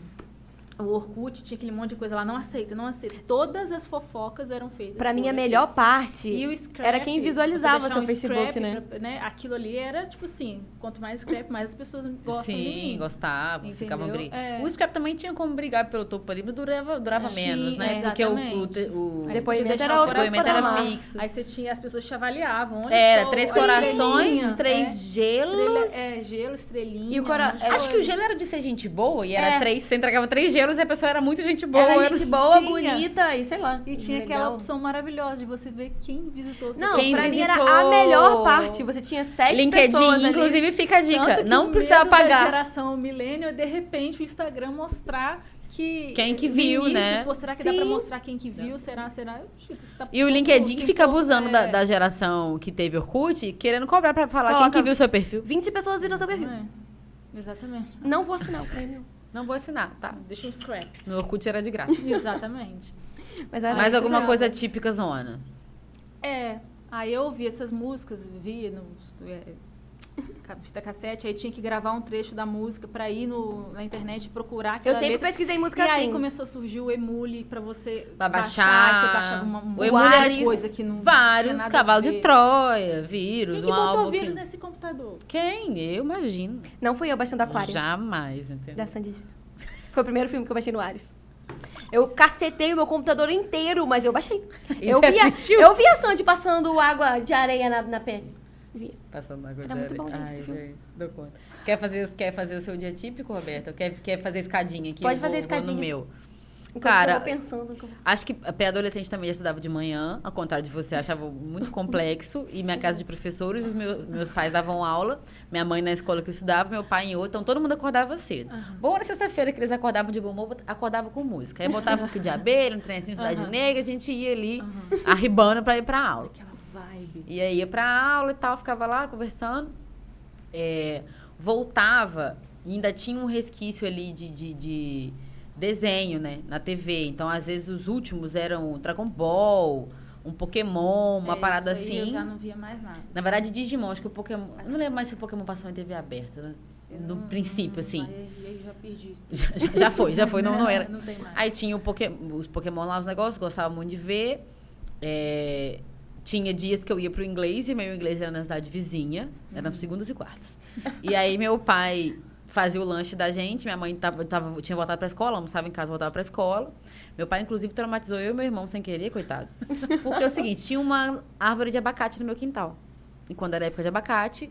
Speaker 3: o Orkut tinha aquele monte de coisa lá. Não aceita, não aceita. Todas as fofocas eram feitas.
Speaker 2: Pra mim,
Speaker 3: por
Speaker 2: a
Speaker 3: aquilo.
Speaker 2: melhor parte
Speaker 3: E o scrap,
Speaker 2: era quem visualizava
Speaker 3: você deixar
Speaker 2: seu
Speaker 3: um
Speaker 2: Facebook,
Speaker 3: scrap
Speaker 2: né?
Speaker 3: pra- Aquilo ali era, tipo assim, quanto mais scrap, mais as pessoas gostam de
Speaker 1: Sim,
Speaker 3: mim.
Speaker 1: gostavam, ficavam
Speaker 3: Entendeu?
Speaker 1: brigando.
Speaker 3: É.
Speaker 1: O scrap também tinha como brigar pelo topo ali, mas durava, durava
Speaker 3: Sim,
Speaker 1: menos, né? Porque o, o, te- o-
Speaker 3: exatamente. Aí você
Speaker 2: Depois-
Speaker 3: podia
Speaker 2: Depoimento
Speaker 3: deixar
Speaker 2: era
Speaker 3: o
Speaker 2: outro
Speaker 1: depoimento era
Speaker 2: patamar.
Speaker 3: coração.
Speaker 1: fixo.
Speaker 3: Aí você tinha, as pessoas te avaliavam. olha
Speaker 1: Era
Speaker 3: só,
Speaker 1: três
Speaker 3: olha a
Speaker 1: corações,
Speaker 3: estrelinha.
Speaker 1: três gelos.
Speaker 3: É, estrela, é, gelo, estrelinha.
Speaker 2: E o cora-
Speaker 3: um monte de
Speaker 2: é,
Speaker 1: Acho
Speaker 3: coisa.
Speaker 1: que o gelo era de ser gente boa e era
Speaker 2: É.
Speaker 1: três, você entregava três gelos modelos e a pessoa era muito gente boa.
Speaker 2: Era
Speaker 1: era-
Speaker 2: gente boa,
Speaker 3: Tinha.
Speaker 2: bonita e sei lá.
Speaker 3: E tinha aquela
Speaker 2: legal.
Speaker 3: opção maravilhosa de você ver quem visitou o seu
Speaker 2: Não,
Speaker 1: Quem
Speaker 2: pra mim era a
Speaker 1: visitou?
Speaker 2: melhor parte. Você tinha sete
Speaker 1: LinkedIn,
Speaker 2: pessoas ali.
Speaker 1: inclusive, fica a dica.
Speaker 3: Tanto que
Speaker 1: não
Speaker 3: o
Speaker 1: precisa
Speaker 3: medo Da
Speaker 1: apagar.
Speaker 3: geração milênio é de repente o Instagram mostrar que
Speaker 1: Quem que
Speaker 3: no
Speaker 1: viu,
Speaker 3: início,
Speaker 1: né?
Speaker 3: Pô, será que dá pra
Speaker 2: Sim.
Speaker 3: mostrar quem que viu? Será, será? Gente, você tá
Speaker 1: E o
Speaker 3: pouco
Speaker 1: LinkedIn que
Speaker 3: se
Speaker 1: fica
Speaker 3: for-
Speaker 1: abusando da,
Speaker 3: é.
Speaker 1: da geração que teve Orkut, querendo cobrar pra falar quem
Speaker 2: Coloca-
Speaker 1: que viu seu perfil.
Speaker 2: 20 pessoas viram seu perfil.
Speaker 3: É, Exatamente.
Speaker 2: Não vou assinar o prêmio.
Speaker 1: Não vou assinar, tá?
Speaker 3: Deixa um scrap.
Speaker 1: No Orkut era de graça.
Speaker 3: Exatamente.
Speaker 2: Mas era
Speaker 1: Mais
Speaker 2: muito
Speaker 1: alguma
Speaker 2: legal.
Speaker 1: coisa típica zona.
Speaker 3: É, aí eu ouvia essas músicas, via no é, ca- fita cassete, aí tinha que gravar um trecho da música pra ir no, na internet procurar
Speaker 2: Eu
Speaker 3: aquela
Speaker 2: sempre
Speaker 3: letra.
Speaker 2: pesquisei
Speaker 3: E
Speaker 2: música
Speaker 3: aí
Speaker 2: assim.
Speaker 1: é?
Speaker 3: começou a surgir o emule pra você
Speaker 1: Pra
Speaker 3: baixar,
Speaker 1: baixar.
Speaker 3: você baixava uma, uma
Speaker 1: o Emule era de
Speaker 2: vários-
Speaker 3: coisa que não tinha
Speaker 1: vários,
Speaker 3: nada a
Speaker 1: cavalo de
Speaker 3: ver.
Speaker 1: Troia, vírus,
Speaker 3: Quem que
Speaker 1: um álbum.
Speaker 3: botou vírus
Speaker 1: que-
Speaker 3: nesse computador?
Speaker 1: Quem? Eu imagino.
Speaker 2: Não fui eu baixando Aquário.
Speaker 1: Jamais, entendeu?
Speaker 2: Da Sandy. Júnior. Foi o primeiro filme que eu baixei no Ares. Eu cacetei o meu computador inteiro, mas eu baixei.
Speaker 1: E
Speaker 2: eu
Speaker 1: você
Speaker 2: via,
Speaker 1: assistiu?
Speaker 2: eu via a Sandy passando água de areia na, na pele. Via.
Speaker 1: Passando na
Speaker 2: Era
Speaker 1: coisa.
Speaker 2: muito bom, gente,
Speaker 1: Ai,
Speaker 2: esse filme.
Speaker 1: gente, dou conta. Quer fazer, os- quer fazer o seu dia típico, Roberta? Quer, quer fazer escadinha aqui?
Speaker 2: Pode
Speaker 1: Eu
Speaker 2: fazer
Speaker 1: vou- vou
Speaker 2: escadinha.
Speaker 1: no meu.
Speaker 2: Enquanto
Speaker 1: Cara,
Speaker 2: eu vou pensando. que eu vou-
Speaker 1: Acho que pré-adolescente também já estudava de manhã, ao contrário de você, achava muito complexo. E minha casa de professores, os meu- meus pais davam aula, minha mãe na escola que eu estudava, meu pai em outra, então todo mundo acordava cedo. Boa na sexta-feira que eles acordavam de bom humor, bot- acordava com música. Aí botava um kit de abelha, um trenzinho Cidade
Speaker 3: Aham.
Speaker 1: Negra, a gente ia ali arribando pra ir pra aula.
Speaker 3: Aquela vibe.
Speaker 1: E aí ia pra aula e tal, ficava lá conversando. É, voltava, e ainda tinha um resquício ali de, de, de desenho, né? Na TV. Então, às vezes, os últimos eram Dragon Ball, um Pokémon, uma
Speaker 3: É,
Speaker 1: parada
Speaker 3: isso aí
Speaker 1: assim.
Speaker 3: Eu já não via mais nada.
Speaker 1: Na verdade, Digimon, acho que o Pokémon. eu Não lembro mais se o Pokémon passou em TV aberta, né?
Speaker 3: Eu
Speaker 1: No
Speaker 3: não-
Speaker 1: princípio,
Speaker 3: não-
Speaker 1: assim.
Speaker 3: Aí, aí já perdi.
Speaker 1: Já, já- já foi, já foi, não, não era.
Speaker 3: Não tem mais.
Speaker 1: Aí tinha o Poké- os Pokémon lá, os negócios, gostava muito de ver. É, tinha dias que eu ia pro inglês e meu inglês era na cidade vizinha, eram segundas e quartas. E aí meu pai fazia o lanche da gente, minha mãe tava, tava- tinha voltado pra escola, almoçava em casa, voltava pra escola. Meu pai, inclusive, traumatizou eu e meu irmão sem querer, coitado. Porque é o seguinte, tinha uma árvore de abacate no meu quintal. E quando era época de abacate,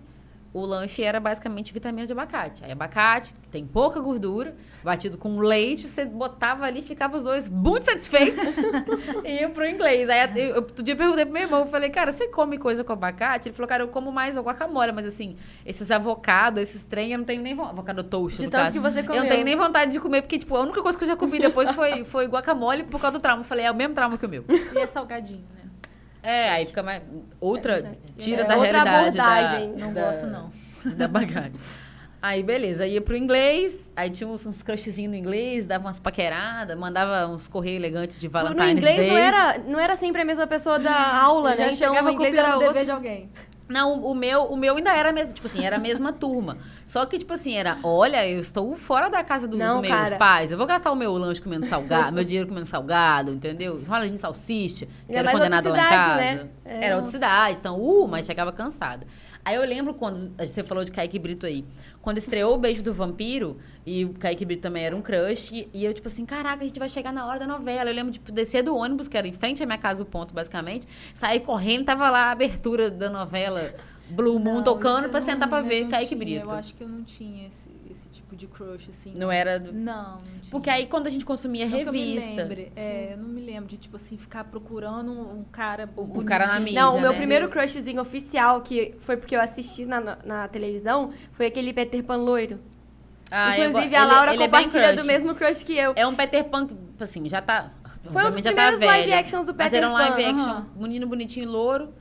Speaker 1: o lanche era basicamente vitamina de abacate. Aí abacate, que tem pouca gordura, batido com leite, você botava ali, ficava os dois muito satisfeitos e ia pro inglês. Aí eu, eu, outro dia eu perguntei pro meu irmão, eu falei, cara, você come coisa com abacate? Ele falou, cara, eu como mais a guacamole, mas assim, esses avocados, esses trem, eu não tenho nem vontade. Avocado toast,
Speaker 2: De
Speaker 1: no
Speaker 2: tanto
Speaker 1: caso.
Speaker 2: que você
Speaker 1: Eu
Speaker 2: comeu.
Speaker 1: não tenho nem vontade de comer, porque, tipo, a única coisa que eu já comi depois foi, foi guacamole por causa do trauma. Eu falei, é o mesmo trauma que o meu.
Speaker 3: E é salgadinho, né?
Speaker 1: É, aí fica mais. Outra. Tira
Speaker 2: É,
Speaker 1: da
Speaker 2: outra
Speaker 1: realidade. da-
Speaker 2: abordagem.
Speaker 3: Não
Speaker 1: da-
Speaker 3: gosto, não.
Speaker 1: Da bagagem. Aí, beleza. Ia pro inglês, aí tinha uns, uns crushzinhos no inglês, dava umas paqueradas, mandava uns correios elegantes de
Speaker 2: no
Speaker 1: Valentine's
Speaker 2: inglês
Speaker 1: Day. Ah,
Speaker 2: não era, não era sempre a mesma pessoa da aula,
Speaker 3: Eu já
Speaker 2: né? Então
Speaker 3: chegava
Speaker 2: o inglês
Speaker 3: copiando
Speaker 2: era
Speaker 3: o dever
Speaker 2: outro.
Speaker 3: de alguém.
Speaker 1: Não, o meu, o meu ainda era a mesma, tipo assim, era a mesma turma. Só que, tipo assim, era, olha, eu estou fora da casa dos
Speaker 2: Não,
Speaker 1: meus
Speaker 2: cara.
Speaker 1: pais. Eu vou gastar o meu lanche comendo salgado, meu dinheiro comendo salgado, entendeu? Roladinho de salsicha, que
Speaker 2: Ainda
Speaker 1: era
Speaker 2: mais outra
Speaker 1: condenado lá em
Speaker 2: cidade,
Speaker 1: casa.
Speaker 2: né? É,
Speaker 1: Era outra
Speaker 2: nossa.
Speaker 1: cidade, então, uh, mas chegava cansada. Aí eu lembro quando, você falou de Kaique Brito aí, quando estreou o Beijo do Vampiro, e o Kaique Brito também era um crush, e, e eu tipo assim, caraca, a gente vai chegar na hora da novela. Eu lembro de tipo, descer do ônibus, que era em frente à minha casa, o ponto, basicamente, sair correndo, tava lá a abertura da novela Blue Moon
Speaker 3: Não, isso
Speaker 1: tocando
Speaker 3: eu
Speaker 1: pra
Speaker 3: não-
Speaker 1: sentar pra
Speaker 3: eu
Speaker 1: ver
Speaker 3: não
Speaker 1: Kaique
Speaker 3: tinha,
Speaker 1: Brito.
Speaker 3: Eu acho que eu não tinha esse, esse tipo de crush, assim.
Speaker 1: Não era... do-
Speaker 3: Não, não tinha.
Speaker 1: Porque aí quando a gente consumia
Speaker 3: Não que eu me
Speaker 1: revista...
Speaker 3: lembre, é, eu não me lembro de, tipo assim, ficar procurando um um cara
Speaker 1: Um cara na
Speaker 3: bonitinho.
Speaker 1: mídia,
Speaker 2: Não, o meu
Speaker 1: né?
Speaker 2: primeiro crushzinho oficial, que foi porque eu assisti na, na televisão, foi aquele Peter Pan loiro.
Speaker 1: Ah, eu go-
Speaker 2: Inclusive, a
Speaker 1: ele-
Speaker 2: Laura
Speaker 1: ele é bem
Speaker 2: compartilha do
Speaker 1: crush.
Speaker 2: mesmo crush que eu.
Speaker 1: É um Peter Pan, que, assim, já tá.
Speaker 2: Foi um dos
Speaker 1: obviamente já
Speaker 2: primeiros
Speaker 1: tá velho,
Speaker 2: live actions do
Speaker 1: Mas
Speaker 2: Peter
Speaker 1: era um live
Speaker 2: Pan,
Speaker 1: action,
Speaker 3: aham.
Speaker 1: menino bonitinho, louro.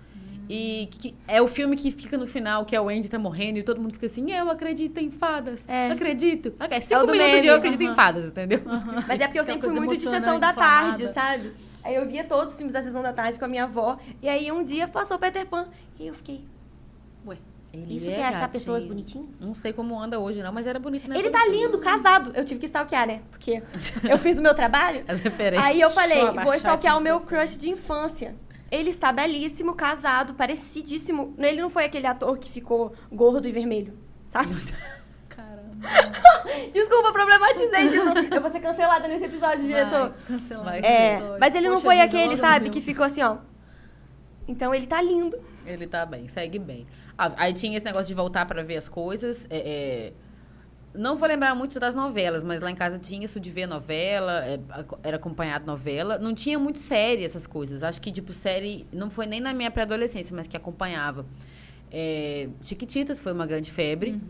Speaker 1: E que é o filme que fica no final, que é o Andy tá morrendo e todo mundo fica assim, eu acredito em fadas,
Speaker 2: É.
Speaker 1: acredito. Ah, É cinco
Speaker 2: do
Speaker 1: minutos
Speaker 2: meme,
Speaker 1: de eu acredito em
Speaker 3: aham.
Speaker 1: fadas, entendeu?
Speaker 2: Mas é porque eu
Speaker 3: Aquela
Speaker 2: sempre fui
Speaker 3: coisa
Speaker 2: muito de sessão
Speaker 3: emocionante,
Speaker 2: da
Speaker 3: inflamada.
Speaker 2: tarde, sabe? Aí eu via todos os filmes da sessão da tarde com a minha avó. E aí um dia passou Peter Pan. E eu fiquei,
Speaker 3: Ué,
Speaker 1: Ele
Speaker 2: isso
Speaker 1: é
Speaker 2: quer achar
Speaker 1: gatinho.
Speaker 2: pessoas bonitinhas?
Speaker 1: Não sei como anda hoje, não, mas era bonito, né?
Speaker 2: Ele tá lindo, casado. Eu tive que stalkear, né? Porque eu fiz o meu trabalho.
Speaker 1: As referências.
Speaker 2: Aí eu falei,
Speaker 3: Deixa eu abaixar
Speaker 2: vou stalkear
Speaker 3: esse
Speaker 2: o meu crush de infância. Ele está belíssimo, casado, parecidíssimo. Ele não foi aquele ator que ficou gordo e vermelho, sabe?
Speaker 3: caramba.
Speaker 2: Desculpa, problematizei. desculpa. Eu vou ser cancelada nesse episódio, diretor.
Speaker 3: Vai, cancela
Speaker 1: Vai.
Speaker 3: esse
Speaker 2: É,
Speaker 3: episódio.
Speaker 2: mas ele não
Speaker 3: Poxa
Speaker 2: foi
Speaker 3: vida,
Speaker 2: aquele,
Speaker 3: olha,
Speaker 2: sabe,
Speaker 3: meu.
Speaker 2: que ficou assim, ó. Então ele tá lindo.
Speaker 1: Ele tá bem, segue bem. Ah, aí tinha esse negócio de voltar pra ver as coisas. é, é, Não vou lembrar muito das novelas, mas lá em casa tinha isso de ver novela, é, ac- era acompanhado novela. Não tinha muito série essas coisas. Acho que, tipo, série não foi nem na minha pré-adolescência, mas que acompanhava. É, Chiquititas foi uma grande febre.
Speaker 2: Hum.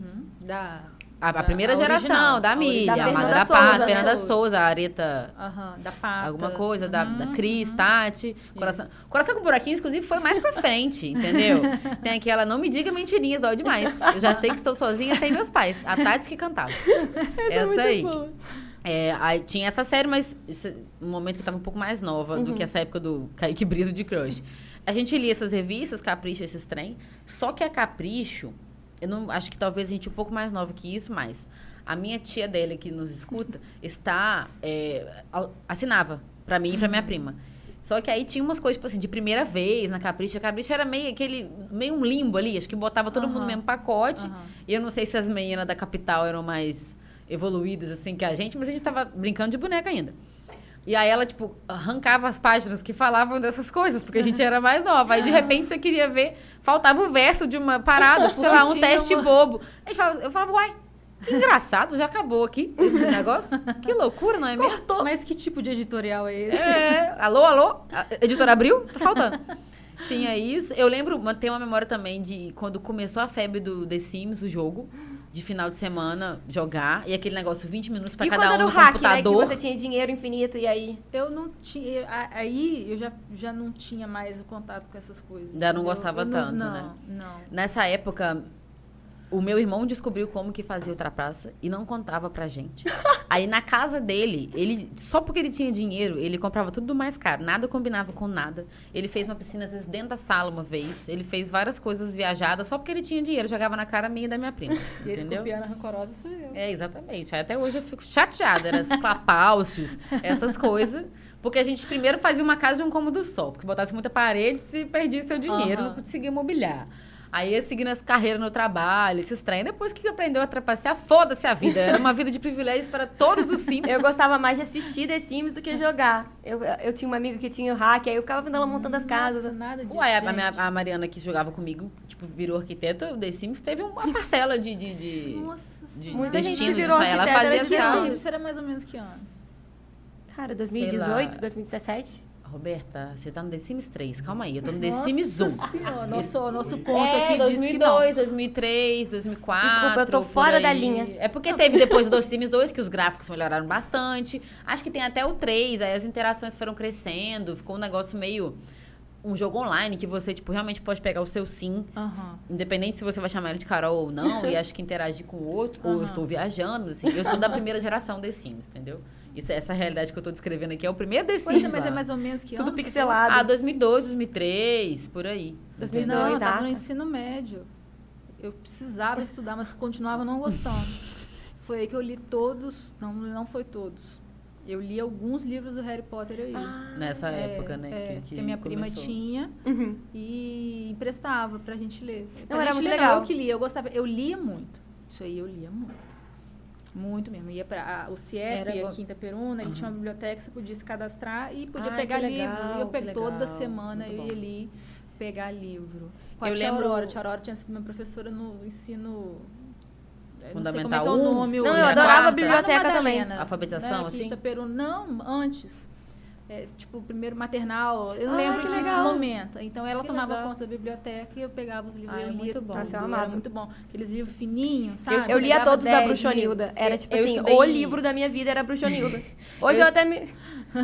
Speaker 3: Uhum. Da,
Speaker 1: A, a
Speaker 3: da-
Speaker 1: primeira
Speaker 3: a
Speaker 1: geração,
Speaker 3: original,
Speaker 1: da
Speaker 3: a
Speaker 1: mídia,
Speaker 2: Da
Speaker 1: a
Speaker 3: original.
Speaker 1: Amada da
Speaker 2: Fernanda
Speaker 1: Pata,
Speaker 2: Souza, né?
Speaker 1: Fernanda Souza, a Areta,
Speaker 3: Aham, da pata.
Speaker 1: alguma coisa, da, da
Speaker 3: Uhum,
Speaker 1: Cris,
Speaker 3: uhum.
Speaker 1: Tati. Coração, coração com buraquinhos, inclusive, foi mais pra frente, entendeu? Tem aquela Não Me Diga Mentirinhas, dói demais. Eu já sei que estou sozinha sem meus pais. A Tati que cantava. Essa, aí. É, aí tinha essa série, mas esse- um momento que eu tava um pouco mais nova do que essa época do Kaique Brito de Crush. A gente lia essas revistas, Capricho, esses trem. Só que a Capricho, eu não acho que talvez a gente um pouco mais nova que isso, mas a minha tia dela que nos escuta está é, au- assinava pra mim e pra minha prima. Só que aí tinha umas coisas, tipo assim, de primeira vez na Capricho. A Capricho era meio aquele, meio um limbo ali. Acho que botava todo mundo no
Speaker 3: Aham.
Speaker 1: mesmo pacote.
Speaker 3: Aham.
Speaker 1: E eu não sei se as meninas da capital eram mais evoluídas assim que a gente, mas a gente tava brincando de boneca ainda. E aí ela, tipo, arrancava as páginas que falavam dessas coisas, porque a gente era mais nova. Aí, de repente, você queria ver, faltava o verso de uma parada, sei lá, um
Speaker 3: Não tinha
Speaker 1: teste
Speaker 3: uma-
Speaker 1: bobo. A gente falava, eu falava, uai, que engraçado, já acabou aqui esse negócio. Que loucura, não é mesmo?
Speaker 3: Mas que tipo de editorial é esse?
Speaker 1: É, alô, alô? A- Editora abriu? Tá faltando. Tinha isso. Eu lembro, uma- tem uma memória também de quando começou a febre do The Sims, o jogo, de final de semana jogar, e aquele negócio 20 minutos pra
Speaker 2: e
Speaker 1: cada
Speaker 2: quando
Speaker 1: um
Speaker 2: era o
Speaker 1: no
Speaker 2: hack, né? Que
Speaker 1: computador.
Speaker 2: você tinha dinheiro infinito e aí...
Speaker 3: Eu não tinha. a- Aí eu já, já não tinha mais o contato com essas coisas.
Speaker 1: Já não
Speaker 3: entendeu?
Speaker 1: gostava
Speaker 3: Eu
Speaker 1: tanto,
Speaker 3: não,
Speaker 1: né?
Speaker 3: Não.
Speaker 1: Nessa época, o meu irmão descobriu como que fazia ultrapaça e não contava pra gente. Aí na casa dele, ele só porque ele tinha dinheiro, ele comprava tudo mais caro, nada combinava com nada. Ele fez uma piscina às vezes dentro da sala uma vez, ele fez várias coisas viajadas só porque ele tinha dinheiro, jogava na cara minha e da minha prima,
Speaker 3: E esse
Speaker 1: entendeu?
Speaker 3: copiana rancorosa sou eu.
Speaker 1: É, exatamente. Aí até hoje eu fico chateada, né? era os clapáucios, essas coisas. Porque a gente primeiro fazia uma casa de um cômodo só. Porque se botasse muita parede, se perdia seu dinheiro,
Speaker 3: Aham.
Speaker 1: não conseguia mobiliar. Aí ia seguindo as carreiras no trabalho, esses trem. Depois que aprendeu a trapacear, foda-se a vida. Era uma vida de privilégios para todos os Sims.
Speaker 2: Eu gostava mais de assistir The Sims do que jogar. Eu, eu tinha uma amiga que tinha o hack, aí eu ficava vendo ela montando as casas.
Speaker 3: Nada disso.
Speaker 1: Ué, a,
Speaker 3: gente.
Speaker 1: minha- a Mariana que jogava comigo, tipo, virou arquiteta, o The Sims teve uma parcela de... de, de-
Speaker 3: Nossa
Speaker 1: de
Speaker 3: Senhora.
Speaker 2: Muita gente
Speaker 1: destino disso
Speaker 2: virou
Speaker 1: aí. Ela
Speaker 2: arquiteta,
Speaker 1: fazia
Speaker 2: né,
Speaker 1: as
Speaker 2: de The
Speaker 1: casas.
Speaker 2: Sims.
Speaker 3: Isso era mais ou menos que ano?
Speaker 2: Cara,
Speaker 1: Sei
Speaker 2: 2018,
Speaker 1: lá.
Speaker 2: 2017?
Speaker 1: Roberta, você tá no The Sims 3, calma aí. Eu tô no The
Speaker 3: Nossa
Speaker 1: Sims 1.
Speaker 3: Senhora, Nosso, nosso ponto
Speaker 1: é,
Speaker 3: aqui
Speaker 1: 2002, 2003, 2004.
Speaker 2: Desculpa, eu tô
Speaker 1: por
Speaker 2: fora
Speaker 1: aí.
Speaker 2: da linha.
Speaker 1: É porque teve depois do Sims 2 que os gráficos melhoraram bastante. Acho que tem até o 3, aí as interações foram crescendo, ficou um negócio meio um jogo online que você tipo realmente pode pegar o seu sim,
Speaker 3: diz que não. Aham.
Speaker 1: independente se você vai chamar ele de Carol ou não, e acho que interagir com o outro, ou eu
Speaker 3: Aham.
Speaker 1: estou viajando, assim. Eu sou da primeira geração The Sims, entendeu? Isso, essa realidade que eu tô descrevendo aqui é o primeiro The Sims.
Speaker 3: Pois é, mas
Speaker 1: lá.
Speaker 3: é mais ou menos que
Speaker 2: Tudo
Speaker 3: ano?
Speaker 2: pixelado.
Speaker 1: Ah, 2002, 2003, por aí.
Speaker 2: 2002,
Speaker 1: entendeu?
Speaker 3: Não, eu
Speaker 2: exata.
Speaker 3: tava no ensino médio. Eu precisava estudar, mas continuava não gostando. Foi aí que eu li todos, não, não foi todos. Eu li alguns livros do Harry Potter aí.
Speaker 2: Ah,
Speaker 1: Nessa
Speaker 3: É,
Speaker 1: época, né?
Speaker 3: é, que, a minha prima
Speaker 1: começou.
Speaker 3: tinha
Speaker 2: Uhum.
Speaker 3: e emprestava pra gente ler. Pra
Speaker 2: era
Speaker 3: gente
Speaker 2: muito
Speaker 3: ler,
Speaker 2: legal.
Speaker 3: Não, eu que lia, eu gostava. Eu lia muito. Isso aí eu lia muito. Muito mesmo. Ia pra a- o CIEP,
Speaker 1: Era
Speaker 3: a
Speaker 1: bom.
Speaker 3: Quinta Peruna, ele tinha uma biblioteca, você podia se cadastrar e podia
Speaker 1: Ai,
Speaker 3: pegar
Speaker 1: que
Speaker 3: livro.
Speaker 1: legal,
Speaker 3: eu
Speaker 1: que
Speaker 3: peguei toda
Speaker 1: legal.
Speaker 3: semana,
Speaker 1: Muito
Speaker 3: eu
Speaker 1: bom.
Speaker 3: ia ali pegar livro. Com a
Speaker 1: Eu
Speaker 3: tia
Speaker 1: lembro-
Speaker 3: Aurora. A tia Aurora tinha sido minha professora no ensino... eu
Speaker 1: Fundamental
Speaker 3: não sei como é que é o
Speaker 1: um?
Speaker 3: nome.
Speaker 1: Não,
Speaker 3: hoje.
Speaker 1: eu
Speaker 3: Era
Speaker 1: adorava a
Speaker 3: lá no
Speaker 2: biblioteca também.
Speaker 3: Madalena,
Speaker 1: Alfabetização,
Speaker 3: né, que
Speaker 1: assim?
Speaker 3: Quinta Peruna. Não, antes. É, tipo, primeiro maternal, eu não
Speaker 2: Ah,
Speaker 3: lembro
Speaker 2: que
Speaker 3: que um
Speaker 2: legal.
Speaker 3: momento. Então ela
Speaker 1: Que
Speaker 3: tomava
Speaker 1: legal.
Speaker 3: conta da biblioteca e eu pegava os livros.
Speaker 1: Ah,
Speaker 3: eu
Speaker 1: é
Speaker 3: lia
Speaker 1: muito bom.
Speaker 2: Nossa, eu
Speaker 3: tudo,
Speaker 2: amava.
Speaker 3: Era muito bom. Aqueles livros fininhos,
Speaker 1: Ah,
Speaker 3: sabe?
Speaker 2: Eu lia
Speaker 3: pegava
Speaker 2: todos da
Speaker 3: 10
Speaker 2: Bruxonilda. Era tipo
Speaker 1: Eu
Speaker 2: assim,
Speaker 1: estudei-
Speaker 2: o livro da minha vida era Bruxonilda. Hoje eu,
Speaker 1: Eu
Speaker 2: até me.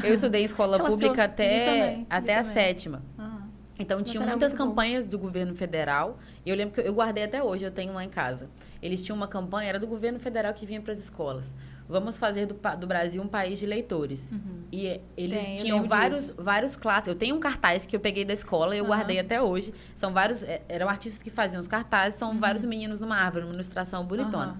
Speaker 1: Eu estudei em escola
Speaker 2: Relacionou.
Speaker 1: pública até,
Speaker 3: Eu também, eu
Speaker 1: até a
Speaker 3: também.
Speaker 1: sétima.
Speaker 3: livros. Ah,
Speaker 1: Então, tinham
Speaker 2: era
Speaker 1: muitas
Speaker 2: muito bom.
Speaker 1: campanhas do governo federal. E eu lembro que eu, eu guardei até hoje, eu tenho lá em casa. Eles tinham uma campanha, era do governo federal que vinha para as escolas. Vamos fazer do, pa- do Brasil um país de leitores.
Speaker 2: Uhum.
Speaker 1: E é, eles
Speaker 3: Tem, eu
Speaker 1: tinham
Speaker 3: lembro
Speaker 1: vários, vários clássicos. Eu tenho um cartaz que eu peguei da escola e eu
Speaker 3: Aham.
Speaker 1: guardei até hoje. São vários, é, eram artistas que faziam os cartazes, são vários meninos numa árvore, uma ilustração bonitona.
Speaker 3: Uhum. Aham.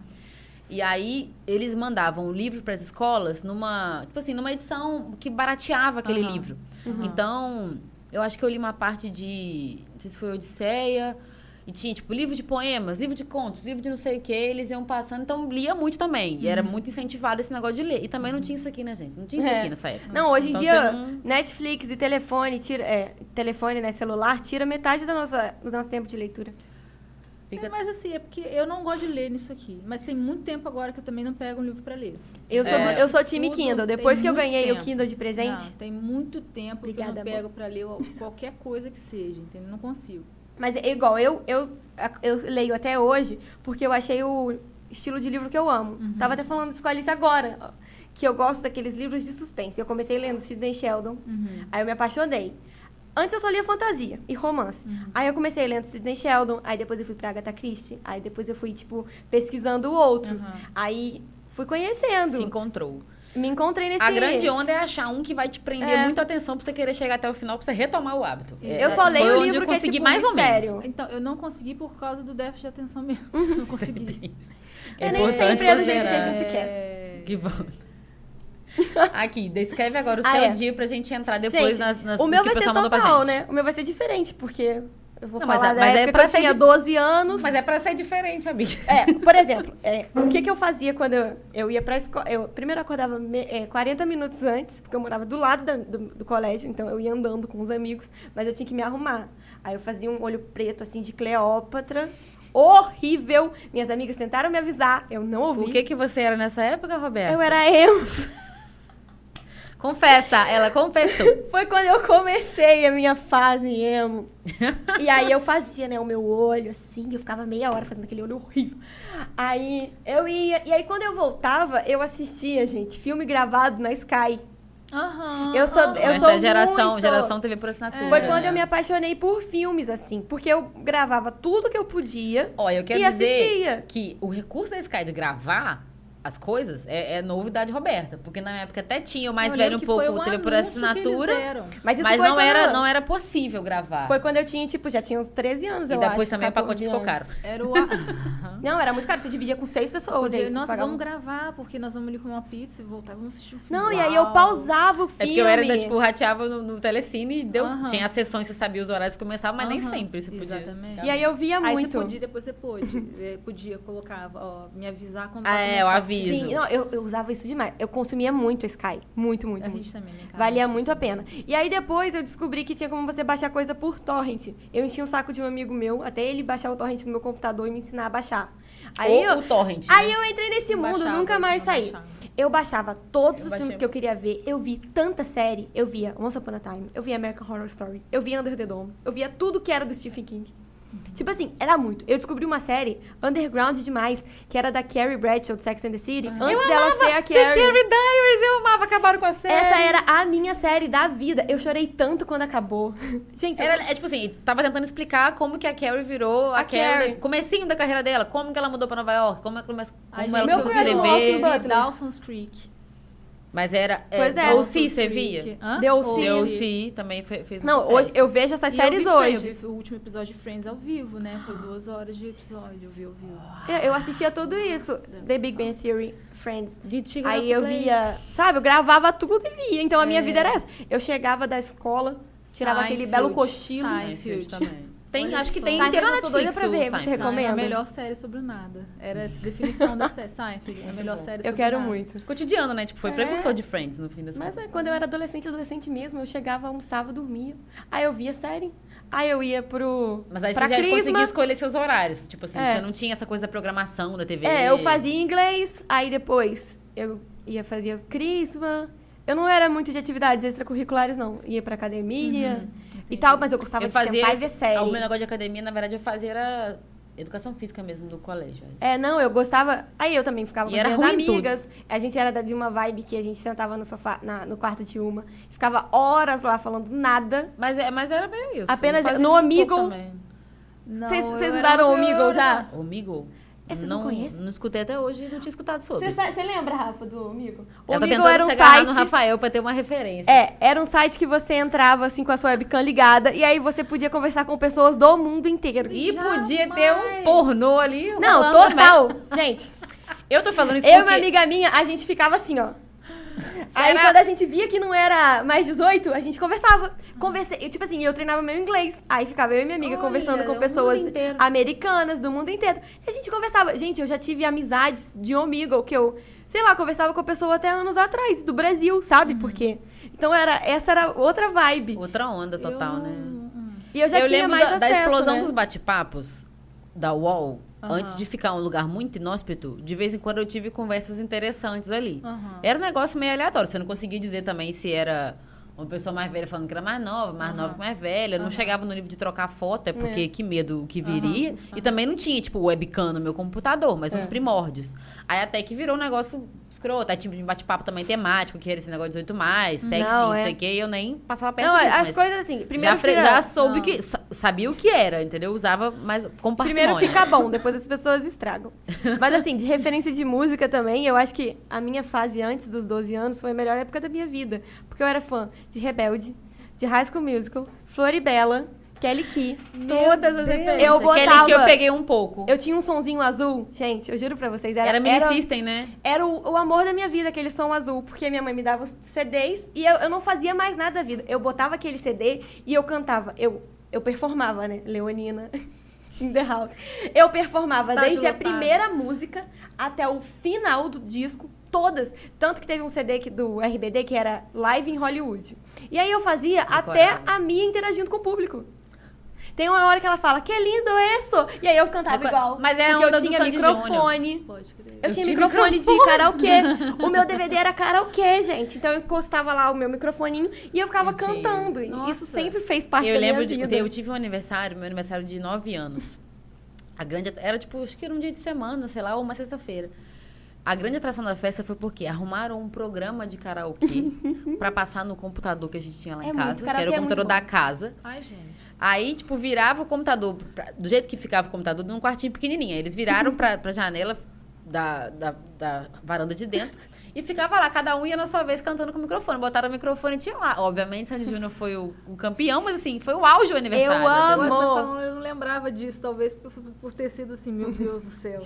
Speaker 1: E aí eles mandavam o livro para as escolas numa, tipo assim, numa edição que barateava aquele
Speaker 3: Aham.
Speaker 1: livro.
Speaker 2: Uhum.
Speaker 3: Aham.
Speaker 1: Então, eu acho que eu li uma parte de, não sei se foi Odisseia, e tinha tipo livro de poemas, livro de contos, livro de não sei o que, eles iam passando, então lia muito também. E era muito incentivado esse negócio de ler. E também não tinha isso aqui, né, gente? Não tinha isso
Speaker 2: Uhum. É.
Speaker 1: aqui nessa época.
Speaker 2: Não, hoje em
Speaker 1: Então,
Speaker 2: dia,
Speaker 1: você não-
Speaker 2: Netflix e telefone, tira, é, telefone, né, celular, tira metade da nossa, do nosso tempo de leitura.
Speaker 1: Fica-
Speaker 3: É, mas assim, é porque eu não gosto de ler nisso aqui. Mas tem muito tempo agora que eu também não pego um livro para ler.
Speaker 2: Eu sou,
Speaker 1: É.
Speaker 2: do- eu sou time
Speaker 3: Tudo
Speaker 2: Kindle.
Speaker 3: tem
Speaker 2: Depois que eu
Speaker 3: muito
Speaker 2: ganhei o
Speaker 3: tempo.
Speaker 2: Kindle de presente.
Speaker 3: Não, tem muito tempo que
Speaker 2: Obrigada,
Speaker 3: eu não pego para ler qualquer coisa que seja, entendeu? Não consigo.
Speaker 1: Ah.
Speaker 2: Mas é igual, eu, eu, a- eu leio até hoje porque eu achei o estilo de livro que eu amo.
Speaker 1: Uhum.
Speaker 2: Tava até falando isso com a Alice agora, ó, que eu gosto daqueles livros de suspense. Eu comecei lendo Sidney Sheldon, aí eu me apaixonei. Antes eu só lia fantasia e romance. Aí eu comecei lendo Sidney Sheldon, aí depois eu fui pra Agatha Christie, aí depois eu fui, tipo, pesquisando outros.
Speaker 1: Uhum.
Speaker 2: Aí fui conhecendo,
Speaker 1: Se encontrou.
Speaker 2: me encontrei nesse...
Speaker 1: A grande onda é achar um que vai te prender
Speaker 2: É.
Speaker 1: muito a atenção pra você querer chegar até o final, pra você retomar o hábito. É,
Speaker 2: Eu só
Speaker 1: foi
Speaker 2: leio o
Speaker 1: onde
Speaker 2: livro
Speaker 1: eu
Speaker 2: que é
Speaker 1: consegui
Speaker 2: tipo
Speaker 1: mais ou
Speaker 2: mistério.
Speaker 1: menos.
Speaker 3: Então, eu não consegui por causa do déficit de atenção mesmo. Não consegui.
Speaker 2: É nem Uhum. sempre é do jeito que a
Speaker 1: considerar.
Speaker 2: gente quer.
Speaker 3: É,
Speaker 1: Que bom. né? Aqui, descreve agora o
Speaker 2: Ah,
Speaker 1: seu
Speaker 2: é.
Speaker 1: dia pra gente entrar depois
Speaker 2: Gente,
Speaker 1: nas, nas
Speaker 2: o meu
Speaker 1: que
Speaker 2: vai
Speaker 1: o
Speaker 2: ser
Speaker 1: pessoal mandou pra
Speaker 2: total,
Speaker 1: gente.
Speaker 2: né? O meu vai ser diferente, porque eu vou
Speaker 1: Não, mas
Speaker 2: falar
Speaker 1: é-
Speaker 2: da
Speaker 1: mas é
Speaker 2: época
Speaker 1: pra
Speaker 2: que
Speaker 1: ser
Speaker 2: eu tinha
Speaker 1: de-
Speaker 2: 12 anos.
Speaker 1: Mas é pra ser diferente, amiga.
Speaker 2: É, por exemplo, é, o que, que eu fazia quando eu, eu ia pra escola? Eu primeiro acordava me- é, 40 minutos antes, porque eu morava do lado da- do, do colégio, então eu ia andando com os amigos, mas eu tinha que me arrumar. Aí eu fazia um olho preto, assim, de Cleópatra. Horrível! Minhas amigas tentaram me avisar, eu não ouvi.
Speaker 1: O que é? que você era nessa época, Roberta?
Speaker 2: Eu era eu.
Speaker 1: Confessa, ela confessou.
Speaker 2: Foi quando eu comecei a minha fase emo. e aí eu fazia, né, o meu olho assim, eu ficava meia hora fazendo aquele olho horrível. Aí eu ia, e aí quando eu voltava, eu assistia, gente, filme gravado na Sky.
Speaker 3: Aham.
Speaker 2: Eu sou- eu
Speaker 1: Mas
Speaker 2: sou
Speaker 1: da geração,
Speaker 2: muito-
Speaker 1: geração TV por assinatura.
Speaker 2: Foi
Speaker 1: né?
Speaker 2: quando eu me apaixonei por filmes assim, porque eu gravava tudo que eu podia.
Speaker 1: Ó, eu quero
Speaker 2: E
Speaker 1: dizer
Speaker 2: assistia.
Speaker 1: que o recurso da Sky de gravar as coisas é, é novidade Roberta, porque na minha época até tinha o mais
Speaker 3: Eu
Speaker 1: velho
Speaker 3: lembro
Speaker 1: um
Speaker 3: que
Speaker 1: pouco
Speaker 3: foi um
Speaker 1: TV por
Speaker 3: anúncio que eles
Speaker 1: assinatura,
Speaker 3: deram.
Speaker 2: Mas isso
Speaker 1: mas
Speaker 2: foi
Speaker 1: não
Speaker 2: quando
Speaker 1: era
Speaker 2: eu,
Speaker 1: não era possível gravar.
Speaker 2: foi quando eu tinha tipo, já tinha uns 13 anos,
Speaker 1: e
Speaker 2: eu
Speaker 1: depois
Speaker 2: acho,
Speaker 1: também o pacote
Speaker 2: 14
Speaker 1: ficou
Speaker 2: anos.
Speaker 1: caro.
Speaker 3: Era o. Aham.
Speaker 2: Não, era muito caro, você dividia com seis pessoas,
Speaker 3: Podia-
Speaker 2: aí vocês
Speaker 3: Nossa,
Speaker 2: pagavam-
Speaker 3: vamos gravar, porque nós vamos ali comer uma pizza e voltar, vamos assistir o filme.
Speaker 2: Não, e aí eu
Speaker 3: Uau.
Speaker 2: pausava o filme.
Speaker 1: É porque eu era, da, tipo, rateava no, no telecine e deu,
Speaker 3: Aham.
Speaker 1: tinha as sessões, você sabia os horários que começavam, mas nem
Speaker 3: Aham,
Speaker 1: sempre você podia.
Speaker 3: exatamente.
Speaker 1: ficar.
Speaker 2: E aí eu via
Speaker 3: Aí
Speaker 2: muito.
Speaker 3: você podia, depois você pôde. É, podia colocar, ó, me avisar quando
Speaker 1: Ah,
Speaker 3: vai
Speaker 1: é, o
Speaker 3: começar.
Speaker 1: aviso.
Speaker 2: Sim, não, eu, eu usava isso demais. Eu consumia muito Sky. Muito, muito,
Speaker 3: A
Speaker 2: muito.
Speaker 3: gente também, né, cara?
Speaker 2: Valia muito a pena. E aí depois eu descobri que tinha como você baixar coisa por torrent. Eu enchia o saco de um amigo meu, até ele baixar o torrent no meu computador e me ensinar a baixar. Aí
Speaker 1: Ou
Speaker 2: eu,
Speaker 1: o torrent.
Speaker 2: aí
Speaker 1: né?
Speaker 2: eu entrei nesse
Speaker 3: Eu
Speaker 2: mundo,
Speaker 3: baixava,
Speaker 2: nunca mais
Speaker 3: eu
Speaker 2: saí.
Speaker 3: baixava.
Speaker 2: Eu baixava todos
Speaker 1: Eu
Speaker 2: os
Speaker 1: baixei
Speaker 2: filmes que eu queria ver. Eu vi tanta série. Eu via Once Upon a Time, eu via American Horror Story, eu via Under the Dome, eu via tudo que era do Stephen King.
Speaker 3: Uhum.
Speaker 2: Tipo assim, era muito. Eu descobri uma série underground demais, que era da Carrie Bradshaw do Sex and the City,
Speaker 3: Uhum.
Speaker 2: antes dela ser
Speaker 1: The
Speaker 2: a Carrie.
Speaker 1: Carrie Diaries, eu amava, acabaram com a série.
Speaker 2: Essa era a minha série da vida. Eu chorei tanto quando acabou. Gente, eu-
Speaker 1: Era, é tipo assim, tava tentando explicar como que a Carrie virou a,
Speaker 2: A
Speaker 1: Carrie,
Speaker 2: Carrie.
Speaker 1: comecinho da carreira dela, como que ela mudou pra Nova York, como, como,
Speaker 3: Ai,
Speaker 1: como é
Speaker 3: gente,
Speaker 1: ela
Speaker 2: meu
Speaker 1: começou a
Speaker 2: crush,
Speaker 1: escrever.
Speaker 2: Austin Butler.
Speaker 3: Dawson's Creek.
Speaker 1: Mas era. É,
Speaker 2: Pois é.
Speaker 1: Ou se
Speaker 3: Dawson's
Speaker 1: você
Speaker 3: Creek.
Speaker 1: via?
Speaker 3: Hã?
Speaker 2: Deu
Speaker 3: Ou
Speaker 2: sim.
Speaker 1: Deu
Speaker 3: se-
Speaker 1: sim, também fe- fez um
Speaker 2: Não,
Speaker 1: sucesso.
Speaker 2: hoje eu vejo essas
Speaker 3: E eu
Speaker 2: séries
Speaker 3: vi Friends,
Speaker 2: hoje.
Speaker 3: eu vi o último episódio de Friends ao vivo, né? Foi duas horas de episódio, eu vi, eu vi.
Speaker 2: Eu, eu assistia tudo isso. The Big Bang Theory, Friends.
Speaker 1: Did she
Speaker 2: Aí
Speaker 1: get
Speaker 2: eu
Speaker 1: to play?
Speaker 2: via, sabe, eu gravava tudo e via. Então a minha
Speaker 3: É.
Speaker 2: vida era essa. Eu chegava da escola, tirava aquele
Speaker 3: Seinfeld.
Speaker 2: belo cochilo.
Speaker 3: Seinfeld.
Speaker 1: Seinfeld
Speaker 3: Seinfeld.
Speaker 1: também. Tem,
Speaker 3: Olha
Speaker 1: acho que
Speaker 3: só.
Speaker 1: tem
Speaker 2: Seinfeld,
Speaker 1: inteira na
Speaker 2: eu sou doida
Speaker 1: Netflix
Speaker 2: pra ver,
Speaker 1: o
Speaker 2: você
Speaker 1: Seinfeld.
Speaker 2: recomenda?
Speaker 3: A melhor série sobre o nada. Era essa definição da série. Seinfeld, a melhor série sobre
Speaker 2: Eu quero
Speaker 3: nada.
Speaker 2: muito.
Speaker 1: Cotidiano, né? Tipo, foi
Speaker 2: É.
Speaker 1: precursor de Friends no fim dessa.
Speaker 2: Mas é, quando eu era adolescente, adolescente mesmo, eu chegava, almoçava, dormia. Aí eu via série. Aí eu ia pro.
Speaker 1: Mas aí
Speaker 2: pra
Speaker 1: você já conseguia
Speaker 2: Crisma.
Speaker 1: escolher seus horários. Tipo assim,
Speaker 2: É.
Speaker 1: você não tinha essa coisa da programação da TV.
Speaker 2: É, eu fazia inglês, aí depois eu ia fazer crisma. Eu não era muito de atividades extracurriculares, não. Ia pra academia e tal, mas é eu gostava
Speaker 1: Uhum, eu
Speaker 2: de sentar e ver
Speaker 1: esse-
Speaker 2: série.
Speaker 1: O meu negócio de academia, na verdade, eu fazia era educação física mesmo do colégio.
Speaker 2: É, não, eu gostava. Aí eu também ficava
Speaker 1: E
Speaker 2: com
Speaker 1: era
Speaker 2: minhas
Speaker 1: ruim em tudo.
Speaker 2: amigas. A gente era da- de uma vibe que a gente sentava no sofá, na- no quarto de uma, ficava horas lá falando nada.
Speaker 1: Mas, é, mas era meio isso.
Speaker 2: Apenas-
Speaker 1: Eu fazia
Speaker 2: no
Speaker 1: isso um
Speaker 2: Omegle-
Speaker 1: pouco também.
Speaker 3: Não,
Speaker 2: Vocês-
Speaker 3: eu
Speaker 2: vocês
Speaker 3: era-
Speaker 2: usaram o Omegle
Speaker 3: eu era-
Speaker 2: já?
Speaker 1: Omigo?
Speaker 2: É, vocês não
Speaker 1: não,
Speaker 2: conhecem?
Speaker 1: não escutei até hoje e não tinha escutado sobre.
Speaker 2: Você sa- você lembra, Rafa, do amigo? O
Speaker 1: Ela tá
Speaker 2: amigo
Speaker 1: tentando
Speaker 2: era um
Speaker 1: se agarrar
Speaker 2: site.
Speaker 1: no Rafael pra ter uma referência.
Speaker 2: É, era um site que você entrava assim com a sua webcam ligada e aí você podia conversar com pessoas do mundo inteiro.
Speaker 1: E
Speaker 3: Jamais.
Speaker 1: podia ter um pornô ali.
Speaker 2: Não,
Speaker 1: rolando né?
Speaker 2: total.
Speaker 1: também.
Speaker 2: Gente,
Speaker 1: Eu tô falando isso
Speaker 2: eu e uma
Speaker 1: porque...
Speaker 2: amiga minha, a gente ficava assim, ó. Aí
Speaker 1: Será?
Speaker 2: quando a gente via que não era mais 18, a gente conversava. Conversei, eu, tipo assim, eu treinava meu inglês. Aí ficava eu e minha amiga
Speaker 1: Olha,
Speaker 2: conversando
Speaker 1: o
Speaker 2: com
Speaker 1: mundo
Speaker 2: pessoas
Speaker 1: inteiro.
Speaker 2: americanas do mundo inteiro. E a gente conversava. Gente, eu já tive amizades de amigo que eu, sei lá, conversava com a pessoa até anos atrás, do Brasil, sabe?
Speaker 1: Uhum.
Speaker 2: Por quê? Então era, essa era outra vibe.
Speaker 1: Outra onda
Speaker 3: Eu
Speaker 1: total, né?
Speaker 3: não- hum,
Speaker 2: E eu já tinha
Speaker 1: lembro
Speaker 2: mais
Speaker 1: da, da
Speaker 2: acesso,
Speaker 1: explosão
Speaker 2: né?
Speaker 1: dos bate-papos. da UOL,
Speaker 3: Aham.
Speaker 1: antes de ficar um lugar muito inóspito, de vez em quando eu tive conversas interessantes ali.
Speaker 3: Aham.
Speaker 1: Era um negócio meio aleatório. Você não conseguia dizer também se era uma pessoa mais velha falando que era mais nova, mais nova que mais velha. Não chegava no nível de trocar foto, é porque que medo que viria. E também não tinha, tipo, webcam no meu computador,
Speaker 2: É.
Speaker 1: mas nos primórdios. Aí até que virou um negócio escroto. Aí tipo, de bate-papo também temático, que era esse negócio de 18+, mais, sexting,
Speaker 2: Não,
Speaker 1: não,
Speaker 2: é.
Speaker 1: sei o quê. E eu nem passava perto
Speaker 2: Não,
Speaker 1: disso.
Speaker 2: as
Speaker 1: mas
Speaker 2: coisas assim, primeiro
Speaker 1: já, fre-
Speaker 2: fica-
Speaker 1: já soube
Speaker 3: Não.
Speaker 1: que... sa- Sabia o que era, entendeu? Usava, mas com parcimônia.
Speaker 2: Primeiro fica bom, depois as pessoas estragam. Mas assim, de referência de música também, eu acho que a minha fase antes dos 12 anos foi a melhor época da minha vida. Porque eu era fã de Rebelde, de High School Musical, Floribela, Kelly Key.
Speaker 1: Todas as referências.
Speaker 2: Eu
Speaker 1: Aquele que eu
Speaker 2: botava-
Speaker 1: peguei um pouco.
Speaker 2: Eu tinha um sonzinho azul, gente, eu juro pra vocês. Era,
Speaker 1: Era mini
Speaker 2: era-
Speaker 1: system, né?
Speaker 2: era o, o amor da minha vida, aquele som azul, porque minha mãe me dava os CDs e eu, eu não fazia mais nada da vida. Eu botava aquele CD e eu cantava. Eu, eu performava, né? Leonina. In the house. Eu performava
Speaker 3: Estádio
Speaker 2: desde a
Speaker 3: lotado.
Speaker 2: primeira música até o final do disco, todas. Tanto que teve um CD que- do RBD que era Live em Hollywood. E aí eu fazia até
Speaker 1: Decorava.
Speaker 2: a minha interagindo com o público. Tem uma hora que ela fala, que lindo isso! E aí eu cantava
Speaker 1: Decora-
Speaker 2: igual.
Speaker 1: Mas é a
Speaker 2: porque
Speaker 1: onda
Speaker 2: eu
Speaker 1: do
Speaker 2: tinha
Speaker 1: Sandy Júnior.
Speaker 2: microfone.
Speaker 3: Pode crer.
Speaker 2: Eu,
Speaker 1: Eu
Speaker 2: tinha
Speaker 1: tinha
Speaker 2: microfone, de karaokê. O meu DVD era karaokê, gente. Então eu encostava lá o meu microfoninho e eu ficava
Speaker 1: Eu tinha.
Speaker 2: cantando. E
Speaker 3: Nossa.
Speaker 2: Isso sempre fez parte
Speaker 1: eu
Speaker 2: da
Speaker 1: lembro
Speaker 2: minha
Speaker 1: de,
Speaker 2: vida.
Speaker 1: eu tive um aniversário, meu aniversário de 9 anos. A grande at- era tipo, acho que era um dia de semana, sei lá, ou uma sexta-feira. A grande atração da festa foi porque arrumaram um programa de karaokê pra passar no computador que a gente tinha lá
Speaker 2: É
Speaker 1: em
Speaker 2: muito,
Speaker 1: casa, que
Speaker 2: karaokê
Speaker 1: era
Speaker 2: é
Speaker 1: o
Speaker 2: muito
Speaker 1: computador
Speaker 2: bom.
Speaker 1: da casa.
Speaker 3: Ai, gente.
Speaker 1: Aí, tipo, virava o computador, pra- do jeito que ficava o computador, num quartinho pequenininho. Aí Eles viraram pra, pra janela da, da, da varanda de dentro e ficava lá, cada um ia na sua vez cantando com o microfone. Botaram o microfone e tinha lá. Obviamente, Sandy Júnior foi o, o campeão, mas assim, foi o auge o aniversário.
Speaker 2: Eu amo.
Speaker 1: entendeu?
Speaker 3: Agora você
Speaker 2: Amor.
Speaker 3: falando, eu não lembrava disso, talvez por, por ter sido assim, meu Deus do céu.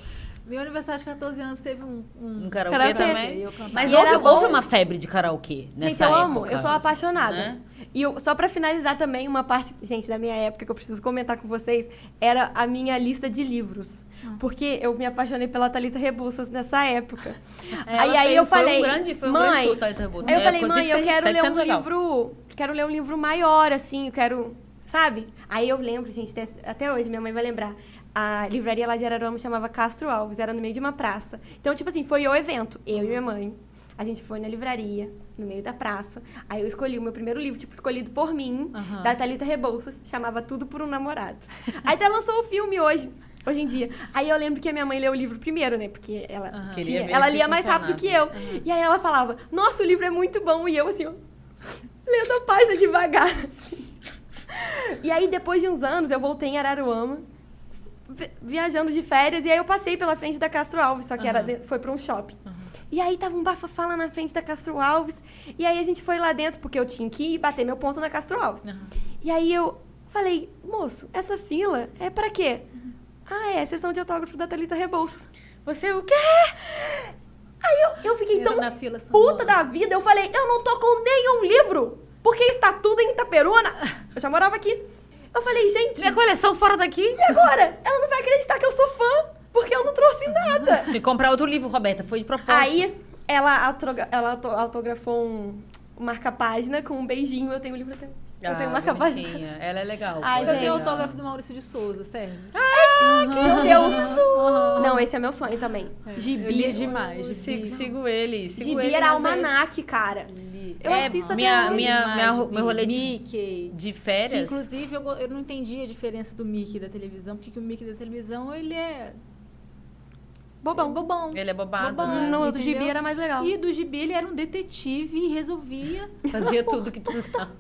Speaker 3: Meu aniversário de 14 anos teve um. um-
Speaker 1: Um karaokê,
Speaker 2: Karaokê.
Speaker 1: também.
Speaker 3: Eu cantava.
Speaker 1: Mas
Speaker 2: E era
Speaker 1: houve, houve
Speaker 2: bom.
Speaker 1: uma febre de karaokê nessa
Speaker 2: Gente, eu amo,
Speaker 1: época.
Speaker 2: eu sou apaixonada.
Speaker 1: né?
Speaker 2: E eu- só pra finalizar também, uma parte, gente, da minha época que eu preciso comentar com vocês, era a minha lista de livros.
Speaker 1: Ah.
Speaker 2: Porque eu me apaixonei pela Thalita Rebouças nessa época.
Speaker 1: Ela
Speaker 2: aí aí
Speaker 1: fez-
Speaker 2: eu
Speaker 1: foi um
Speaker 2: falei,
Speaker 1: grande- foi um grande
Speaker 2: mãe,
Speaker 1: surto aí, Thalita Rebouças.
Speaker 2: aí eu
Speaker 1: É,
Speaker 2: falei,
Speaker 1: coisa
Speaker 2: mãe,
Speaker 1: que
Speaker 2: eu
Speaker 1: sai-
Speaker 2: quero
Speaker 1: sai
Speaker 2: ler um
Speaker 1: sendo legal.
Speaker 2: livro, quero ler um livro maior, assim, eu quero, sabe? Aí eu lembro, gente, desse- até hoje, minha mãe vai lembrar, a livraria lá de Araruama chamava Castro Alves, era no meio de uma praça. Então, tipo assim, foi o evento, eu e minha mãe, a gente foi na livraria, no meio da praça, aí eu escolhi o meu primeiro livro, tipo, escolhido por mim,
Speaker 3: Aham.
Speaker 2: da Thalita Rebouças, chamava Tudo por um Namorado. aí até lançou o filme hoje. Hoje em dia. Aí eu lembro que a minha mãe leu o livro primeiro, né? Porque ela
Speaker 3: Aham.
Speaker 1: Queria
Speaker 2: tinha-
Speaker 1: ver
Speaker 2: ela
Speaker 1: se
Speaker 2: lia mais rápido que eu. E aí ela falava, nossa, o livro é muito bom. E eu assim, ó, lendo a página devagar. assim. E aí, depois de uns anos, eu voltei em Araruama, vi- viajando de férias, e aí eu passei pela frente da Castro Alves, só que era, de- foi pra um shopping. E aí tava um bafafá lá na frente da Castro Alves, e aí a gente foi lá dentro, porque eu tinha que ir bater meu ponto na Castro Alves. E aí eu falei, moço, essa fila é pra quê? Ah, é, sessão de autógrafo da Thalita Rebouças.
Speaker 1: Você é o
Speaker 2: quê? Aí eu, eu fiquei
Speaker 3: Era
Speaker 2: tão
Speaker 3: na fila
Speaker 2: Então, puta
Speaker 3: sambando.
Speaker 2: da vida, eu falei, eu não tô com nenhum livro, porque está tudo em Itaperuna. Eu já morava aqui. Eu falei, gente,
Speaker 1: Minha coleção fora daqui?
Speaker 2: e agora? Ela não vai acreditar que eu sou fã, porque eu não trouxe nada.
Speaker 1: Tinha que comprar outro livro, Roberta. Foi de propósito.
Speaker 2: Aí ela, autogra- ela auto- autografou um um marca-página com um beijinho, eu tenho o livro até. eu tenho
Speaker 1: Ah,
Speaker 2: um marca-página.
Speaker 1: bonitinha. Ela é legal.
Speaker 2: Ai,
Speaker 1: pô,
Speaker 2: gente.
Speaker 1: ela
Speaker 3: Eu
Speaker 1: é
Speaker 3: tenho o
Speaker 1: legal.
Speaker 3: autógrafo do Maurício de Souza, sério.
Speaker 2: Ah, que meu Deus! Não, esse é meu sonho também.
Speaker 3: É, Eu
Speaker 2: Gibi.
Speaker 3: li demais.
Speaker 1: Eu Sigo,
Speaker 3: Gibi.
Speaker 1: sigo ele. Sigo
Speaker 2: Gibi
Speaker 1: ele
Speaker 2: era
Speaker 1: nas redes.
Speaker 2: almanac, cara.
Speaker 3: Li.
Speaker 2: Eu
Speaker 1: É,
Speaker 2: assisto
Speaker 1: minha-
Speaker 2: até hoje.
Speaker 1: minha-
Speaker 3: Demais,
Speaker 1: minha ro- meu rolê de-
Speaker 3: Mickey.
Speaker 1: De
Speaker 3: Que,
Speaker 1: férias.
Speaker 3: inclusive, eu, go- eu não entendi a diferença do Mickey da televisão, porque que o Mickey da televisão, ele é
Speaker 2: Bobão.
Speaker 3: bobão.
Speaker 1: Ele é bobado.
Speaker 3: Bobão.
Speaker 1: né?
Speaker 2: Não, o do
Speaker 3: Entendeu?
Speaker 2: Gibi era mais legal.
Speaker 3: E do Gibi, ele era um detetive e resolvia,
Speaker 1: né? Fazia tudo que precisava.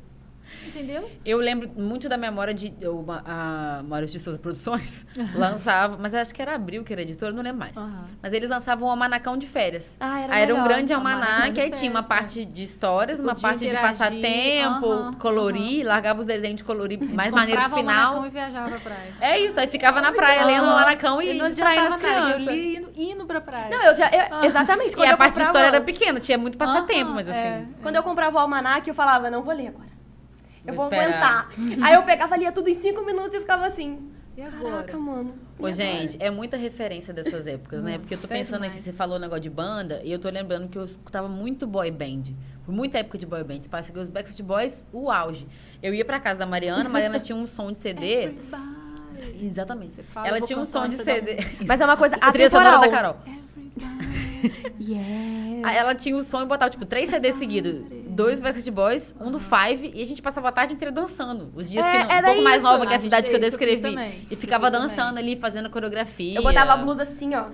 Speaker 3: entendeu?
Speaker 1: Eu lembro muito da memória de. Eu, a Maurício de Souza Produções lançava, mas acho que era Abril, que era editora, não lembro mais.
Speaker 3: Aham.
Speaker 1: Mas eles lançavam um almanacão de férias.
Speaker 2: Ah, era
Speaker 1: aí era um
Speaker 2: melhor.
Speaker 1: grande
Speaker 3: Almanac
Speaker 1: almanac,
Speaker 3: então, de
Speaker 1: aí tinha uma
Speaker 3: férias, é.
Speaker 1: parte de histórias, uma
Speaker 3: Podia
Speaker 1: parte de
Speaker 3: interagir,
Speaker 1: passatempo,
Speaker 3: aham,
Speaker 1: colorir, largava os desenhos de colorir mais maneiro pro
Speaker 3: Comprava o
Speaker 1: final.
Speaker 3: Manacão e viajava pra praia.
Speaker 1: É isso, aí ficava na praia lendo o
Speaker 3: Aham.
Speaker 1: almanacão
Speaker 3: Eu
Speaker 1: e
Speaker 3: não
Speaker 1: distraindo as
Speaker 3: adiantava nada,
Speaker 1: crianças. é
Speaker 3: Eu li indo, indo pra praia.
Speaker 2: Não, eu já. eu- exatamente.
Speaker 1: Ah. E
Speaker 2: Quando
Speaker 1: a
Speaker 2: eu
Speaker 1: parte de
Speaker 2: comprava-
Speaker 1: história era pequena, tinha muito passatempo,
Speaker 3: Aham,
Speaker 1: mas assim.
Speaker 3: é.
Speaker 2: Quando eu comprava o almanac, eu falava, não vou ler agora. Eu vou,
Speaker 1: Vou esperar.
Speaker 2: aguentar. Aí eu pegava, lia tudo em cinco minutos e eu ficava assim.
Speaker 3: é. E agora?
Speaker 2: Caraca, mano.
Speaker 1: Ô, gente, é muita referência dessas épocas, né? Porque eu tô
Speaker 3: Pega
Speaker 1: pensando aqui,
Speaker 3: demais.
Speaker 1: você falou negócio de banda, e eu tô lembrando que eu escutava muito boy band. Por muita época de boy band. Spice Girls, Backstreet Boys, o auge. Eu ia pra casa da Mariana, a Mariana tinha um som de CD.
Speaker 3: Everybody.
Speaker 1: Exatamente.
Speaker 3: Você fala,
Speaker 1: Ela
Speaker 3: eu vou
Speaker 1: tinha um
Speaker 3: cantar
Speaker 1: som de
Speaker 3: pra dar
Speaker 1: CD.
Speaker 2: Mas é uma coisa
Speaker 1: A trilha sonora
Speaker 2: atemporal.
Speaker 1: da Carol.
Speaker 2: Yeah.
Speaker 1: Ah, Ela tinha o som e botava, tipo, três CDs seguidos. Dois Backstreet Boys, um do Five. E a gente passava a tarde inteira dançando. Os dias
Speaker 2: É,
Speaker 1: que não, um
Speaker 2: era
Speaker 1: pouco mais
Speaker 2: isso.
Speaker 1: nova que
Speaker 3: Ah,
Speaker 1: a
Speaker 3: gente,
Speaker 1: cidade que eu
Speaker 3: isso eu fiz
Speaker 1: descrevi.
Speaker 3: também.
Speaker 1: E
Speaker 3: Isso
Speaker 1: ficava
Speaker 3: eu fiz
Speaker 1: dançando ali, fazendo coreografia.
Speaker 2: Eu botava a blusa assim, ó.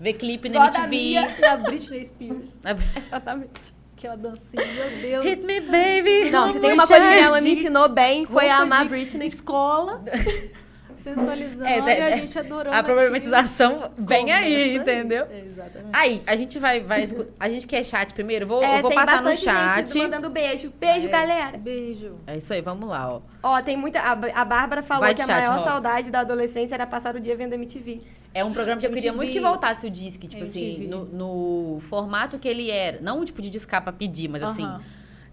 Speaker 1: Ver clipe na
Speaker 2: igual a da
Speaker 1: MTV.
Speaker 2: Mia.
Speaker 3: E a Britney Spears,
Speaker 2: Exatamente.
Speaker 3: aquela dancinha, meu Deus.
Speaker 1: Hit me, baby.
Speaker 2: Não, se tem uma coisa que minha mãe me ensinou bem, foi a
Speaker 3: Roupa
Speaker 2: amar
Speaker 3: de
Speaker 2: Britney.
Speaker 3: Escola, sensualizando,
Speaker 1: É,
Speaker 3: e a
Speaker 1: é,
Speaker 3: gente adorando.
Speaker 1: A problematização
Speaker 3: aquilo.
Speaker 1: vem
Speaker 3: Começa
Speaker 1: aí, entendeu?
Speaker 3: É, exatamente.
Speaker 1: Aí, a gente vai, vai escu- A gente quer chat primeiro? Vou,
Speaker 2: É,
Speaker 1: eu vou
Speaker 2: tem
Speaker 1: passar no
Speaker 2: bastante
Speaker 1: chat.
Speaker 2: gente mandando beijo. Beijo,
Speaker 3: É,
Speaker 2: galera.
Speaker 3: Beijo.
Speaker 1: É isso aí, vamos lá, ó.
Speaker 2: Ó, tem muita. A, a Bárbara falou
Speaker 1: Vai de
Speaker 2: que a
Speaker 1: chat,
Speaker 2: maior
Speaker 1: Rosa.
Speaker 2: saudade da adolescência era passar o dia vendo MTV.
Speaker 1: É um programa que eu queria muito que
Speaker 3: MTV.
Speaker 1: voltasse o disque, tipo assim,
Speaker 3: MTV.
Speaker 1: no, no formato que ele era. Não o tipo de discar pra pedir, mas assim,
Speaker 3: Aham.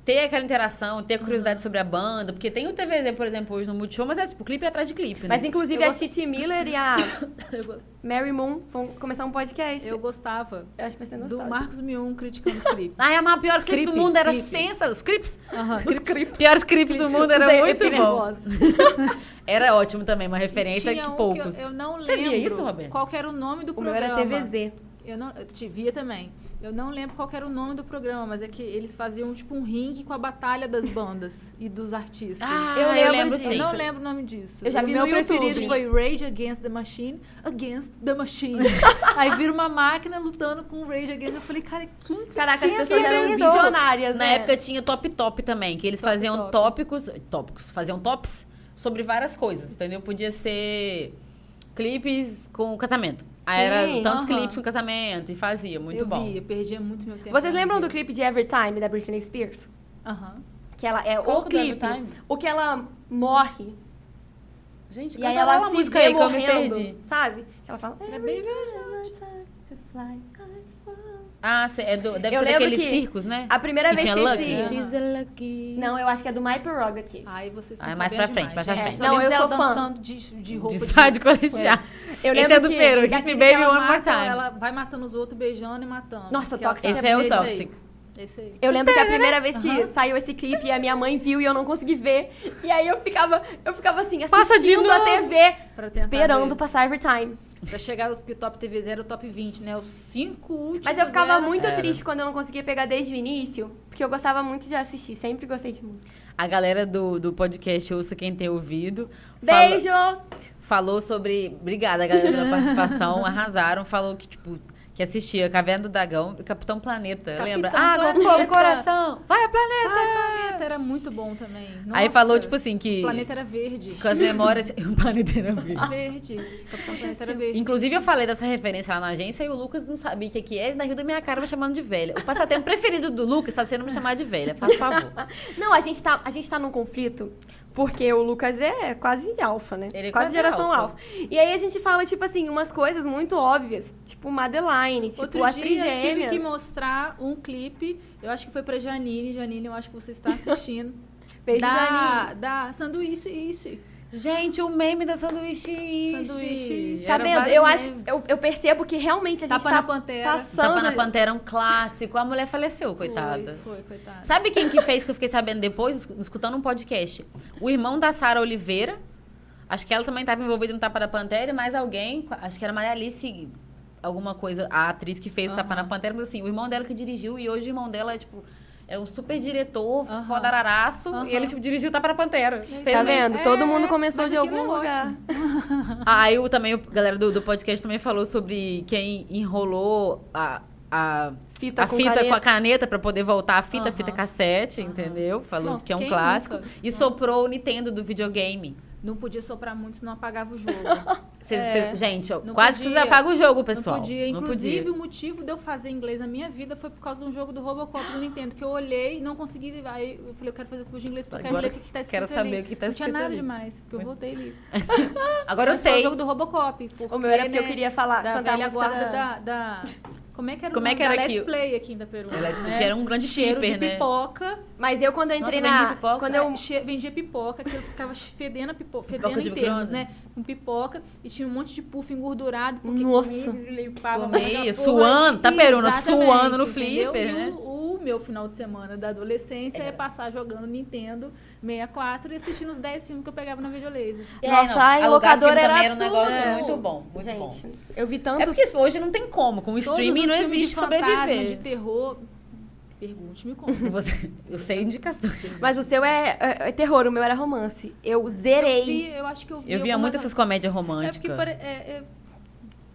Speaker 1: ter aquela interação, ter curiosidade sobre a banda. Porque tem o TVZ, por exemplo, hoje no Multishow, mas é tipo clipe atrás de clipe,
Speaker 2: Mas
Speaker 1: né?
Speaker 2: inclusive
Speaker 3: Eu
Speaker 2: a
Speaker 3: gosto-
Speaker 2: Titi Miller e a
Speaker 3: Eu, go-
Speaker 2: Mary Moon vão começar um podcast.
Speaker 3: eu
Speaker 2: Eu,
Speaker 3: gostava
Speaker 2: acho que vai ser
Speaker 3: do
Speaker 2: nostálgico.
Speaker 3: Marcos Mion criticando os clipes.
Speaker 1: Ai, Ah, é a pior clipe do
Speaker 3: Clipe,
Speaker 1: mundo era
Speaker 3: clipe.
Speaker 1: sensa. Os clipes?
Speaker 3: Aham.
Speaker 1: Os piores clipes do mundo
Speaker 2: Sei,
Speaker 1: era
Speaker 3: é
Speaker 2: eu
Speaker 1: muito
Speaker 2: fiquei
Speaker 1: bom. Era ótimo também, uma referência é
Speaker 3: Tinha
Speaker 1: que
Speaker 3: um eu-
Speaker 1: poucos.
Speaker 3: eu, não lembro
Speaker 1: Você via isso, Roberto?
Speaker 3: qual que era o nome do
Speaker 2: O meu
Speaker 3: programa.
Speaker 2: era TVZ.
Speaker 3: Eu não, eu te via também. Eu não lembro qual que era o nome do programa, mas é que eles faziam tipo um ringue com a batalha das bandas e dos artistas.
Speaker 1: Ah,
Speaker 2: Eu lembro disso.
Speaker 3: Eu não
Speaker 2: Sim.
Speaker 3: lembro o nome disso.
Speaker 2: Eu já
Speaker 3: o
Speaker 2: vi
Speaker 3: meu
Speaker 2: no
Speaker 3: preferido
Speaker 2: YouTube.
Speaker 3: foi Rage Against the Machine, Against the Machine. Aí vira uma máquina lutando com Rage Against. Eu falei, cara, quem que
Speaker 2: Caraca, as
Speaker 3: quem
Speaker 2: pessoas eram
Speaker 3: inventou?
Speaker 2: visionárias,
Speaker 1: Na
Speaker 2: né?
Speaker 1: época tinha Top Top também, que eles
Speaker 3: Top
Speaker 1: faziam
Speaker 3: Top.
Speaker 1: tópicos, tópicos, faziam tops sobre várias coisas, entendeu? Podia ser clipes com casamento. Aí
Speaker 2: Sim,
Speaker 1: era tantos
Speaker 3: aham.
Speaker 1: clipes com casamento e fazia, muito
Speaker 3: eu
Speaker 1: bom.
Speaker 3: vi, eu perdia muito meu tempo.
Speaker 2: Vocês lembram do clipe de Every Time da Britney Spears?
Speaker 3: Aham.
Speaker 2: Que ela é
Speaker 3: Qual
Speaker 2: o
Speaker 3: que é do
Speaker 2: clipe.
Speaker 3: Every Time?
Speaker 2: O que ela morre.
Speaker 1: Gente,
Speaker 2: e aí ela
Speaker 1: uma
Speaker 2: se
Speaker 1: música
Speaker 2: vê
Speaker 1: aí que eu me perdi.
Speaker 2: morrendo. Sabe? Ela fala.
Speaker 3: Era bem
Speaker 2: "Every time to fly, I fall."
Speaker 1: Ah, cê- é do, deve
Speaker 2: Eu
Speaker 1: ser
Speaker 2: lembro
Speaker 1: daqueles
Speaker 2: que
Speaker 1: circos, né?
Speaker 2: A primeira
Speaker 1: que
Speaker 2: vez
Speaker 1: tinha
Speaker 2: que
Speaker 1: Lucky.
Speaker 2: esse-
Speaker 3: She's
Speaker 2: Não, eu acho que é do My Prerogative.
Speaker 3: Aí vocês estão
Speaker 1: Ah, é mais
Speaker 3: sabendo
Speaker 1: pra frente, mais
Speaker 3: demais,
Speaker 1: pra
Speaker 3: gente.
Speaker 1: frente.
Speaker 3: Só
Speaker 2: Não,
Speaker 3: lembro
Speaker 2: eu sou
Speaker 3: dela
Speaker 2: fã.
Speaker 3: dançando de, de roupa
Speaker 1: de side colegiar.
Speaker 2: Eu
Speaker 1: Esse
Speaker 2: lembro
Speaker 1: é do
Speaker 2: que-
Speaker 1: primeiro, Hit Me
Speaker 3: Daquele que
Speaker 1: Baby
Speaker 3: ela
Speaker 1: One More
Speaker 3: mata,
Speaker 1: Time.
Speaker 3: Ela vai matando os outros, beijando e matando.
Speaker 2: Nossa,
Speaker 3: Que ela-
Speaker 2: tóxico
Speaker 1: Esse é o
Speaker 3: Esse aí.
Speaker 1: tóxico.
Speaker 3: Esse aí.
Speaker 2: Eu lembro que a primeira vez que saiu esse clipe, a minha mãe viu e eu não consegui ver. E aí eu ficava, eu ficava assim,
Speaker 1: Passa de
Speaker 2: assistindo a
Speaker 1: novo.
Speaker 2: TV,
Speaker 3: Pra tentar
Speaker 2: esperando
Speaker 3: ver.
Speaker 2: passar every time.
Speaker 3: Pra chegar, porque o top TV era o top 20, né? Os cinco últimos.
Speaker 2: Mas eu ficava
Speaker 3: era-
Speaker 2: muito
Speaker 1: Era.
Speaker 2: triste quando eu não conseguia pegar desde o início, porque eu gostava muito de assistir, sempre gostei de música.
Speaker 1: A galera do, do podcast Ouça Quem Tem Ouvido. fala-
Speaker 2: Beijo!
Speaker 1: falou sobre. Obrigada, galera, pela participação. Arrasaram. Falou que, tipo, que assistia Caverna do Dragão e Capitão Planeta.
Speaker 3: Capitão
Speaker 1: lembra?
Speaker 3: Planeta.
Speaker 1: Água, fogo, coração. Vai, é
Speaker 3: Ah,
Speaker 1: planeta!
Speaker 3: planeta era muito bom também.
Speaker 1: Aí
Speaker 3: Nossa,
Speaker 1: falou, tipo assim, que.
Speaker 3: O planeta era verde.
Speaker 1: Com as memórias. o planeta era verde.
Speaker 3: Verde. Capitão Planeta era verde.
Speaker 1: Inclusive, eu falei dessa referência lá na agência e o Lucas não sabia o que, que era. Ele na Rio da minha cara me chamando de velha. O passatempo preferido do Lucas tá sendo me chamar de velha, por favor.
Speaker 2: Não, a gente tá, a gente tá num conflito, porque o Lucas é quase alfa, né?
Speaker 1: Ele é
Speaker 2: quase,
Speaker 1: quase
Speaker 2: geração
Speaker 1: alfa.
Speaker 2: alfa. E aí a gente fala, tipo assim, umas coisas muito óbvias, tipo Madeline, tipo
Speaker 3: Outro
Speaker 2: as
Speaker 3: dia eu tive
Speaker 2: trigêmeas.
Speaker 3: que mostrar um clipe, eu acho que foi pra Janine. Janine, eu acho que você está assistindo.
Speaker 2: Beijo,
Speaker 3: da,
Speaker 2: Janine.
Speaker 3: Da sanduíche, isso.
Speaker 1: Gente, o meme da sanduíche.
Speaker 3: Sanduíche.
Speaker 2: Tá
Speaker 1: Eram
Speaker 2: vendo?
Speaker 1: vários
Speaker 2: Eu acho,
Speaker 1: memes.
Speaker 2: eu, eu percebo que realmente a gente
Speaker 3: Tapa
Speaker 2: tá
Speaker 3: na Pantera.
Speaker 2: passando.
Speaker 1: Tapa na Pantera é um clássico. A mulher faleceu, coitada.
Speaker 3: Foi, foi, coitada.
Speaker 1: Sabe quem que fez que eu fiquei sabendo depois, escutando um podcast? O irmão da Sara Oliveira. Acho que ela também estava envolvida no Tapa da Pantera, e mais alguém, acho que era Maria Alice, alguma coisa, a atriz que fez o Tapa na Pantera, mas assim, o irmão dela que dirigiu, e hoje o irmão dela é tipo. É um super diretor,
Speaker 3: Aham.
Speaker 1: foda araraço,
Speaker 3: Aham.
Speaker 1: e ele tipo, dirigiu o Tapa na Pantera. Fez
Speaker 2: Tá
Speaker 1: um-
Speaker 2: vendo? Todo mundo
Speaker 3: É,
Speaker 2: começou
Speaker 3: mas
Speaker 2: de
Speaker 3: aquilo
Speaker 2: algum
Speaker 3: é
Speaker 2: lugar.
Speaker 1: Ah, Aí o, também, o galera do, do podcast também falou sobre quem enrolou a, a
Speaker 2: Fita
Speaker 1: a
Speaker 2: com
Speaker 1: fita
Speaker 2: caneta.
Speaker 1: com a caneta pra poder voltar a fita, a
Speaker 3: Aham.
Speaker 1: fita cassete, entendeu? Falou
Speaker 3: Não,
Speaker 1: que é um
Speaker 3: quem
Speaker 1: clássico.
Speaker 3: nunca?
Speaker 1: E soprou o Nintendo do videogame.
Speaker 3: Não podia soprar muito, senão apagava o jogo.
Speaker 1: Cês-
Speaker 3: É.
Speaker 1: cês- gente, ó,
Speaker 3: Não
Speaker 1: quase que
Speaker 3: podia.
Speaker 1: vocês apagam o jogo, pessoal.
Speaker 3: Não podia.
Speaker 1: Não
Speaker 3: Inclusive,
Speaker 1: podia.
Speaker 3: o motivo de eu fazer inglês na minha vida foi por causa de um jogo do Robocop do Nintendo, que eu olhei e não consegui. Aí eu falei, eu quero fazer um curso de inglês porque eu quero
Speaker 1: Agora
Speaker 3: ler o que, que tá escrito
Speaker 1: quero saber
Speaker 3: ali.
Speaker 1: o que tá
Speaker 3: Não tinha
Speaker 1: escrito
Speaker 3: nada
Speaker 1: ali.
Speaker 3: demais, porque eu voltei ali.
Speaker 1: Agora eu
Speaker 3: Mas foi o
Speaker 1: sei.
Speaker 3: jogo do Robocop. Porque,
Speaker 2: O meu era porque
Speaker 3: né,
Speaker 2: eu queria falar,
Speaker 3: da
Speaker 2: cantar a
Speaker 3: velha
Speaker 2: música
Speaker 3: guarda
Speaker 2: da-
Speaker 3: da... da- Como é que era
Speaker 1: Como
Speaker 3: o
Speaker 1: é
Speaker 3: nome
Speaker 1: que era
Speaker 3: da
Speaker 1: aqui?
Speaker 3: Let's Play aqui em Itaperu?
Speaker 1: Ela disse que
Speaker 3: né?
Speaker 1: Era um grande
Speaker 3: Cheiro
Speaker 1: shipper,
Speaker 3: de
Speaker 1: né?
Speaker 3: pipoca.
Speaker 2: Mas eu, quando eu entrei
Speaker 1: Nossa,
Speaker 2: na.
Speaker 1: vendi pipoca? tipo-
Speaker 2: Quando
Speaker 3: É,
Speaker 2: eu.
Speaker 3: che- vendia pipoca, que eu ficava fedendo a pipoca, fedendo
Speaker 1: Pipoca de
Speaker 3: em
Speaker 1: micro-ondas?
Speaker 3: termos, né? Com pipoca, e tinha um monte de puff engordurado, porque
Speaker 2: Nossa.
Speaker 3: comia, limpava.
Speaker 1: Comia,
Speaker 3: mas era
Speaker 1: suando,
Speaker 3: porra,
Speaker 1: tá peruna,
Speaker 3: exatamente,
Speaker 1: suando no
Speaker 3: entendeu?
Speaker 1: flipper,
Speaker 3: E
Speaker 1: né?
Speaker 3: o, o meu final de semana da adolescência é, passar jogando Nintendo 64 e assistindo os 10 filmes que eu pegava na videolaser.
Speaker 1: É,
Speaker 4: Nossa,
Speaker 1: não,
Speaker 4: ai,
Speaker 1: alugar filme
Speaker 4: locadora era
Speaker 1: também um
Speaker 4: tudo.
Speaker 1: negócio
Speaker 3: É.
Speaker 1: muito bom, muito bom.
Speaker 2: Gente, eu vi tantos.
Speaker 1: É porque isso hoje não tem como, com o
Speaker 3: Todos
Speaker 1: streaming
Speaker 3: os
Speaker 1: não
Speaker 3: filmes de
Speaker 1: existe
Speaker 3: fantasma,
Speaker 1: sobreviver.
Speaker 3: de terror. Pergunte-me como.
Speaker 1: Você- eu sei a indicação.
Speaker 2: Mas o seu é, é- é terror, o meu era romance. Eu zerei.
Speaker 3: Vi, eu acho que eu vi.
Speaker 1: Eu via
Speaker 3: algumas-
Speaker 1: muito essas comédias
Speaker 3: É porque,
Speaker 1: românticas.
Speaker 3: por, é- é-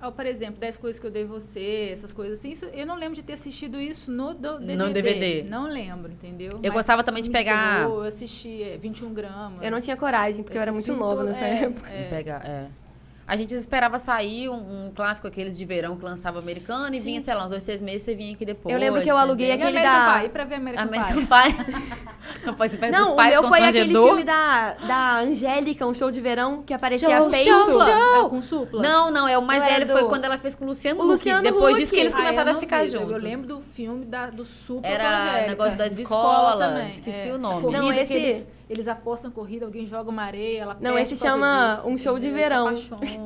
Speaker 3: ó, por exemplo, 10 coisas que eu dei você, essas coisas assim. Isso, eu não lembro de ter assistido isso no do- DVD.
Speaker 1: No DVD.
Speaker 3: Não lembro, entendeu?
Speaker 1: Eu gostava também de
Speaker 3: filme
Speaker 1: pegar-
Speaker 3: terror, Eu assisti é, 21 gramas.
Speaker 2: Eu não tinha coragem, porque eu era
Speaker 3: Esses
Speaker 2: muito
Speaker 3: filmes
Speaker 2: nova
Speaker 3: todo-
Speaker 2: nessa
Speaker 3: é,
Speaker 2: época.
Speaker 3: é.
Speaker 1: Pegar, é. A gente esperava sair um, um clássico, aqueles de verão que lançava americano, e vinha, sei lá, uns dois, três meses, você vinha aqui depois. né? Ah,
Speaker 2: Eu lembro que eu aluguei
Speaker 1: entendeu?
Speaker 3: E
Speaker 2: aquele
Speaker 3: American
Speaker 2: da-
Speaker 3: Pie, pra ver American,
Speaker 1: American
Speaker 3: Pie.
Speaker 1: Pie. Não pode ser
Speaker 2: Não,
Speaker 1: É dos
Speaker 2: o
Speaker 1: pais
Speaker 2: meu foi aquele
Speaker 1: constrangedor.
Speaker 2: filme da, da Angélica, um show de verão, que aparecia
Speaker 1: Show,
Speaker 2: peito.
Speaker 1: show, show.
Speaker 3: Supla. É com supla.
Speaker 1: Não, não, é o mais
Speaker 2: Não é
Speaker 1: velho
Speaker 2: do-
Speaker 1: foi quando ela fez com o Luciano
Speaker 2: O
Speaker 1: Huck.
Speaker 2: Luciano
Speaker 1: Depois
Speaker 2: Huck.
Speaker 1: disso que eles
Speaker 3: Ah, eu
Speaker 1: começaram a
Speaker 3: não
Speaker 1: ficar
Speaker 3: vi,
Speaker 1: juntos.
Speaker 3: Eu lembro do filme da, do Supla
Speaker 1: Era
Speaker 3: com a Angélica,
Speaker 1: negócio da
Speaker 3: de
Speaker 1: escola,
Speaker 3: também,
Speaker 1: esqueci
Speaker 3: é.
Speaker 1: o nome.
Speaker 3: Corrida,
Speaker 2: Não,
Speaker 3: que
Speaker 2: esse-
Speaker 3: Eles, eles apostam corrida, alguém joga uma areia, ela
Speaker 2: Não,
Speaker 3: perde
Speaker 2: esse
Speaker 3: por causa
Speaker 2: chama
Speaker 3: disso,
Speaker 2: Um Show de
Speaker 3: entendeu? Eles se
Speaker 2: Verão.
Speaker 3: apaixonam.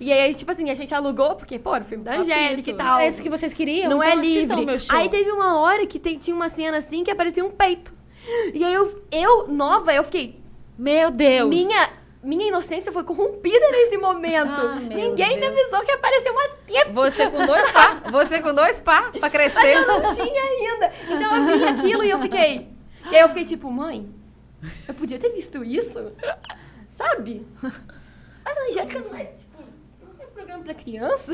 Speaker 2: E aí, tipo assim, a gente alugou, porque, pô, era o filme da
Speaker 3: Apito.
Speaker 2: Angélica e tal.
Speaker 1: É isso que vocês queriam?
Speaker 2: não
Speaker 1: Então
Speaker 2: é
Speaker 1: assistam
Speaker 2: livre.
Speaker 1: o meu show.
Speaker 2: Aí teve uma hora que tem- tinha uma cena assim que aparecia um peito. E aí eu, eu nova, eu fiquei.
Speaker 1: Meu Deus.
Speaker 2: Minha, minha inocência foi corrompida nesse momento.
Speaker 1: Ah, meu
Speaker 2: Ninguém me
Speaker 1: Deus.
Speaker 2: avisou que apareceu uma teta.
Speaker 1: Você com dois pá. Você com dois pá pra crescer.
Speaker 2: Eu não tinha ainda. Então eu vi aquilo e eu fiquei. E aí eu fiquei tipo, mãe, eu podia ter visto isso? Sabe? Mas a Angélica não é, tipo, não faz programa pra criança.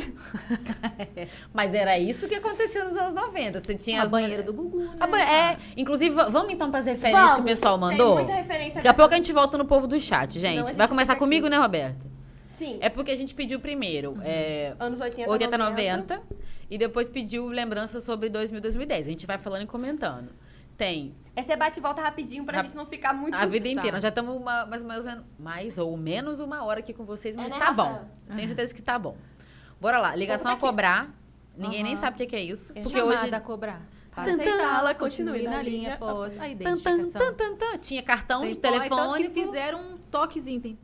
Speaker 1: Mas era isso que acontecia nos anos 90. Você tinha
Speaker 3: A
Speaker 1: as
Speaker 3: banheira do Gugu, né?
Speaker 1: A ba- É, inclusive, va- vamos então para as referências que o
Speaker 2: Vamos.
Speaker 1: pessoal
Speaker 2: Tem
Speaker 1: mandou?
Speaker 2: muita referência
Speaker 1: Daqui a
Speaker 2: dessa.
Speaker 1: pouco a gente volta no povo do chat, gente.
Speaker 2: Senão a gente
Speaker 1: Vai começar
Speaker 2: fica
Speaker 1: comigo,
Speaker 2: aqui.
Speaker 1: né, Roberta?
Speaker 2: Sim.
Speaker 1: É porque a gente pediu primeiro é,
Speaker 2: Anos 80,
Speaker 1: 80, 90 e depois pediu lembranças sobre 2000, 2010. A gente vai falando e comentando. Tem
Speaker 2: Essa é bate e volta rapidinho pra
Speaker 1: Rap-
Speaker 2: gente não ficar muito.
Speaker 1: a vida inteira.
Speaker 3: tá.
Speaker 1: Nós já estamos uma- mais, ou menos- mais ou menos uma hora aqui com vocês, mas
Speaker 2: É, né,
Speaker 1: tá bom.
Speaker 2: Rafa?
Speaker 1: Tenho certeza que tá bom. Bora lá. Ligação
Speaker 2: tá
Speaker 1: a cobrar. Ninguém nem
Speaker 3: Aham.
Speaker 1: sabe o que que é isso. Porque
Speaker 3: Chamada
Speaker 1: hoje
Speaker 3: a cobrar.
Speaker 2: Para aceitá-la, continue na linha
Speaker 3: após
Speaker 1: Tan,
Speaker 3: a
Speaker 1: tan,
Speaker 3: identificação.
Speaker 1: tan, tan, tan. Tinha cartão
Speaker 3: Tem
Speaker 1: de
Speaker 3: po- aí, tanto
Speaker 1: telefone.
Speaker 3: que fizeram um toquezinho. Tem...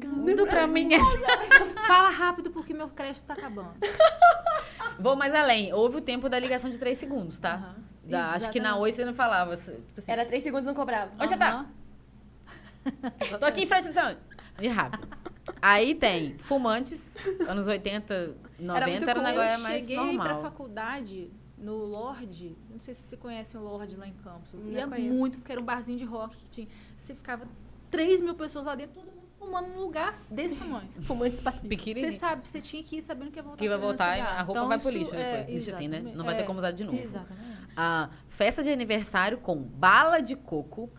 Speaker 1: Tudo pra mim. é-
Speaker 3: Fala rápido porque meu crédito tá acabando.
Speaker 1: Vou mais além. Houve o tempo da ligação de 3 segundos, tá?
Speaker 3: Aham.
Speaker 1: Da- acho que na
Speaker 3: Exatamente.
Speaker 1: Oi você não falava. você- Tipo assim,
Speaker 2: Era três segundos não cobrava.
Speaker 1: Onde você tá? Tô aqui em frente do salão. E rápido. Aí tem fumantes, anos 80, 90,
Speaker 2: muito
Speaker 1: era, um
Speaker 2: comum.
Speaker 1: negócio
Speaker 3: eu
Speaker 1: mais
Speaker 3: cheguei pra assim,
Speaker 1: normal.
Speaker 3: faculdade no Lorde, não sei se você conhece o Lorde lá em Campos. Eu
Speaker 2: Não
Speaker 3: ia
Speaker 2: conheço.
Speaker 3: muito, porque era um barzinho de rock que tinha. Você ficava 3 mil pessoas lá dentro, todo mundo fumando num lugar desse tamanho.
Speaker 2: Fumantes passivos.
Speaker 1: Pequenininho.
Speaker 3: Você sabe, você tinha que ir sabendo que ia voltar.
Speaker 1: Que vai
Speaker 3: fedendo
Speaker 1: voltar,
Speaker 3: cigarro.
Speaker 1: a roupa vai pro
Speaker 3: Então, isso é,
Speaker 1: lixo depois, deixa assim, né?
Speaker 3: exatamente. é.
Speaker 1: Não vai ter como usar de novo.
Speaker 3: Exatamente.
Speaker 1: Ah, festa de aniversário com bala de coco,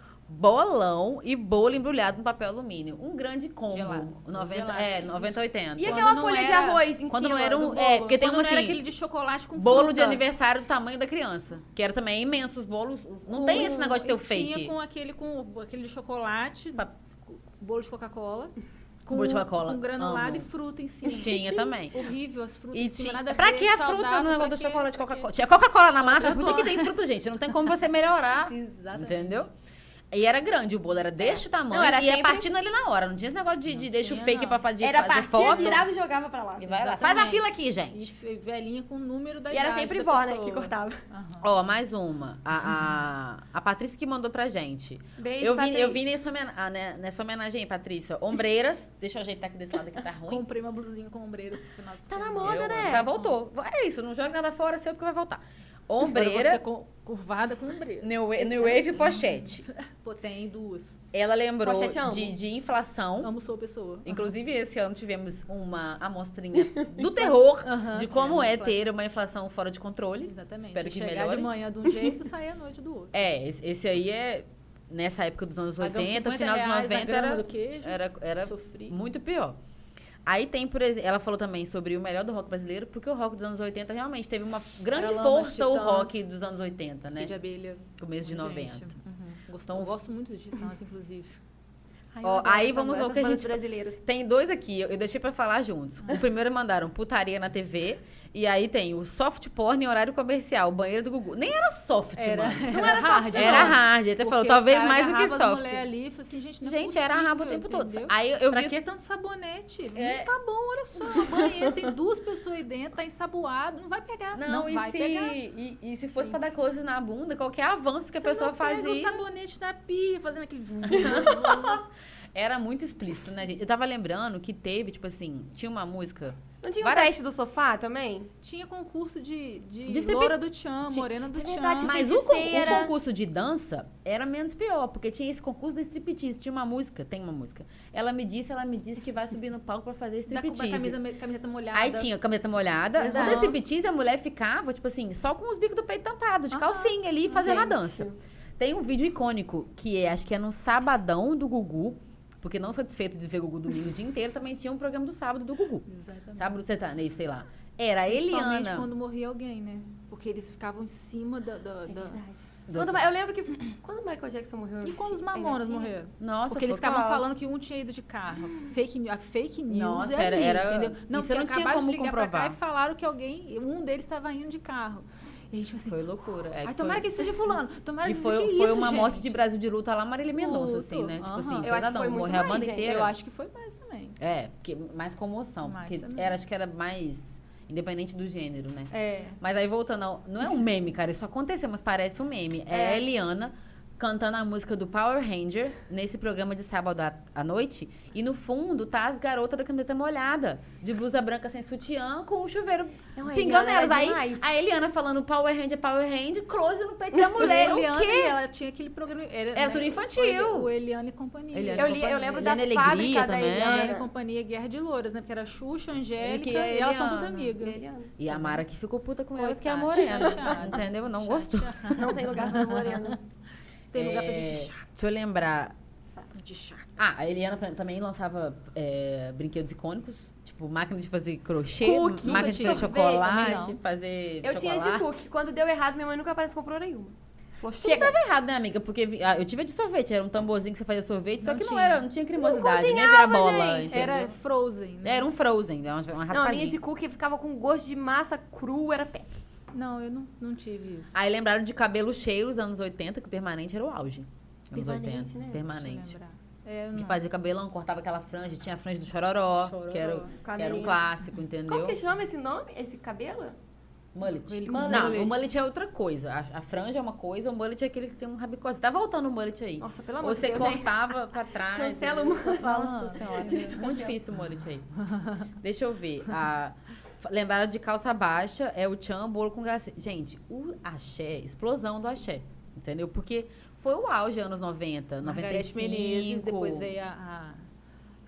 Speaker 1: bolão e bolo embrulhado no papel alumínio. Um grande combo.
Speaker 3: Gelado.
Speaker 1: 90,
Speaker 3: Gelado.
Speaker 1: é, 90, 80.
Speaker 2: E
Speaker 3: Quando
Speaker 2: aquela
Speaker 3: não
Speaker 2: folha de
Speaker 3: era-
Speaker 2: arroz em
Speaker 1: quando não
Speaker 2: cima
Speaker 1: era
Speaker 2: do
Speaker 1: um-
Speaker 2: bolo?
Speaker 1: é, porque tem
Speaker 3: Quando
Speaker 1: um,
Speaker 3: não era
Speaker 1: assim,
Speaker 3: aquele de chocolate com
Speaker 1: Bolo de
Speaker 3: fruta.
Speaker 1: aniversário do tamanho da criança. Que era também imenso os bolos. os- Não
Speaker 3: Com-
Speaker 1: tem esse negócio de ter o
Speaker 3: eu Tinha
Speaker 1: fake.
Speaker 3: com aquele, com o- aquele de chocolate,
Speaker 1: Pa-
Speaker 3: com bolo de Coca-Cola.
Speaker 1: bolo de Coca-Cola,
Speaker 3: Com granulado
Speaker 1: amo.
Speaker 3: e fruta em cima.
Speaker 1: Tinha também.
Speaker 3: Horrível as frutas.
Speaker 1: E
Speaker 3: em cima,
Speaker 1: tinha...
Speaker 3: nada
Speaker 1: Pra
Speaker 3: ver,
Speaker 1: que a
Speaker 3: saudável,
Speaker 1: fruta é no
Speaker 3: pra
Speaker 1: negócio do
Speaker 3: quê?
Speaker 1: chocolate
Speaker 3: Pra quê?
Speaker 1: Coca-Cola? Tinha Coca-Cola na massa, por que que tem fruta, gente? Não tem como você melhorar.
Speaker 3: Exatamente.
Speaker 1: Entendeu? E era grande, o bolo era deste tamanho
Speaker 2: Não, era
Speaker 1: e ia
Speaker 2: sempre-
Speaker 1: partindo ali na hora. Não tinha esse negócio de, de deixa o
Speaker 3: tinha,
Speaker 1: fake
Speaker 3: não.
Speaker 1: pra fazer,
Speaker 2: Era
Speaker 1: fazer
Speaker 2: partia,
Speaker 1: foto.
Speaker 2: virava e jogava pra lá.
Speaker 1: E
Speaker 2: E
Speaker 1: vai lá. Faz a
Speaker 3: Exatamente.
Speaker 1: fila aqui,
Speaker 3: E
Speaker 1: gente.
Speaker 3: fe- velhinha com o número da idade
Speaker 2: era sempre
Speaker 3: da
Speaker 2: vó, né,
Speaker 3: pessoa.
Speaker 2: que cortava.
Speaker 3: Aham.
Speaker 1: Ó, mais uma. A, a, a Patrícia que mandou pra gente.
Speaker 2: Beijo,
Speaker 1: eu, vi, eu
Speaker 2: Patrícia.
Speaker 1: vi nessa homena- ah, né, nessa homenagem aí, Patrícia. Ombreiras. Deixa eu ajeitar aqui desse lado que tá ruim.
Speaker 3: Comprei uma blusinha com ombreira esse final de
Speaker 2: Tá na
Speaker 3: semana.
Speaker 2: moda,
Speaker 1: Eu-
Speaker 2: né?
Speaker 1: Já voltou. É isso, não joga nada fora, seu porque vai voltar.
Speaker 3: Agora Você
Speaker 1: Ombreira,
Speaker 3: co- curvada com ombreira.
Speaker 1: new, wa- new Wave e Pochete.
Speaker 3: Pô, tem duas.
Speaker 1: Ela lembrou
Speaker 2: Pochete amo.
Speaker 1: de, de inflação.
Speaker 3: Amo sou pessoa.
Speaker 1: Inclusive, esse ano tivemos uma amostrinha do terror
Speaker 3: Aham.
Speaker 1: de como é
Speaker 3: Inflação.
Speaker 1: ter uma inflação fora de controle.
Speaker 3: Exatamente.
Speaker 1: Espero que
Speaker 3: Chegar de
Speaker 1: melhore.
Speaker 3: manhã de um jeito e sair à noite do outro.
Speaker 1: É, esse esse aí é nessa época dos anos
Speaker 3: Pagamos
Speaker 1: 80,
Speaker 3: 50
Speaker 1: final dos
Speaker 3: reais a
Speaker 1: 90
Speaker 3: grama
Speaker 1: era
Speaker 3: do queijo.
Speaker 1: era, era
Speaker 3: Sofri.
Speaker 1: muito pior. Aí tem, por exemplo, ela falou também sobre o melhor do rock brasileiro, porque o rock dos anos 80 realmente teve uma grande
Speaker 3: Paralamas,
Speaker 1: força o
Speaker 3: Titãs.
Speaker 1: rock dos anos 80,
Speaker 3: Fiquei
Speaker 1: né?
Speaker 3: de abelha.
Speaker 1: Começo de
Speaker 3: Gente,
Speaker 1: 90.
Speaker 3: uhum. Gosto,
Speaker 1: Então-
Speaker 3: eu gosto muito de titãs, inclusive.
Speaker 2: Ai,
Speaker 1: Ó,
Speaker 2: eu adoro
Speaker 1: aí
Speaker 2: essas
Speaker 1: vamos ao
Speaker 2: bandas,
Speaker 1: que a
Speaker 2: essas
Speaker 1: gente-
Speaker 2: bandas brasileiras.
Speaker 1: Tem dois aqui, eu eu deixei pra falar juntos. O primeiro mandaram putaria na TV E aí tem o soft porn em horário comercial, banheiro do Gugu. Nem era soft,
Speaker 3: Era,
Speaker 1: mano.
Speaker 3: era hard.
Speaker 1: Era
Speaker 3: não.
Speaker 1: hard. Ele até
Speaker 3: Porque
Speaker 1: falou,
Speaker 3: os
Speaker 1: talvez
Speaker 3: caras
Speaker 1: mais do que
Speaker 3: agarravam as
Speaker 1: soft.
Speaker 3: mulher ali e falou assim, gente, não é
Speaker 1: Gente, era
Speaker 3: possível,
Speaker 1: rabo o tempo todo.
Speaker 3: entendeu?
Speaker 1: Aí eu, eu
Speaker 3: pra
Speaker 1: vi.
Speaker 3: que tanto sabonete?
Speaker 1: É.
Speaker 3: Não tá bom, olha só. A banheira tem duas pessoas aí dentro, tá ensaboado, não vai pegar.
Speaker 1: Não,
Speaker 3: Não,
Speaker 1: e,
Speaker 3: vai
Speaker 1: se,
Speaker 3: pegar.
Speaker 1: e, e se fosse pra
Speaker 3: Gente.
Speaker 1: dar close na bunda, qualquer avanço que a
Speaker 3: Você
Speaker 1: pessoa
Speaker 3: não pega
Speaker 1: fazia.
Speaker 3: o sabonete na pia, fazendo aquele...
Speaker 1: Era muito explícito, né, gente? Eu tava lembrando que teve, tipo assim, tinha uma música.
Speaker 2: Não tinha um
Speaker 1: Várias-
Speaker 2: teste do sofá também?
Speaker 3: Tinha concurso de, de,
Speaker 1: De strip-
Speaker 3: loura do tchan,
Speaker 1: de-
Speaker 3: morena do
Speaker 2: É
Speaker 3: tchan.
Speaker 2: verdade,
Speaker 1: Mas
Speaker 3: Mas
Speaker 1: o, con- o
Speaker 2: feiticeira.
Speaker 1: concurso de dança era menos pior, porque tinha esse concurso da striptease. Tinha uma música, tem uma música. Ela me disse, ela me disse que vai subir no palco pra fazer
Speaker 3: da, da
Speaker 1: striptease.
Speaker 3: camisa, camiseta molhada.
Speaker 1: Aí tinha camiseta molhada. No
Speaker 2: Verdade.
Speaker 1: desse striptease, a mulher ficava, tipo assim, só com os bicos do peito tampado, de
Speaker 3: Aham.
Speaker 1: calcinha ali, fazendo a dança.
Speaker 2: Gente. é
Speaker 1: Tem um vídeo icônico, que é, acho que é num sabadão do Gugu, porque não satisfeito de ver Gugu domingo o dia inteiro, também tinha um programa do sábado do Gugu.
Speaker 3: Exatamente.
Speaker 1: Sábado sertanejo, sei lá. Era a
Speaker 3: Principalmente
Speaker 1: Eliana.
Speaker 3: quando morria alguém, né? Porque eles ficavam em cima da... da-
Speaker 2: É
Speaker 3: da-
Speaker 2: verdade.
Speaker 1: Do-
Speaker 2: Quando, eu lembro que. Quando o Michael Jackson morreu?
Speaker 3: E
Speaker 1: É
Speaker 3: quando os
Speaker 2: ainda
Speaker 3: mamonas
Speaker 2: tinha?
Speaker 3: morreram?
Speaker 1: Nossa,
Speaker 3: Porque eles
Speaker 1: foi
Speaker 3: ficavam
Speaker 1: caos.
Speaker 3: falando que um tinha ido de carro. Fake, ne- a fake news
Speaker 1: Nossa,
Speaker 3: é
Speaker 1: era-
Speaker 3: ali,
Speaker 1: era-
Speaker 3: entendeu? Não,
Speaker 1: isso eu
Speaker 3: porque
Speaker 1: não tinha
Speaker 3: acabaram
Speaker 1: como
Speaker 3: de ligar pra cá
Speaker 1: comprovar.
Speaker 3: e falaram que alguém, um deles estava indo de carro. E a gente falou assim,
Speaker 1: Foi loucura. É,
Speaker 3: ai,
Speaker 1: que
Speaker 3: tomara
Speaker 1: foi-
Speaker 3: que isso seja fulano, tomara
Speaker 1: E
Speaker 3: que
Speaker 1: foi,
Speaker 3: que
Speaker 1: foi
Speaker 3: isso,
Speaker 1: uma
Speaker 3: gente?
Speaker 1: morte de Brasil de luta lá, Marília Mendonça,
Speaker 3: Luto,
Speaker 1: assim, né? Tipo
Speaker 3: aham.
Speaker 1: assim,
Speaker 3: Eu acho que
Speaker 1: pesadão,
Speaker 2: foi muito
Speaker 1: morreu a
Speaker 2: mais,
Speaker 1: banda
Speaker 2: gente.
Speaker 1: inteira.
Speaker 3: Eu acho que foi mais também.
Speaker 1: É, porque mais comoção.
Speaker 3: Mais
Speaker 1: porque
Speaker 3: também.
Speaker 1: era, acho que era mais independente do gênero, né?
Speaker 3: É.
Speaker 1: Mas aí voltando ao. Não é um meme, cara, isso aconteceu, mas parece um meme. É, a Eliana cantando a música do Power Ranger nesse programa de sábado à, à noite. E no fundo tá as garotas da camiseta molhada, de blusa branca sem sutiã, com o chuveiro
Speaker 2: Não, a
Speaker 1: pingando
Speaker 2: Eliana
Speaker 1: elas.
Speaker 2: era
Speaker 1: Aí
Speaker 2: demais.
Speaker 1: a Eliana falando Power Ranger, Power Ranger, close no peito da mulher.
Speaker 3: Eliane,
Speaker 1: o quê?
Speaker 3: ela tinha aquele programa... Era, né,
Speaker 1: Era tudo infantil.
Speaker 3: O, Eli- o Eliane e Companhia.
Speaker 1: Eliane
Speaker 2: Eu,
Speaker 1: e
Speaker 2: li, eu lembro da né?
Speaker 1: Eliana Alegria
Speaker 2: fábrica da
Speaker 1: também.
Speaker 3: Eliane e
Speaker 2: Eliana.
Speaker 3: Companhia, Guerra de Louras, né? Porque era Xuxa,
Speaker 1: Ele
Speaker 3: Angélica, e
Speaker 1: que é
Speaker 3: elas são tudo
Speaker 1: Eliana.
Speaker 3: amigas.
Speaker 2: Eliana.
Speaker 1: E a Mara que ficou puta com ela,
Speaker 3: Coitada,
Speaker 1: que é a morena.
Speaker 3: chateada.
Speaker 1: Entendeu? Não
Speaker 3: Chateada.
Speaker 1: gostou.
Speaker 2: Não tem lugar pra morenas.
Speaker 3: Tem lugar pra
Speaker 1: É,
Speaker 3: gente chata,
Speaker 1: Deixa eu lembrar.
Speaker 3: de chata.
Speaker 1: Ah, a Eliana pra- também lançava é, brinquedos icônicos. Tipo, máquina de fazer crochê,
Speaker 2: Cookie,
Speaker 1: máquina de
Speaker 3: sorvete,
Speaker 1: fazer chocolate,
Speaker 3: não.
Speaker 1: fazer
Speaker 2: Eu tinha de
Speaker 1: chocolate.
Speaker 2: cookie. Quando deu errado, minha mãe nunca mais comprou nenhuma. Falou,
Speaker 1: Tudo
Speaker 2: chega.
Speaker 1: dava errado, né, amiga? Porque vi- ah, eu tive a de sorvete, era um tamborzinho que você fazia sorvete, só
Speaker 3: Não
Speaker 1: que não
Speaker 3: tinha.
Speaker 1: era, não tinha cremosidade, nem virar
Speaker 2: cozinhava,
Speaker 1: bola.
Speaker 2: gente.
Speaker 1: entendeu?
Speaker 3: Era Frozen, né?
Speaker 1: Era um frozen, era uma, uma
Speaker 2: Não, a minha
Speaker 1: raspadinha.
Speaker 2: de cookie ficava com gosto de massa cru, era péssimo.
Speaker 1: um
Speaker 3: Não, eu não, não tive isso.
Speaker 1: Aí lembraram de cabelo cheio dos anos 80, que o permanente era o auge. Anos
Speaker 2: Permanente,
Speaker 1: 80.
Speaker 2: né?
Speaker 1: Permanente.
Speaker 3: Deixa eu lembrar. É, eu
Speaker 1: Que
Speaker 3: não.
Speaker 1: fazia o cabelão, cortava aquela franja, tinha a franja do chororó,
Speaker 3: Chororó.
Speaker 1: que era, o- que era um
Speaker 2: Cabelinho.
Speaker 1: clássico, entendeu?
Speaker 2: Como que chama esse nome? Esse cabelo?
Speaker 1: Mullet.
Speaker 3: Ele com
Speaker 1: Não,
Speaker 3: mullet.
Speaker 1: o mullet é outra coisa. A, a franja é uma coisa, o mullet é aquele que tem um rabicosa. Tá voltando o mullet aí.
Speaker 2: Nossa,
Speaker 1: Ou
Speaker 2: pelo amor de
Speaker 1: você
Speaker 2: Deus. gente.
Speaker 1: cortava pra trás.
Speaker 2: Cancela
Speaker 1: e-
Speaker 2: o mano.
Speaker 1: Nossa
Speaker 3: Ah,
Speaker 1: senhora.
Speaker 2: direito
Speaker 1: Muito difícil o mullet aí. Deixa eu ver. A- f- Lembraram de calça baixa, é o tchan, bolo com gás. Gente, o axé, explosão do axé. Entendeu? Porque foi o auge anos 90,
Speaker 3: Margareth
Speaker 1: 95.
Speaker 3: Menezes, depois veio a... a...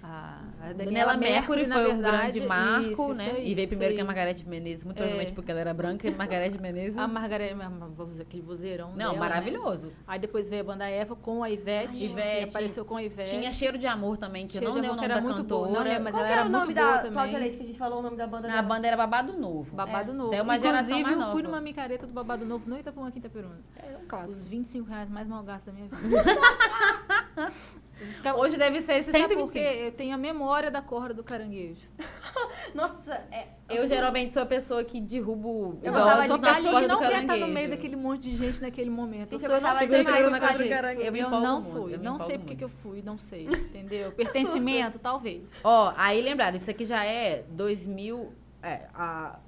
Speaker 3: a- a
Speaker 1: Daniela Mercury
Speaker 3: na
Speaker 1: foi um
Speaker 3: verdade.
Speaker 1: grande marco,
Speaker 3: Isso,
Speaker 1: né?
Speaker 3: isso aí,
Speaker 1: e veio
Speaker 3: isso
Speaker 1: primeiro
Speaker 3: aí.
Speaker 1: que a Margareth Menezes, muito
Speaker 3: É.
Speaker 1: provavelmente porque ela era branca, e Margareth Menezes.
Speaker 3: A Margareth, vamos dizer, aquele vozeirão
Speaker 1: Não,
Speaker 3: dela, né?
Speaker 1: maravilhoso.
Speaker 3: Aí depois veio a banda Eva com a Ivete. que
Speaker 1: Ivete.
Speaker 3: Apareceu com a Ivete.
Speaker 1: Tinha Cheiro de Amor também, que
Speaker 3: É. Cheiro
Speaker 1: eu não
Speaker 3: de
Speaker 1: dei o
Speaker 3: Amor,
Speaker 1: nome
Speaker 3: que
Speaker 1: da
Speaker 3: era muito boa, não
Speaker 1: cantora.
Speaker 3: lembro, mas
Speaker 2: Qual
Speaker 3: ela
Speaker 2: que era
Speaker 3: era
Speaker 2: o
Speaker 3: muito
Speaker 2: nome
Speaker 3: boa
Speaker 2: da
Speaker 3: também.
Speaker 2: Cláudia Leite que a gente falou o nome da banda?
Speaker 1: Na
Speaker 2: dela?
Speaker 1: banda era Babado Novo.
Speaker 3: Babado
Speaker 2: É.
Speaker 3: Novo.
Speaker 1: Tem uma geração
Speaker 3: Inclusive,
Speaker 1: mais
Speaker 3: eu fui
Speaker 1: nova.
Speaker 3: numa micareta do Babado Novo no Itapuã, Quinta Peruna.
Speaker 1: É um
Speaker 3: Os 25 reais mais mal gastos da minha vida. Eu ficava-
Speaker 1: Hoje deve ser
Speaker 3: Você sabe por quê?
Speaker 1: 125.
Speaker 3: Eu tenho a memória da corda do caranguejo.
Speaker 2: Nossa, é.
Speaker 1: Eu geralmente sou a pessoa que derrubo
Speaker 2: Eu
Speaker 1: igual
Speaker 2: gostava
Speaker 1: eu sou
Speaker 2: de
Speaker 1: na
Speaker 2: galinha,
Speaker 1: corda
Speaker 3: não
Speaker 1: do
Speaker 3: quer estar no
Speaker 1: caranguejo.
Speaker 3: meio daquele monte de gente naquele momento.
Speaker 2: Gente, eu
Speaker 3: eu sou eu não
Speaker 2: gostava
Speaker 3: sei
Speaker 2: de
Speaker 3: o que
Speaker 2: demais
Speaker 3: eu
Speaker 2: do
Speaker 3: fazer.
Speaker 1: caranguejo. Eu me
Speaker 3: Eu
Speaker 1: empolgo
Speaker 3: não
Speaker 1: muito,
Speaker 3: fui.
Speaker 1: eu me
Speaker 3: não sei
Speaker 1: empolgo
Speaker 3: porque
Speaker 1: muito.
Speaker 3: que eu fui, não sei. Entendeu? Pertencimento, talvez.
Speaker 1: Ó, aí lembraram, isso aqui já é 2000, é, a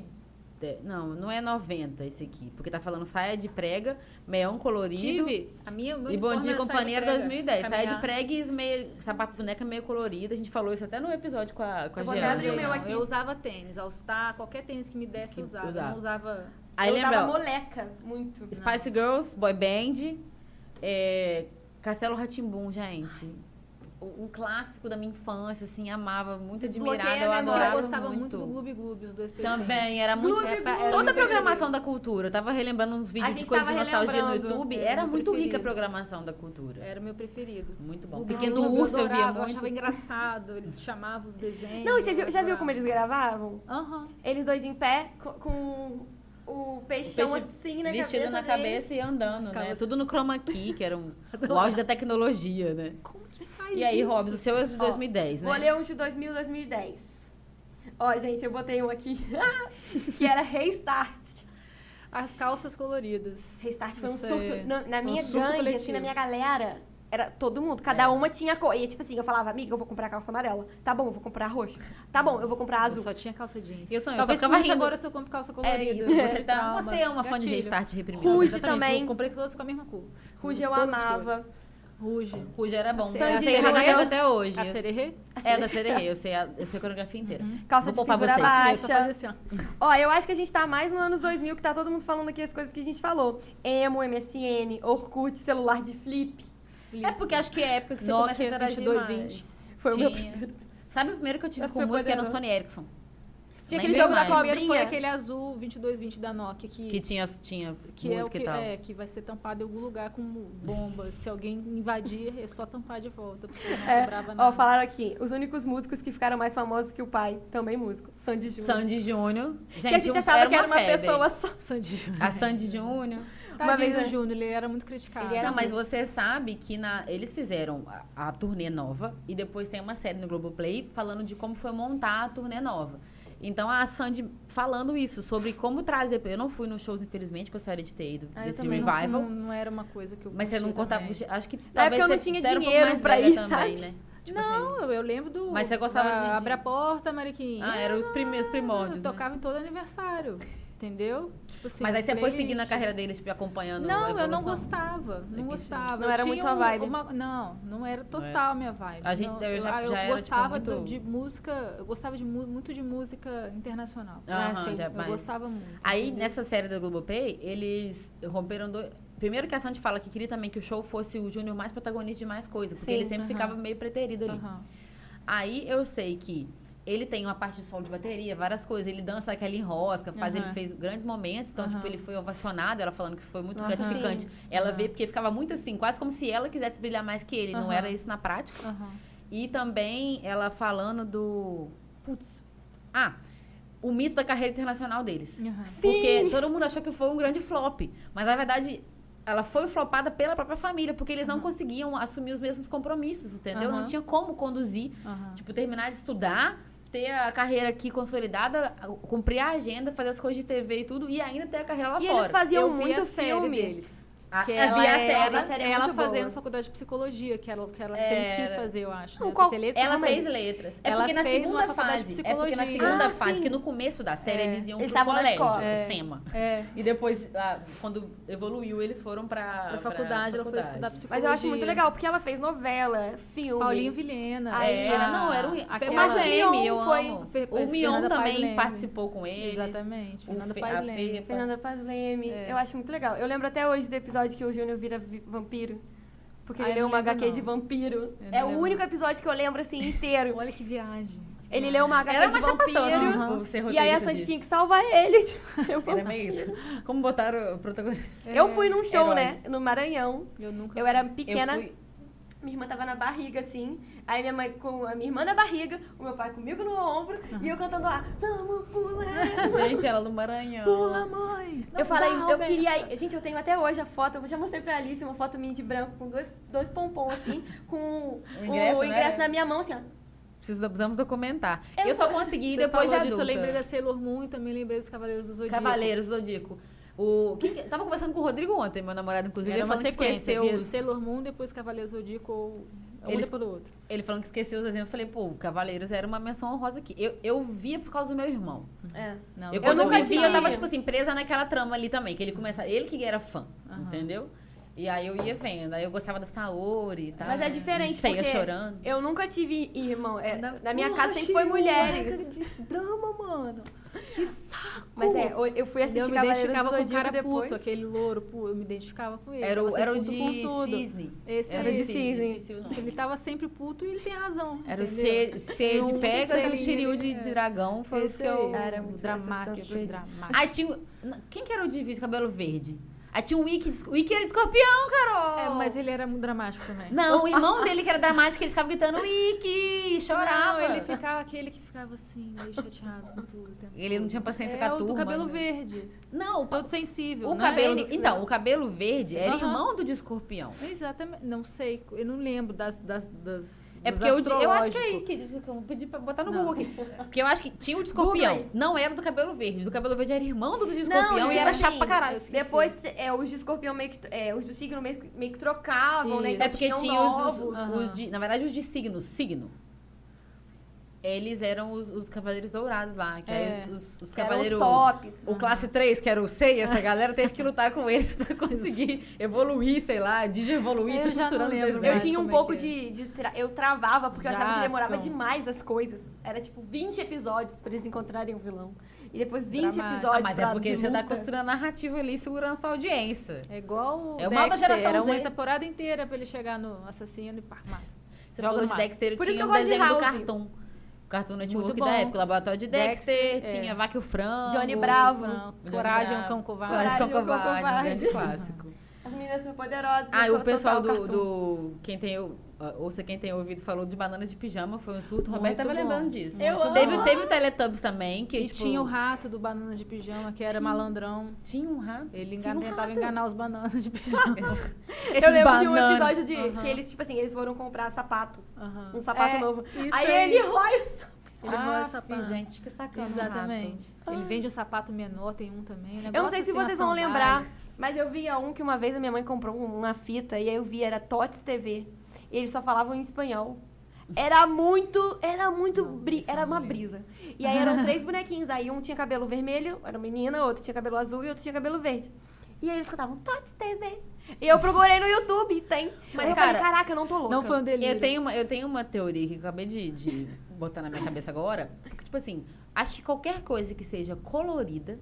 Speaker 1: 2010, não, não é 90 esse aqui, porque tá falando saia de prega, meião colorido.
Speaker 3: Tive. A minha, meu
Speaker 1: E é Bom
Speaker 3: uniforme
Speaker 1: Dia
Speaker 3: era saia de
Speaker 1: Companheira
Speaker 3: prega,
Speaker 1: 2010. Saia de
Speaker 3: caminhar.
Speaker 1: prega e meio, sapato boneca meio colorida. A gente falou isso até no episódio com a, né? com a
Speaker 2: Eu vou
Speaker 1: Jeane.
Speaker 2: abrir o meu
Speaker 3: Não,
Speaker 2: aqui.
Speaker 3: Eu usava tênis, All Star, qualquer tênis que me desse
Speaker 1: Que
Speaker 3: eu usava.
Speaker 1: usava.
Speaker 3: Eu não usava.
Speaker 1: Aí
Speaker 2: eu
Speaker 1: lembra,
Speaker 2: dava
Speaker 1: ó,
Speaker 2: moleca muito.
Speaker 1: Spice Girls, Boy Band, é, Castelo Ratimbum, gente. Um clássico da minha infância, assim, amava, muito
Speaker 2: Desbloqueia
Speaker 1: admirada, eu
Speaker 2: a memória,
Speaker 1: adorava
Speaker 3: eu gostava muito,
Speaker 1: né, muito.
Speaker 3: do Gloob Gloob, os dois peixinhos.
Speaker 1: Também, era muito.
Speaker 2: Gloob
Speaker 1: era-
Speaker 2: Gloob.
Speaker 1: era Toda a
Speaker 3: meu
Speaker 1: programação da cultura. Eu tava relembrando uns vídeos de
Speaker 2: gente
Speaker 1: coisas de
Speaker 2: tava
Speaker 1: nostalgia no
Speaker 2: relembrando.
Speaker 1: YouTube.
Speaker 3: Era
Speaker 1: Era
Speaker 3: meu
Speaker 1: muito É. rica a
Speaker 3: preferido.
Speaker 1: programação da cultura.
Speaker 3: Era o meu preferido.
Speaker 1: Muito bom.
Speaker 3: O
Speaker 1: Pequeno Urso eu via
Speaker 3: Eu achava
Speaker 1: muito.
Speaker 3: engraçado, eles chamavam os desenhos.
Speaker 2: Não, e você viu, já
Speaker 3: eu
Speaker 2: viu como eles gravavam?
Speaker 3: Aham.
Speaker 2: Eles dois em pé, co- com, o peixão
Speaker 1: peixe
Speaker 2: assim na
Speaker 1: Vestido
Speaker 2: cabeça.
Speaker 1: na
Speaker 2: dele.
Speaker 1: cabeça e andando,
Speaker 3: Ficava
Speaker 1: né?
Speaker 3: assim.
Speaker 1: Tudo no chroma key, que era um, o auge da tecnologia, né?
Speaker 3: Como que faz
Speaker 1: E aí,
Speaker 3: isso?
Speaker 1: Robson, o seu é de
Speaker 2: Ó,
Speaker 1: 2010,
Speaker 2: Vou
Speaker 1: né?
Speaker 2: ler um de 2000 2010. Ó, gente, eu botei um aqui que era restart.
Speaker 3: As calças coloridas.
Speaker 2: Restart foi um
Speaker 3: Isso
Speaker 2: surto.
Speaker 3: é-
Speaker 2: Na, na
Speaker 3: um
Speaker 2: minha
Speaker 3: surto
Speaker 2: gangue, assim,
Speaker 3: coletivo.
Speaker 2: na minha galera, era todo mundo. Cada uma tinha cor. E tipo assim, eu falava, amiga, eu vou comprar calça amarela. Tá bom, eu vou comprar roxa. Tá bom, eu vou comprar
Speaker 3: Eu
Speaker 2: azul.
Speaker 3: só tinha calça jeans.
Speaker 1: Eu sou- eu
Speaker 3: Talvez
Speaker 1: só
Speaker 3: por
Speaker 1: ficava
Speaker 3: isso
Speaker 1: rindo.
Speaker 3: agora se eu compro calça colorida.
Speaker 1: É isso.
Speaker 3: eu
Speaker 1: Você,
Speaker 3: tenho
Speaker 1: tá,
Speaker 3: trauma,
Speaker 1: você é uma fã de
Speaker 3: gatilho.
Speaker 1: restart reprimida.
Speaker 2: Ruge
Speaker 1: Exatamente.
Speaker 2: também.
Speaker 3: Eu comprei todas com a mesma cor.
Speaker 2: Ruge eu
Speaker 3: Todas
Speaker 2: amava.
Speaker 3: Ruge.
Speaker 1: Ruge era bom. né?
Speaker 2: Sandy
Speaker 1: a Serena
Speaker 2: Rael.
Speaker 1: pega até hoje.
Speaker 3: A sererê?
Speaker 1: É, da Sererê. Eu sei a, eu sei a coreografia inteira.
Speaker 2: Calça
Speaker 1: Vou
Speaker 2: de
Speaker 1: poupar
Speaker 2: cintura
Speaker 1: vocês.
Speaker 3: Eu só
Speaker 2: baixa.
Speaker 3: fazia assim, ó.
Speaker 2: Ó, eu acho que a gente tá mais no anos 2000 que tá todo mundo falando aqui as coisas que a gente falou. Emo, MSN, Orkut, celular de flip.
Speaker 1: É porque acho que é a época que você
Speaker 3: Uhum. Nokia
Speaker 1: começa a interagir
Speaker 3: 2220.
Speaker 1: mais.
Speaker 2: Foi o meu
Speaker 1: Tinha. Sabe o primeiro que eu tive
Speaker 2: Essa
Speaker 1: com
Speaker 2: foi
Speaker 1: música era o
Speaker 2: poderosa.
Speaker 1: Sony Ericsson.
Speaker 2: Tinha
Speaker 1: Nem
Speaker 2: aquele
Speaker 1: lembro
Speaker 2: jogo da
Speaker 1: mais.
Speaker 3: O primeiro foi
Speaker 2: cobrinha.
Speaker 3: aquele azul 2220 da Nokia que,
Speaker 1: Que tinha, tinha
Speaker 3: que é o
Speaker 1: música
Speaker 3: que,
Speaker 1: e tal.
Speaker 3: é, que vai ser tampado em algum lugar com bombas. Se alguém invadir, é só tampar de volta, porque não
Speaker 2: É,
Speaker 3: quebrava nada.
Speaker 2: ó, falaram aqui, os únicos músicos que ficaram mais famosos que o pai, também músico, Sandy Júnior.
Speaker 1: Sandy Júnior. Gente,
Speaker 2: Que a gente
Speaker 1: um-
Speaker 2: achava que era uma
Speaker 1: febre.
Speaker 2: pessoa só.
Speaker 3: Sandy Júnior.
Speaker 1: A Sandy Júnior.
Speaker 2: Uma vez
Speaker 3: Tadinho do
Speaker 2: eu-
Speaker 3: Júnior, ele era muito criticado.
Speaker 2: Ele era
Speaker 1: Não, mas você sabe que na- eles fizeram a, a turnê nova e depois tem uma série no Globoplay falando de como foi montar a turnê nova. Então a Sandy falando isso, sobre como trazer. Eu não fui nos shows, infelizmente, gostaria de ter ido
Speaker 2: Ah, eu
Speaker 1: desse
Speaker 2: também
Speaker 3: Não-
Speaker 1: revival.
Speaker 3: Uhum. Não, não era uma coisa que eu
Speaker 1: Mas você não
Speaker 3: curtia
Speaker 1: cortava.
Speaker 3: também.
Speaker 1: buchi- Acho que
Speaker 2: Na
Speaker 1: talvez
Speaker 2: época É eu não
Speaker 1: você
Speaker 2: tinha
Speaker 1: era um pouco
Speaker 2: dinheiro
Speaker 1: mais
Speaker 2: pra
Speaker 1: velha
Speaker 2: ir,
Speaker 1: também,
Speaker 2: sabe?
Speaker 1: né? Tipo assim.
Speaker 3: Não, eu lembro do...
Speaker 1: Mas você gostava
Speaker 3: da-
Speaker 1: de- de-
Speaker 3: Abre a porta, Mariquinha.
Speaker 1: Ah, eram os, prime- os primórdios. né?
Speaker 3: Eu tocava em todo aniversário, entendeu? Tipo assim,
Speaker 1: Mas aí você foi
Speaker 3: playlist.
Speaker 1: seguindo a carreira deles, tipo, acompanhando a
Speaker 3: Não, eu não
Speaker 1: evolução.
Speaker 3: gostava. Não
Speaker 1: Entendi.
Speaker 3: gostava.
Speaker 2: Não
Speaker 3: Eu
Speaker 2: era
Speaker 3: tinha
Speaker 2: muito sua
Speaker 3: um-
Speaker 2: vibe.
Speaker 3: uma- não, não era total minha vibe.
Speaker 1: A gente-
Speaker 3: não,
Speaker 1: eu já-
Speaker 3: ah, eu
Speaker 1: já era, tipo,
Speaker 3: gostava do-
Speaker 1: muito-
Speaker 3: de música. Eu gostava de, mu- muito de música internacional.
Speaker 1: Aham,
Speaker 2: Ah, sim,
Speaker 1: já,
Speaker 3: eu
Speaker 1: mas-
Speaker 3: gostava muito.
Speaker 1: Aí,
Speaker 3: entendeu?
Speaker 1: nessa série da Globopay, eles romperam dois... Primeiro que a Sandy fala que queria também que o show fosse o Júnior mais protagonista de mais coisa, porque
Speaker 2: Sim,
Speaker 1: ele sempre
Speaker 3: aham.
Speaker 1: ficava meio preterido ali.
Speaker 3: Aham.
Speaker 1: Aí eu sei que ele tem uma parte de solo de bateria, várias coisas, ele dança aquela enrosca, faz,
Speaker 3: Aham.
Speaker 1: ele fez grandes momentos, então
Speaker 3: Aham.
Speaker 1: tipo ele foi ovacionado, ela falando que isso foi muito
Speaker 2: Aham.
Speaker 1: gratificante. Ela
Speaker 3: Aham.
Speaker 1: vê porque ficava muito assim, quase como se ela quisesse brilhar mais que ele, não
Speaker 3: Aham.
Speaker 1: era isso na prática.
Speaker 3: aham.
Speaker 1: E também ela falando do. Putz. Ah, o mito da carreira internacional deles.
Speaker 3: Aham.
Speaker 1: Porque todo mundo achou que foi um grande flop. Mas na verdade, ela foi flopada pela própria família, porque eles não conseguiam assumir os mesmos compromissos, entendeu? Não
Speaker 3: Aham.
Speaker 1: tinha como conduzir.
Speaker 3: Aham.
Speaker 1: Tipo, terminar de estudar, ter a carreira aqui consolidada, cumprir a agenda, fazer as coisas de TV e tudo, e ainda ter a carreira lá
Speaker 2: E
Speaker 1: fora.
Speaker 2: eles faziam
Speaker 3: Eu vi
Speaker 2: muito
Speaker 3: a série
Speaker 2: filme.
Speaker 3: deles.
Speaker 1: A-
Speaker 3: Que
Speaker 1: é,
Speaker 3: ela,
Speaker 1: via
Speaker 3: é-
Speaker 1: série.
Speaker 3: ela,
Speaker 2: Essa série é
Speaker 3: ela
Speaker 2: muito boa.
Speaker 3: fazendo faculdade de psicologia, que ela, que ela
Speaker 1: Era.
Speaker 3: sempre quis fazer, eu acho.
Speaker 2: Não,
Speaker 3: né?
Speaker 2: qual-
Speaker 3: Você lê-
Speaker 1: Ela
Speaker 2: Calma aí.
Speaker 1: fez letras. É
Speaker 3: Ela
Speaker 1: porque na
Speaker 3: fez uma
Speaker 1: segunda
Speaker 3: faculdade de
Speaker 1: fase. É porque na
Speaker 3: psicologia.
Speaker 1: segunda
Speaker 2: Ah,
Speaker 1: fase,
Speaker 2: sim.
Speaker 1: que no começo da série,
Speaker 3: É.
Speaker 1: eles iam
Speaker 2: Eles
Speaker 1: pro
Speaker 2: estavam na
Speaker 1: colégio,
Speaker 2: escola.
Speaker 1: pro
Speaker 3: É.
Speaker 1: SEMA.
Speaker 3: É.
Speaker 1: E depois, ah, quando evoluiu, eles foram pra,
Speaker 3: Pra faculdade, ela foi
Speaker 1: faculdade.
Speaker 3: estudar psicologia.
Speaker 2: Mas eu acho muito legal, porque ela fez novela, filme.
Speaker 3: Paulinho Vilhena.
Speaker 2: Aí,
Speaker 1: É, era, não, era um... Foi
Speaker 3: aquela-
Speaker 1: o mais
Speaker 2: Mas
Speaker 1: Leme,
Speaker 2: Mion
Speaker 1: eu
Speaker 2: foi-
Speaker 1: amo.
Speaker 3: Fe-
Speaker 1: O Mion
Speaker 3: Fernanda Paes
Speaker 1: também
Speaker 3: Leme.
Speaker 1: participou com eles.
Speaker 3: Exatamente.
Speaker 1: O
Speaker 3: Fernanda
Speaker 1: Fe-
Speaker 3: Paes
Speaker 1: a
Speaker 3: Leme.
Speaker 1: Fefa.
Speaker 2: Fernanda Paz Leme.
Speaker 3: É.
Speaker 2: Eu acho muito legal. Eu lembro até hoje do episódio que o Júnior vira vi- vampiro. Porque
Speaker 3: Ah,
Speaker 2: ele leu
Speaker 3: eu não
Speaker 2: uma
Speaker 3: lembro,
Speaker 2: HQ de
Speaker 3: não.
Speaker 2: vampiro.
Speaker 3: Eu não
Speaker 2: É o
Speaker 3: lembro.
Speaker 2: único episódio que eu lembro, assim, inteiro.
Speaker 3: Olha que viagem.
Speaker 2: Ele leu uma HQ
Speaker 1: Era
Speaker 2: de
Speaker 1: uma
Speaker 2: vampiro.
Speaker 1: chapação, assim,
Speaker 3: um
Speaker 1: por ser
Speaker 2: E aí a
Speaker 1: roteirista
Speaker 2: Sandy
Speaker 1: disso.
Speaker 2: tinha que salvar ele. um
Speaker 1: Era meio isso. Como botaram o protagonista?
Speaker 2: Eu fui num show,
Speaker 1: Heróis.
Speaker 2: né? No Maranhão.
Speaker 3: É, Eu nunca.
Speaker 2: Eu era
Speaker 1: Eu
Speaker 2: pequena.
Speaker 1: fui-
Speaker 2: Minha irmã tava na barriga, assim. Aí minha mãe com a minha irmã na barriga, o meu pai comigo no ombro, e eu cantando lá, vamos pular,
Speaker 1: Gente, ela do Maranhão.
Speaker 2: pula, mãe. eu falei,
Speaker 3: dá,
Speaker 2: eu
Speaker 3: Roberta.
Speaker 2: queria ir. Gente, eu tenho até hoje a foto, eu já mostrei pra Alice uma foto minha de branco, com dois, dois pompons, assim, com o ingresso,
Speaker 1: ingresso, né?
Speaker 2: na minha mão, assim, ó.
Speaker 1: Precisamos documentar.
Speaker 2: Eu-
Speaker 1: Eu, só consegui
Speaker 3: Você
Speaker 1: depois de
Speaker 3: falou
Speaker 1: adulta.
Speaker 3: disso, eu lembrei da Sailor Moon e também lembrei dos Cavaleiros do Zodíaco.
Speaker 1: Cavaleiros do Zodíaco. O, quem que- tava conversando com o Rodrigo ontem, meu namorado, inclusive,
Speaker 3: Era
Speaker 1: ele
Speaker 3: uma
Speaker 1: falando que
Speaker 3: sequência.
Speaker 1: esqueceu
Speaker 3: via
Speaker 1: os...
Speaker 3: Sailor Moon, depois Cavaleiros do Zodíaco, ou um
Speaker 1: Eles-
Speaker 3: depois do outro.
Speaker 1: Ele falando que esqueceu os exemplos. Eu falei, pô, Cavaleiros era uma menção honrosa aqui. Eu, eu via por causa do meu irmão.
Speaker 2: É.
Speaker 3: Não,
Speaker 1: Eu,
Speaker 2: eu
Speaker 1: quando eu
Speaker 2: nunca
Speaker 1: me via, eu tava,
Speaker 2: tinha.
Speaker 1: tipo assim, presa naquela trama ali também. Que ele começa... Ele que era fã,
Speaker 3: Aham.
Speaker 1: entendeu? E aí eu ia vendo. Aí eu gostava da Saori e tal.
Speaker 2: Mas é diferente,
Speaker 1: Ceia
Speaker 2: porque-
Speaker 1: Tá. chorando.
Speaker 2: Eu nunca tive irmão. é,
Speaker 1: Ainda-
Speaker 2: na minha
Speaker 1: Porra,
Speaker 2: casa sempre foi
Speaker 1: Shiru,
Speaker 2: mulheres.
Speaker 1: marca de drama, mano. Que saco.
Speaker 2: Mas é, eu- eu fui assistir
Speaker 3: eu me
Speaker 2: Cavaleiros do
Speaker 3: identificava com o
Speaker 2: Zodíaco
Speaker 3: cara
Speaker 2: depois.
Speaker 3: puto, aquele louro, pu- eu me identificava com ele.
Speaker 1: Era o,
Speaker 3: tava
Speaker 1: era o
Speaker 3: sempre puto
Speaker 1: de
Speaker 3: com tudo.
Speaker 1: cisne.
Speaker 3: Esse
Speaker 1: era o
Speaker 3: aí.
Speaker 1: de
Speaker 2: de cisne.
Speaker 1: cisne. Esqueci o nome.
Speaker 3: Ele tava sempre puto e ele tem razão.
Speaker 1: Era o C,
Speaker 3: entendeu?
Speaker 1: C
Speaker 3: Tem
Speaker 1: de
Speaker 3: um
Speaker 1: Pegas e o
Speaker 3: espelhinho,
Speaker 1: Shiryu de
Speaker 3: é.
Speaker 1: dragão. Foi
Speaker 3: Esse
Speaker 1: o que eu...
Speaker 3: aí.
Speaker 2: Era muito
Speaker 3: dramático,
Speaker 2: dessas danças.
Speaker 3: dramático.
Speaker 1: Aí tinha... o- N- Quem que era o de vi- cabelo verde? Aí tinha o Wiki. de- O Wiki era de escorpião, Carol!
Speaker 3: É, mas ele era muito dramático também.
Speaker 1: Não, o irmão dele que era dramático, ele ficava gritando Wiki! e Chorava.
Speaker 3: Não, ele ficava aquele que ficava assim, meio chateado com tudo. o tempo
Speaker 1: Ele não
Speaker 3: todo.
Speaker 1: tinha paciência
Speaker 3: é,
Speaker 1: com a
Speaker 3: o do
Speaker 1: turma,
Speaker 3: cabelo
Speaker 1: né?
Speaker 3: verde.
Speaker 1: Não, o,
Speaker 3: Todo sensível.
Speaker 1: o
Speaker 3: não é
Speaker 1: cabelo...
Speaker 3: Fênix,
Speaker 1: então,
Speaker 3: né?
Speaker 1: o cabelo verde era
Speaker 3: Aham.
Speaker 1: irmão do de escorpião.
Speaker 3: Exatamente. Não sei, eu não lembro das. das, das
Speaker 1: É
Speaker 3: dos
Speaker 1: porque eu, eu acho que é aí.
Speaker 3: astrológicos.
Speaker 1: Que, eu pedi pra botar no
Speaker 3: Não.
Speaker 1: Google aqui. Porque eu acho que tinha o de escorpião.
Speaker 2: Google aí.
Speaker 1: Não era do cabelo verde. Do cabelo verde era irmão do do
Speaker 2: Não,
Speaker 1: escorpião e
Speaker 2: tipo
Speaker 1: era
Speaker 2: assim,
Speaker 1: chato pra caralho.
Speaker 3: eu esqueci.
Speaker 2: Depois, é, os de escorpião meio que... é, os do signo meio, que- meio que trocavam, né?
Speaker 3: Isso.
Speaker 2: Então
Speaker 1: É porque
Speaker 2: tinham
Speaker 1: tinha os, os-
Speaker 2: novos.
Speaker 1: os
Speaker 3: Aham.
Speaker 1: de. Na verdade, os de signo. Signo. Eles eram os, os cavaleiros dourados lá. Que aí
Speaker 3: É.
Speaker 1: os, os, os
Speaker 2: que eram os
Speaker 1: cavaleiros.
Speaker 2: tops.
Speaker 1: O classe 3, que era o C, e essa galera teve que lutar com eles pra conseguir evoluir, sei lá, digievoluir,
Speaker 3: Eu já não
Speaker 1: triturando os
Speaker 3: lembro
Speaker 1: desenhos.
Speaker 2: Eu
Speaker 3: Mas
Speaker 2: tinha um
Speaker 3: como é
Speaker 2: pouco
Speaker 3: que
Speaker 2: de.
Speaker 3: é?
Speaker 2: de tra- Eu travava, porque eu achava que
Speaker 3: Gaspam.
Speaker 2: demorava demais as coisas. Era tipo 20 episódios pra eles encontrarem o vilão. E depois 20
Speaker 3: Dramático.
Speaker 1: Ah,
Speaker 2: episódios.
Speaker 1: mas
Speaker 2: pra,
Speaker 1: é porque
Speaker 2: de
Speaker 1: você tá
Speaker 2: luta.
Speaker 1: construindo a narrativa ali, segurando sua audiência.
Speaker 3: É igual o
Speaker 1: É o mal da
Speaker 3: Dexter,
Speaker 1: geração
Speaker 3: era
Speaker 1: Z.
Speaker 3: uma temporada inteira pra ele chegar no assassino e parmar.
Speaker 1: Você
Speaker 3: Joga
Speaker 1: falou
Speaker 3: no
Speaker 1: de
Speaker 3: mar.
Speaker 1: Dexter,
Speaker 2: Por isso que
Speaker 1: tinha
Speaker 2: eu
Speaker 1: os
Speaker 2: gosto de
Speaker 1: desenhos do
Speaker 2: House.
Speaker 1: Cartoon. Cartoon Network
Speaker 3: Muito
Speaker 1: da
Speaker 3: bom.
Speaker 1: época, o Laboratório de Dexter,
Speaker 3: Dexter,
Speaker 1: tinha
Speaker 3: é.
Speaker 1: Vaca e o Frango.
Speaker 2: Johnny Bravo.
Speaker 3: Não,
Speaker 1: Johnny
Speaker 3: coragem,
Speaker 1: Bravo.
Speaker 3: é um cão covarde.
Speaker 1: Coragem, é um
Speaker 2: Coragem é
Speaker 1: cão
Speaker 2: um cão
Speaker 1: covarde, um grande
Speaker 2: covarde.
Speaker 1: clássico.
Speaker 2: As meninas super poderosas.
Speaker 1: Ah, e
Speaker 2: eu
Speaker 1: o pessoal
Speaker 2: total
Speaker 1: do,
Speaker 2: cartoon.
Speaker 1: do- Quem tem. o- ah, Ouça quem tem ouvido falou de bananas de pijama, foi um surto. O Roberto
Speaker 3: Muito
Speaker 1: tava
Speaker 3: bom.
Speaker 1: lembrando disso. Então,
Speaker 2: Eu amo.
Speaker 1: Teve, teve o Teletubbies também, que
Speaker 3: E
Speaker 1: tipo,
Speaker 3: tinha o rato do banana de pijama, que era malandrão.
Speaker 1: Tinha um rato.
Speaker 3: Ele
Speaker 1: Tinha
Speaker 3: engan...
Speaker 1: um
Speaker 3: tentava
Speaker 1: rato.
Speaker 3: enganar os bananas de pijama.
Speaker 2: Eu
Speaker 1: Esses
Speaker 2: lembro de um
Speaker 1: bananas.
Speaker 2: episódio de,
Speaker 3: Aham.
Speaker 2: que eles, tipo assim, eles foram comprar sapato.
Speaker 3: Aham.
Speaker 2: Um sapato
Speaker 3: É,
Speaker 2: novo.
Speaker 3: isso
Speaker 2: Aí,
Speaker 3: aí.
Speaker 2: ele rói o sapato.
Speaker 3: Ele
Speaker 1: ah,
Speaker 3: rola essa parte.
Speaker 1: gente, que sacana. um rato.
Speaker 3: Exatamente. Ele vende um sapato menor, tem um também. um
Speaker 2: Eu não
Speaker 3: negócio
Speaker 2: sei se
Speaker 3: assim, uma
Speaker 2: vocês vão
Speaker 3: sandália.
Speaker 2: lembrar, mas eu via um que uma vez a minha mãe comprou um, uma fita e aí eu vi, era Tots TV. E eles só falavam em espanhol. Era muito, era muito,
Speaker 3: Não,
Speaker 2: bri-
Speaker 3: isso eu
Speaker 2: era
Speaker 3: não
Speaker 2: uma
Speaker 3: lembro.
Speaker 2: brisa. E aí eram três bonequinhos, aí um tinha cabelo vermelho, era menina, outro tinha cabelo azul e outro tinha cabelo verde. E aí eles cantavam Tots TV. E eu procurei no YouTube, tem.
Speaker 1: Mas,
Speaker 2: Mas eu
Speaker 1: cara,
Speaker 2: falei, caraca, eu não tô louca.
Speaker 3: Não foi um delírio.
Speaker 1: Eu tenho, uma, eu tenho uma teoria que eu acabei de, de botar na minha cabeça agora. Porque, tipo assim, acho que qualquer coisa que seja colorida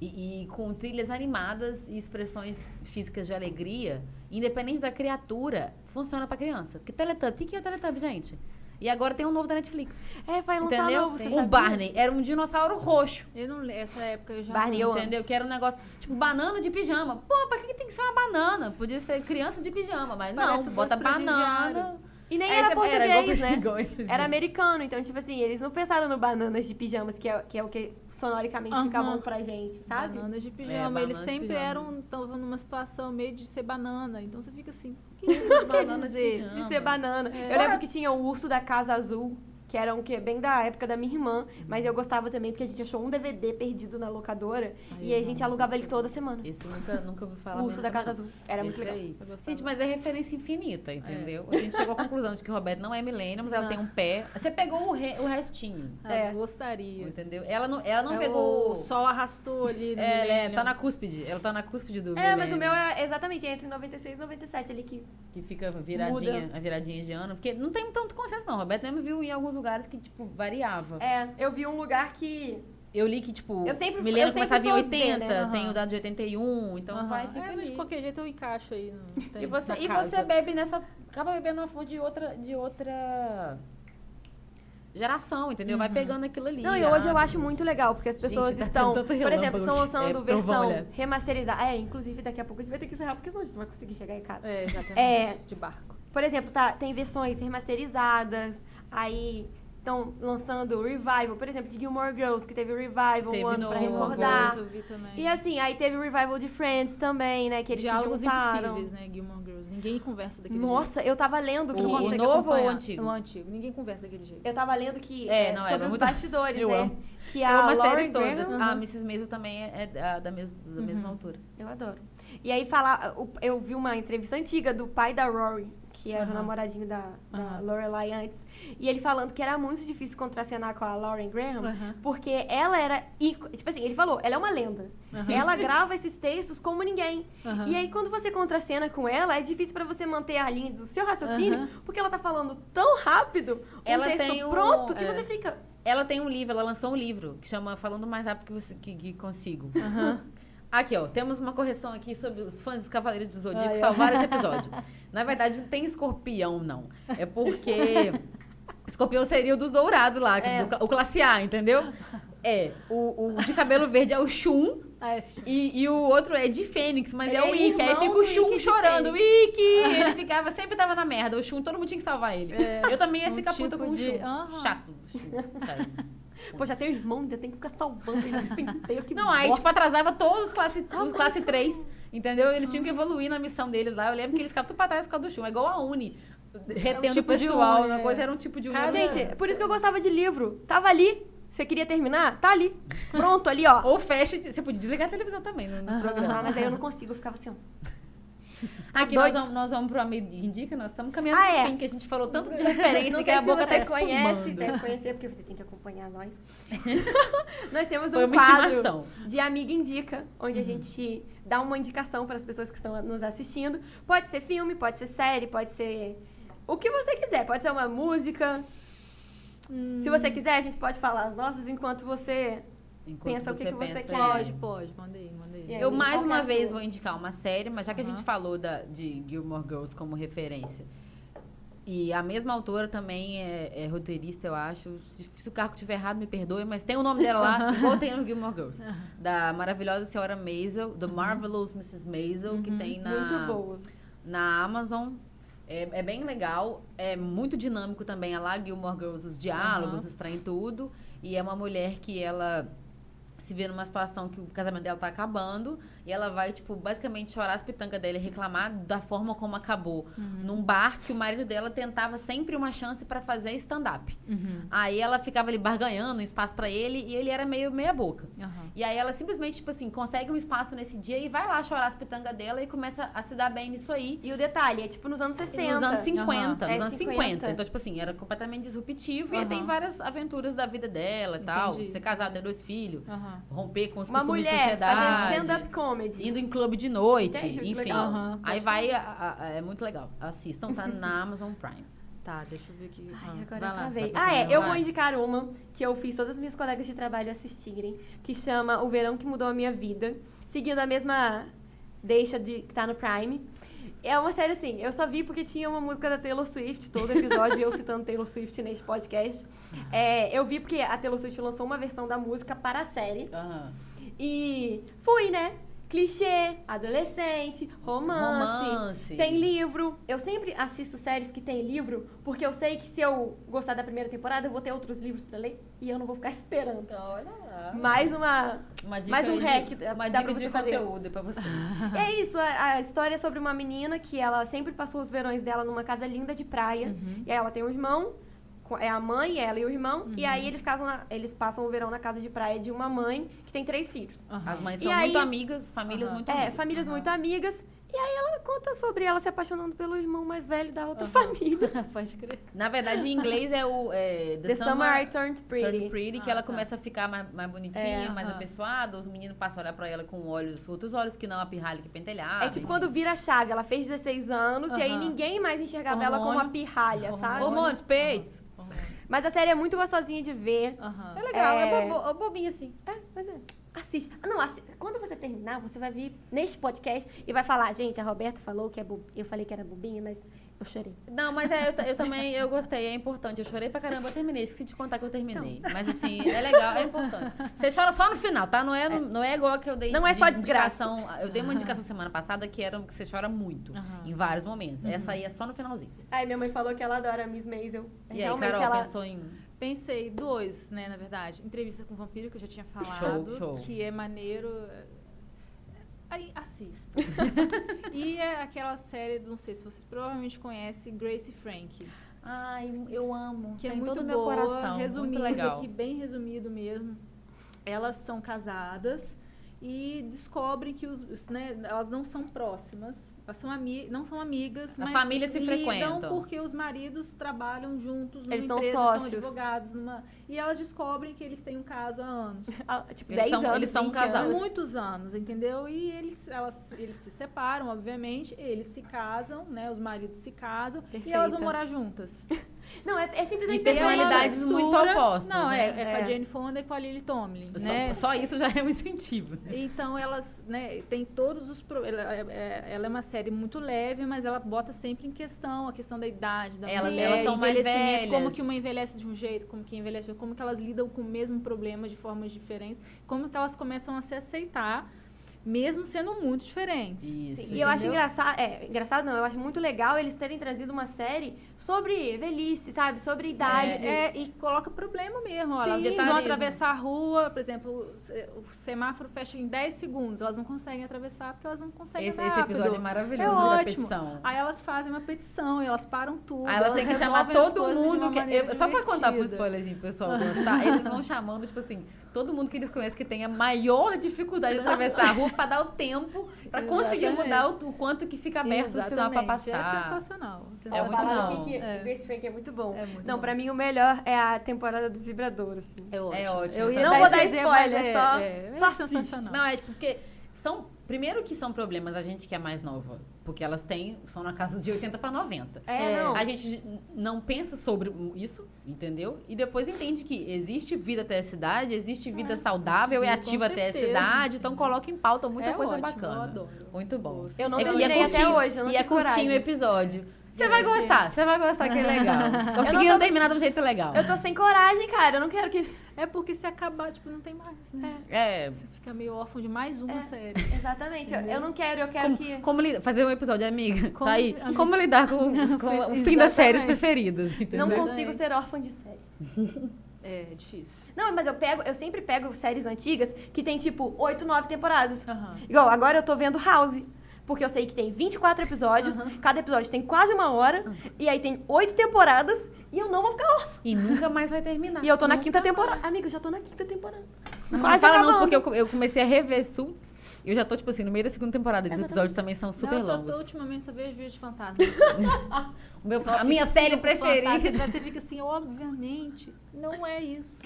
Speaker 1: e, e com trilhas animadas e expressões físicas de alegria, independente da criatura, funciona pra criança. Porque Teletubbies, o que que é Teletubbies, gente? E agora tem um novo da Netflix.
Speaker 2: É, vai lançar
Speaker 1: entendeu?
Speaker 2: novo, você
Speaker 1: o
Speaker 2: sabia?
Speaker 1: Barney era um dinossauro roxo.
Speaker 3: Eu não... le- Essa época eu já...
Speaker 2: Barney, eu amo.
Speaker 1: Entendeu? Que era um negócio. Tipo, banana de pijama. Pô, pra que, que tem que ser uma banana? Podia ser criança de pijama, mas
Speaker 3: Parece
Speaker 1: não,
Speaker 3: o
Speaker 1: bota
Speaker 3: doce presidiário.
Speaker 1: banana.
Speaker 2: E nem
Speaker 1: Aí
Speaker 2: era
Speaker 1: você-
Speaker 2: português,
Speaker 1: igual pra-
Speaker 2: né?
Speaker 1: igual esse
Speaker 2: Era
Speaker 1: presidiário.
Speaker 2: americano, então, tipo assim, eles não pensaram no bananas de pijamas, que é, que é o que sonoricamente
Speaker 3: Aham.
Speaker 2: fica bom pra gente, sabe?
Speaker 3: Bananas de pijama. Eles
Speaker 1: É, banana de
Speaker 3: sempre
Speaker 1: pijama.
Speaker 3: eram... Estavam numa situação meio de ser banana. Então você fica assim... O que isso quer
Speaker 1: Banana de
Speaker 3: dizer?
Speaker 1: pijama.
Speaker 2: De ser banana.
Speaker 1: É.
Speaker 2: Eu lembro que tinha o urso da Casa Azul, que era um que é bem da época da minha irmã, mas eu gostava também porque a gente achou um DVD perdido na locadora
Speaker 1: Ai,
Speaker 2: e a
Speaker 1: eu
Speaker 2: gente
Speaker 1: amo.
Speaker 2: alugava ele toda semana.
Speaker 1: Esse nunca, nunca ouvi É. falar.
Speaker 2: O
Speaker 1: mesmo,
Speaker 2: urso da
Speaker 1: não.
Speaker 2: Casa Azul. Era muito
Speaker 1: Esse
Speaker 2: legal.
Speaker 1: aí.
Speaker 3: Eu gostava.
Speaker 1: Gente, mas é referência infinita, entendeu? A gente chegou à conclusão de que Roberto não é milênio, mas ela
Speaker 3: Não.
Speaker 1: tem um pé. Você pegou o, re- o restinho,
Speaker 3: Ah,
Speaker 2: É.
Speaker 3: Gostaria.
Speaker 1: entendeu? Ela não, ela não
Speaker 3: É,
Speaker 1: pegou.
Speaker 3: O sol arrastou ali. no
Speaker 1: Ela é,
Speaker 3: milênio.
Speaker 1: tá na cúspide. Ela tá na cúspide do.
Speaker 2: É, mas o
Speaker 1: milênio,
Speaker 2: meu é exatamente entre 96 e 97 ali que.
Speaker 1: Que fica viradinha, a viradinha de ano. Porque não tem tanto consenso, não. Roberto mesmo viu em alguns lugares que, tipo, variava.
Speaker 2: É, eu vi um lugar que.
Speaker 1: Eu li que, tipo,
Speaker 2: Eu sempre-
Speaker 1: milênio
Speaker 2: eu sempre
Speaker 1: começava em
Speaker 2: sou Z,
Speaker 1: 80,
Speaker 2: né?
Speaker 3: Aham.
Speaker 1: tem o dado de 81, então
Speaker 3: Aham.
Speaker 1: vai, fica
Speaker 3: É, mas
Speaker 1: ali.
Speaker 3: de qualquer jeito eu encaixo aí. no- tem-
Speaker 1: E você,
Speaker 3: na
Speaker 1: e
Speaker 3: casa.
Speaker 1: você é bebe nessa. Acaba bebendo uma fonte de outra, de outra geração, entendeu?
Speaker 3: Uhum.
Speaker 1: Vai pegando aquilo ali.
Speaker 2: Não, e hoje eu acho muito legal, porque as
Speaker 1: ah. Gente,
Speaker 2: pessoas
Speaker 1: tá
Speaker 2: estão.
Speaker 1: tendo tanto
Speaker 2: Por exemplo,
Speaker 1: relâmpago
Speaker 2: estão
Speaker 1: que-
Speaker 2: lançando
Speaker 1: é,
Speaker 2: versão
Speaker 1: trovão, aliás.
Speaker 2: remasterizada. É, inclusive daqui a pouco a gente vai ter que encerrar, porque senão a gente não vai conseguir chegar em casa.
Speaker 3: É, exatamente.
Speaker 2: É.
Speaker 3: De barco.
Speaker 2: Por exemplo, tá, tem versões remasterizadas, aí estão lançando o revival, por exemplo, de Gilmore Girls, que teve o revival
Speaker 1: Teve
Speaker 2: um ano pra
Speaker 1: novo.
Speaker 2: recordar.
Speaker 3: Eu vi também.
Speaker 2: E assim, aí teve o revival de Friends também, né? Que eles
Speaker 3: Diálogos
Speaker 2: se juntaram.
Speaker 3: impossíveis, né, Gilmore Girls. Ninguém conversa daquele jeito.
Speaker 2: Nossa, eu tava lendo que.
Speaker 1: Você não
Speaker 3: Não
Speaker 1: o
Speaker 3: consegue
Speaker 1: novo ou o
Speaker 3: acompanhar.
Speaker 1: antigo?
Speaker 3: O antigo. Ninguém conversa daquele jeito.
Speaker 2: Eu tava lendo que.
Speaker 1: É,
Speaker 2: é,
Speaker 1: não, era
Speaker 2: sobre os
Speaker 1: muito-
Speaker 2: bastidores,
Speaker 1: Eu
Speaker 2: né?
Speaker 1: amo.
Speaker 2: Que
Speaker 1: Eu
Speaker 2: a
Speaker 1: amo as
Speaker 2: Lauren
Speaker 1: séries todas.
Speaker 2: Graham-
Speaker 1: A Mrs. Maisel também é, é da, da mes- da
Speaker 3: Uhum.
Speaker 1: mesma altura.
Speaker 2: Eu adoro. E aí falar, o- eu vi uma entrevista antiga do pai da Rory, que era o
Speaker 3: Aham.
Speaker 2: namoradinho da, da
Speaker 3: Aham.
Speaker 2: Lorelai antes, e ele falando que era muito difícil contracenar com a Lauren Graham,
Speaker 3: Aham.
Speaker 2: porque ela era íco- tipo assim, ele falou, ela é uma lenda.
Speaker 3: Aham.
Speaker 2: Ela grava esses textos como ninguém.
Speaker 3: Aham.
Speaker 2: E aí quando você contracena com ela, é difícil pra você manter a linha do seu raciocínio,
Speaker 3: Aham.
Speaker 2: porque ela tá falando tão rápido, um
Speaker 1: Ela
Speaker 2: texto
Speaker 1: tem o-
Speaker 2: pronto que
Speaker 1: é.
Speaker 2: você fica,
Speaker 1: Ela tem um livro, ela lançou um livro que chama Falando Mais Rápido que, Você- que- que Consigo.
Speaker 3: Aham.
Speaker 1: Aqui, ó, temos uma correção aqui sobre os fãs dos Cavaleiros do Zodíaco,
Speaker 3: Ai, ó.
Speaker 1: são vários episódios. Na verdade, não tem escorpião, não. É porque escorpião seria o dos dourados lá, que-
Speaker 2: É.
Speaker 1: do ca- o classe A, entendeu? É, o, o de cabelo verde é o Shun
Speaker 3: Acho.
Speaker 1: e, e o outro é de Fênix, mas
Speaker 2: Ele
Speaker 1: é o
Speaker 2: é
Speaker 1: Ikki. Aí
Speaker 2: irmão
Speaker 1: fica
Speaker 2: do
Speaker 1: o Shun
Speaker 2: Ikki de
Speaker 1: chorando, Ikki! Ele ficava, sempre tava na merda. O Shun, todo mundo tinha que salvar ele.
Speaker 3: É,
Speaker 1: Eu também ia
Speaker 3: um
Speaker 1: ficar puta
Speaker 3: tipo
Speaker 1: com o
Speaker 3: de-
Speaker 1: Shun.
Speaker 3: Aham.
Speaker 1: Chato. Shun. Tá.
Speaker 2: pô, já tem o irmão, ainda tem que ficar salvando ele o tempo inteiro, que
Speaker 1: Não, aí,
Speaker 2: bosta.
Speaker 1: tipo, atrasava todos os classe, os classe 3, entendeu? Eles tinham que evoluir na missão deles lá. Eu lembro que eles ficavam tudo pra trás por causa do chum. É igual a Uni. retendo
Speaker 3: tipo
Speaker 1: o
Speaker 3: de
Speaker 1: pessoal.
Speaker 3: um,
Speaker 1: uma
Speaker 3: é.
Speaker 1: coisa era um tipo de um.
Speaker 3: Cara,
Speaker 1: e outra-
Speaker 2: Gente, é por isso que eu gostava de livro. Tava ali. Você queria terminar? Tá ali. Pronto, ali, ó.
Speaker 1: Ou fecha, você podia desligar a televisão também né, no, no
Speaker 2: Ah,
Speaker 1: programa.
Speaker 2: mas aí eu não consigo, eu ficava assim, ó.
Speaker 1: Aqui
Speaker 2: Doido.
Speaker 1: nós vamos, nós vamos pro Amigo Indica, nós estamos caminhando
Speaker 2: Ah,
Speaker 1: pro
Speaker 2: é.
Speaker 1: fim, que a gente falou tanto de referência
Speaker 2: Não
Speaker 1: que
Speaker 2: sei
Speaker 1: a
Speaker 2: se
Speaker 1: boca
Speaker 2: você
Speaker 1: tá
Speaker 2: conhece, é.
Speaker 1: espumando.
Speaker 2: deve conhecer, porque você tem que acompanhar nós. nós temos
Speaker 1: Foi
Speaker 2: um
Speaker 1: uma
Speaker 2: quadro
Speaker 1: intimação. Uhum.
Speaker 2: de Amiga Indica, onde a gente dá uma indicação para as pessoas que estão nos assistindo. Pode ser filme, pode ser série, pode ser o que você quiser. Pode ser uma música.
Speaker 1: Hum.
Speaker 2: Se você quiser, a gente pode falar as nossas enquanto você...
Speaker 1: Enquanto
Speaker 2: Pensa o que que você
Speaker 1: pensa,
Speaker 2: quer.
Speaker 1: é.
Speaker 3: Pode, pode, mandei, mandei.
Speaker 2: E aí?
Speaker 1: Eu mais
Speaker 2: Qual que é
Speaker 1: uma
Speaker 2: a
Speaker 1: vez
Speaker 2: sua?
Speaker 1: vou indicar uma série, mas já que a gente
Speaker 3: Aham.
Speaker 1: falou da, de Gilmore Girls como referência. E a mesma autora também é, é roteirista, eu acho. Se, se o cargo estiver errado, me perdoe, mas tem o nome dela lá, igual tem no Gilmore Girls. Da maravilhosa senhora Maisel, The Marvelous Mrs. Maisel, que tem na
Speaker 2: Uhum. Muito boa.
Speaker 1: na Amazon. É, é bem legal, é muito dinâmico também. É lá Gilmore Girls, os diálogos,
Speaker 3: Aham.
Speaker 1: os trem tudo. E é uma mulher que ela se vê numa situação que o casamento dela tá acabando. E ela vai, tipo, basicamente chorar as pitangas dela e reclamar da forma como acabou. Num bar que o marido dela tentava sempre uma chance para fazer stand-up.
Speaker 3: Uhum.
Speaker 1: Aí ela ficava ali barganhando um espaço para ele e ele era meio meia boca.
Speaker 3: Aham.
Speaker 1: E aí ela simplesmente, tipo assim, consegue um espaço nesse dia e vai lá chorar as pitangas dela e começa a se dar bem nisso aí.
Speaker 2: E o detalhe, é tipo nos anos 60.
Speaker 1: Nos anos 50,
Speaker 2: Aham.
Speaker 1: nos
Speaker 2: É,
Speaker 1: anos 50.
Speaker 2: 50.
Speaker 1: Então, tipo assim, era completamente disruptivo e
Speaker 3: Aham.
Speaker 1: tem várias aventuras da vida dela e tal.
Speaker 3: Entendi.
Speaker 1: Ser casada, ter dois filhos,
Speaker 3: Aham.
Speaker 1: romper com os
Speaker 2: Uma
Speaker 1: costumes de
Speaker 2: mulher fazendo
Speaker 1: sociedade.
Speaker 2: stand-up comedy.
Speaker 1: Indo em clube de noite,
Speaker 2: Entendi, que
Speaker 1: enfim.
Speaker 2: legal.
Speaker 3: Aham.
Speaker 1: Aí vai, a- a- a- é muito legal. Assistam, tá na Amazon Prime.
Speaker 3: Tá, deixa eu ver aqui.
Speaker 2: Ai,
Speaker 3: Ah,
Speaker 2: agora
Speaker 3: vai
Speaker 2: eu
Speaker 3: lá,
Speaker 2: travei.
Speaker 3: tá
Speaker 2: Ah,
Speaker 3: pensando
Speaker 1: um
Speaker 2: é,
Speaker 3: em
Speaker 2: eu
Speaker 3: lá?
Speaker 2: vou indicar uma que eu fiz todas as minhas colegas de trabalho assistirem, que chama O Verão que Mudou a Minha Vida, seguindo a mesma deixa de que tá no Prime. É uma série assim, eu só vi porque tinha uma música da Taylor Swift, todo episódio eu citando Taylor Swift neste podcast.
Speaker 1: Ah.
Speaker 2: É, eu vi porque a Taylor Swift lançou uma versão da música para a série.
Speaker 1: Aham.
Speaker 2: E fui, né? Clichê, adolescente, romance,
Speaker 1: Romance.
Speaker 2: Tem livro. Eu sempre assisto séries que tem livro, porque eu sei que se eu gostar da primeira temporada, eu vou ter outros livros pra ler e eu não vou ficar esperando.
Speaker 1: Olha lá.
Speaker 2: Mais uma.
Speaker 1: Uma dica
Speaker 2: Então, mais um
Speaker 1: aí de-
Speaker 2: hack, dá
Speaker 1: Uma
Speaker 2: pra
Speaker 1: dica de
Speaker 2: você fazer.
Speaker 1: conteúdo pra vocês.
Speaker 2: É isso, a, a história é sobre uma menina que ela sempre passou os verões dela numa casa linda de praia. E aí ela tem um irmão, co- é a mãe, ela e o irmão. E aí eles casam, na- eles passam o verão na casa de praia de uma mãe que tem três filhos.
Speaker 3: Aham.
Speaker 1: As mães
Speaker 2: E
Speaker 1: são
Speaker 2: aí-
Speaker 1: muito amigas, famílias
Speaker 3: Aham.
Speaker 1: muito
Speaker 2: É,
Speaker 1: amigas.
Speaker 2: famílias
Speaker 3: aham.
Speaker 2: muito amigas. E aí ela conta sobre ela se apaixonando pelo irmão mais velho da outra família.
Speaker 3: Pode crer.
Speaker 1: Na verdade, em inglês é o é,
Speaker 2: The, Summer I Turned Pretty.
Speaker 1: Turn pretty, que
Speaker 3: Ah,
Speaker 1: ela
Speaker 3: tá.
Speaker 1: começa a ficar mais, mais bonitinha,
Speaker 2: É,
Speaker 1: mais
Speaker 3: aham.
Speaker 1: apessoada, os meninos passam a olhar pra ela com olhos, outros olhos que não a pirralha que pentelhada.
Speaker 2: É tipo quando vira a chave, ela fez 16 anos e aí
Speaker 3: Aham.
Speaker 2: ninguém mais enxergava ela como uma
Speaker 3: Hormônio.
Speaker 2: pirralha, sabe?
Speaker 1: Hormônios, peitos.
Speaker 2: Mas a série é muito gostosinha de ver.
Speaker 1: É
Speaker 3: Aham.
Speaker 1: legal, é,
Speaker 2: É.
Speaker 1: bobo- é bobinha assim.
Speaker 2: É, mas é. Assiste. Ah, Não, assi- quando você terminar, você vai vir neste podcast e vai falar, gente, a Roberta falou que é bo... Eu falei que era bobinha, mas eu chorei.
Speaker 1: Não, mas é, eu, ta- eu também, eu gostei, é importante. Eu chorei pra caramba, eu terminei. Esqueci de contar que eu terminei. Mas assim, é legal, é importante. Você chora só no final, tá? Não é, Não é igual a que eu dei
Speaker 2: Não é
Speaker 1: de
Speaker 2: só desgraça.
Speaker 1: indicação. Eu dei uma indicação semana passada que era um, que você chora muito,
Speaker 3: Aham.
Speaker 1: em vários momentos. Essa aí é só no finalzinho.
Speaker 2: Aí minha mãe falou que ela adora a Miss Maisel.
Speaker 1: E aí,
Speaker 2: Realmente
Speaker 1: Carol,
Speaker 2: ela...
Speaker 1: pensou em...
Speaker 3: Pensei, dois, né, na verdade. Entrevista com o vampiro, que eu já tinha falado.
Speaker 1: show.
Speaker 3: Que é maneiro. Aí, assista. e é aquela série, não sei se vocês provavelmente conhecem, Grace Frank.
Speaker 1: Ai, eu amo.
Speaker 3: que
Speaker 1: Tem
Speaker 3: é muito
Speaker 1: todo o
Speaker 3: boa,
Speaker 1: meu coração.
Speaker 3: resumido
Speaker 1: muito legal.
Speaker 3: aqui, bem resumido mesmo. Elas são casadas e descobrem que os, os, né, elas não são próximas. Elas são ami não são amigas,
Speaker 1: As
Speaker 3: mas
Speaker 1: famílias se
Speaker 3: lidam
Speaker 1: frequentam.
Speaker 3: porque os maridos trabalham juntos numa
Speaker 2: Eles são
Speaker 3: empresa,
Speaker 2: sócios.
Speaker 3: são advogados. Numa... E elas descobrem que eles têm um caso há anos.
Speaker 2: Ah, tipo,
Speaker 1: Eles
Speaker 2: 10
Speaker 1: são-
Speaker 2: anos,
Speaker 1: eles são um
Speaker 2: 20
Speaker 1: casal.
Speaker 2: anos.
Speaker 3: Muitos anos, entendeu? E eles, elas, eles se separam, obviamente. Eles se casam, né? Os maridos se casam. E elas
Speaker 2: Perfeita.
Speaker 3: vão morar juntas.
Speaker 2: Não, é, é simplesmente...
Speaker 1: E personalidades
Speaker 3: Ela
Speaker 1: muito
Speaker 3: mistura-
Speaker 1: opostas,
Speaker 3: Não,
Speaker 1: né?
Speaker 3: é, é com
Speaker 2: É.
Speaker 3: a Jane Fonda e com a Lily Tomlin,
Speaker 1: Só,
Speaker 3: né?
Speaker 1: só isso já é um incentivo.
Speaker 3: Então elas, né, tem todos os pro- ela, é- é, ela é uma série muito leve, mas ela bota sempre em questão a questão da idade, da
Speaker 1: Elas-
Speaker 3: mulher,
Speaker 1: elas são mais
Speaker 3: envelhecimento, como
Speaker 1: velhas.
Speaker 3: que uma envelhece de um jeito, como que envelhece, de outro, como que elas lidam com o mesmo problema de formas diferentes, como que elas começam a se aceitar mesmo sendo muito diferentes.
Speaker 1: Isso.
Speaker 2: E eu acho
Speaker 1: entendeu?
Speaker 2: engraçado, é, engraçado não, eu acho muito legal eles terem trazido uma série sobre velhice, sabe? Sobre idade.
Speaker 3: É, é, e coloca problema mesmo. ó, Elas
Speaker 2: Sim.
Speaker 3: precisam
Speaker 1: Detalhismo.
Speaker 3: atravessar a rua, por exemplo, o se- o semáforo fecha em 10 segundos. Elas não conseguem atravessar porque elas não conseguem
Speaker 1: Esse,
Speaker 3: andar
Speaker 1: esse episódio é
Speaker 3: rápido.
Speaker 1: maravilhoso
Speaker 3: É
Speaker 1: da
Speaker 3: ótimo.
Speaker 1: petição.
Speaker 3: Aí elas fazem uma petição e elas param tudo.
Speaker 1: Aí elas têm que chamar
Speaker 3: resolvem as
Speaker 1: todo
Speaker 3: coisas de
Speaker 1: mundo.
Speaker 3: uma
Speaker 1: Que,
Speaker 3: maneira
Speaker 1: eu- só pra contar pro
Speaker 3: divertida.
Speaker 1: spoilerzinho pro pessoal gostar, eles vão chamando, tipo assim, todo mundo que eles conhecem que tem a maior dificuldade de atravessar a rua pra dar o tempo, pra conseguir
Speaker 3: Exatamente.
Speaker 1: mudar o, o quanto que fica tá aberto o sinal pra
Speaker 3: Exatamente. É
Speaker 1: passar.
Speaker 3: sensacional.
Speaker 1: É
Speaker 2: Ela
Speaker 1: muito
Speaker 3: sensacional.
Speaker 2: falaram
Speaker 1: bom.
Speaker 2: aqui que
Speaker 3: É.
Speaker 2: Grace Frank é muito bom.
Speaker 3: É muito
Speaker 2: não,
Speaker 3: bom.
Speaker 2: pra mim o melhor é a temporada do Vibrador, assim.
Speaker 3: É ótimo.
Speaker 1: É ótimo.
Speaker 3: Eu ia
Speaker 1: Não
Speaker 3: dar
Speaker 1: vou
Speaker 3: esse
Speaker 2: dar
Speaker 3: exemplo, mas
Speaker 2: spoiler,
Speaker 3: é,
Speaker 2: só-
Speaker 3: é, é
Speaker 2: só assiste.
Speaker 3: sensacional.
Speaker 1: Não, é tipo, porque são. Primeiro que são problemas a gente que é mais nova. Porque elas têm. São na casa de 80 pra 90.
Speaker 2: É,
Speaker 3: É.
Speaker 2: não.
Speaker 1: A gente não pensa sobre isso, entendeu? E depois entende que existe vida até essa idade, existe vida saudável e
Speaker 3: sim,
Speaker 1: ativa
Speaker 3: com
Speaker 1: até essa
Speaker 3: certeza.
Speaker 1: idade. Então coloca em pauta muita
Speaker 3: É
Speaker 1: coisa
Speaker 3: ótimo, Eu
Speaker 1: bacana.
Speaker 3: adoro.
Speaker 1: Muito bom.
Speaker 2: Eu não
Speaker 1: É- e
Speaker 2: terminei até
Speaker 1: curtinho-
Speaker 2: hoje, eu não
Speaker 1: E é
Speaker 2: tive
Speaker 1: curtinho
Speaker 2: coragem.
Speaker 1: o episódio. Você vai
Speaker 3: Eu achei.
Speaker 1: gostar, você vai gostar que é legal.
Speaker 2: Eu
Speaker 1: Conseguiram
Speaker 2: não tô-
Speaker 1: terminar de um jeito legal.
Speaker 2: Eu tô sem coragem, cara. Eu não quero que.
Speaker 3: É porque se acabar, tipo, não tem mais, né?
Speaker 1: É,
Speaker 3: Você fica meio órfão de mais uma
Speaker 2: É.
Speaker 3: série.
Speaker 2: Exatamente. Eu, eu não quero, eu quero
Speaker 1: como,
Speaker 2: que.
Speaker 1: como li- fazer um episódio, amiga,
Speaker 3: Como-
Speaker 1: tá aí.
Speaker 3: amiga.
Speaker 1: Como lidar com, os- com o fim das
Speaker 3: Exatamente.
Speaker 1: séries preferidas, entendeu?
Speaker 2: Não
Speaker 3: Entendeu?
Speaker 2: consigo ser órfã de série.
Speaker 3: É difícil.
Speaker 2: Não, mas eu pego, eu sempre pego séries antigas que tem tipo 8, 9 temporadas.
Speaker 3: Aham.
Speaker 2: Igual, agora eu tô vendo House. Porque eu sei que tem 24 episódios, cada episódio tem quase uma hora, e aí tem oito temporadas, e eu não vou ficar órfã.
Speaker 1: E nunca mais vai terminar.
Speaker 2: E eu tô na
Speaker 3: tá
Speaker 2: quinta temporada. Amigo, eu já tô na quinta temporada.
Speaker 1: Não,
Speaker 2: Quase
Speaker 1: fala
Speaker 2: acabando.
Speaker 1: não, porque eu, co- eu comecei a rever Suits. E eu já tô, tipo assim, no meio da segunda
Speaker 2: É
Speaker 1: temporada. E os episódios também são super
Speaker 3: não, eu só
Speaker 1: longos.
Speaker 3: tô
Speaker 2: tipo,
Speaker 3: ultimamente só vejo vídeo de fantasma.
Speaker 1: O meu- a minha série preferida.
Speaker 3: Fantasma, Você fica assim, obviamente, não é isso.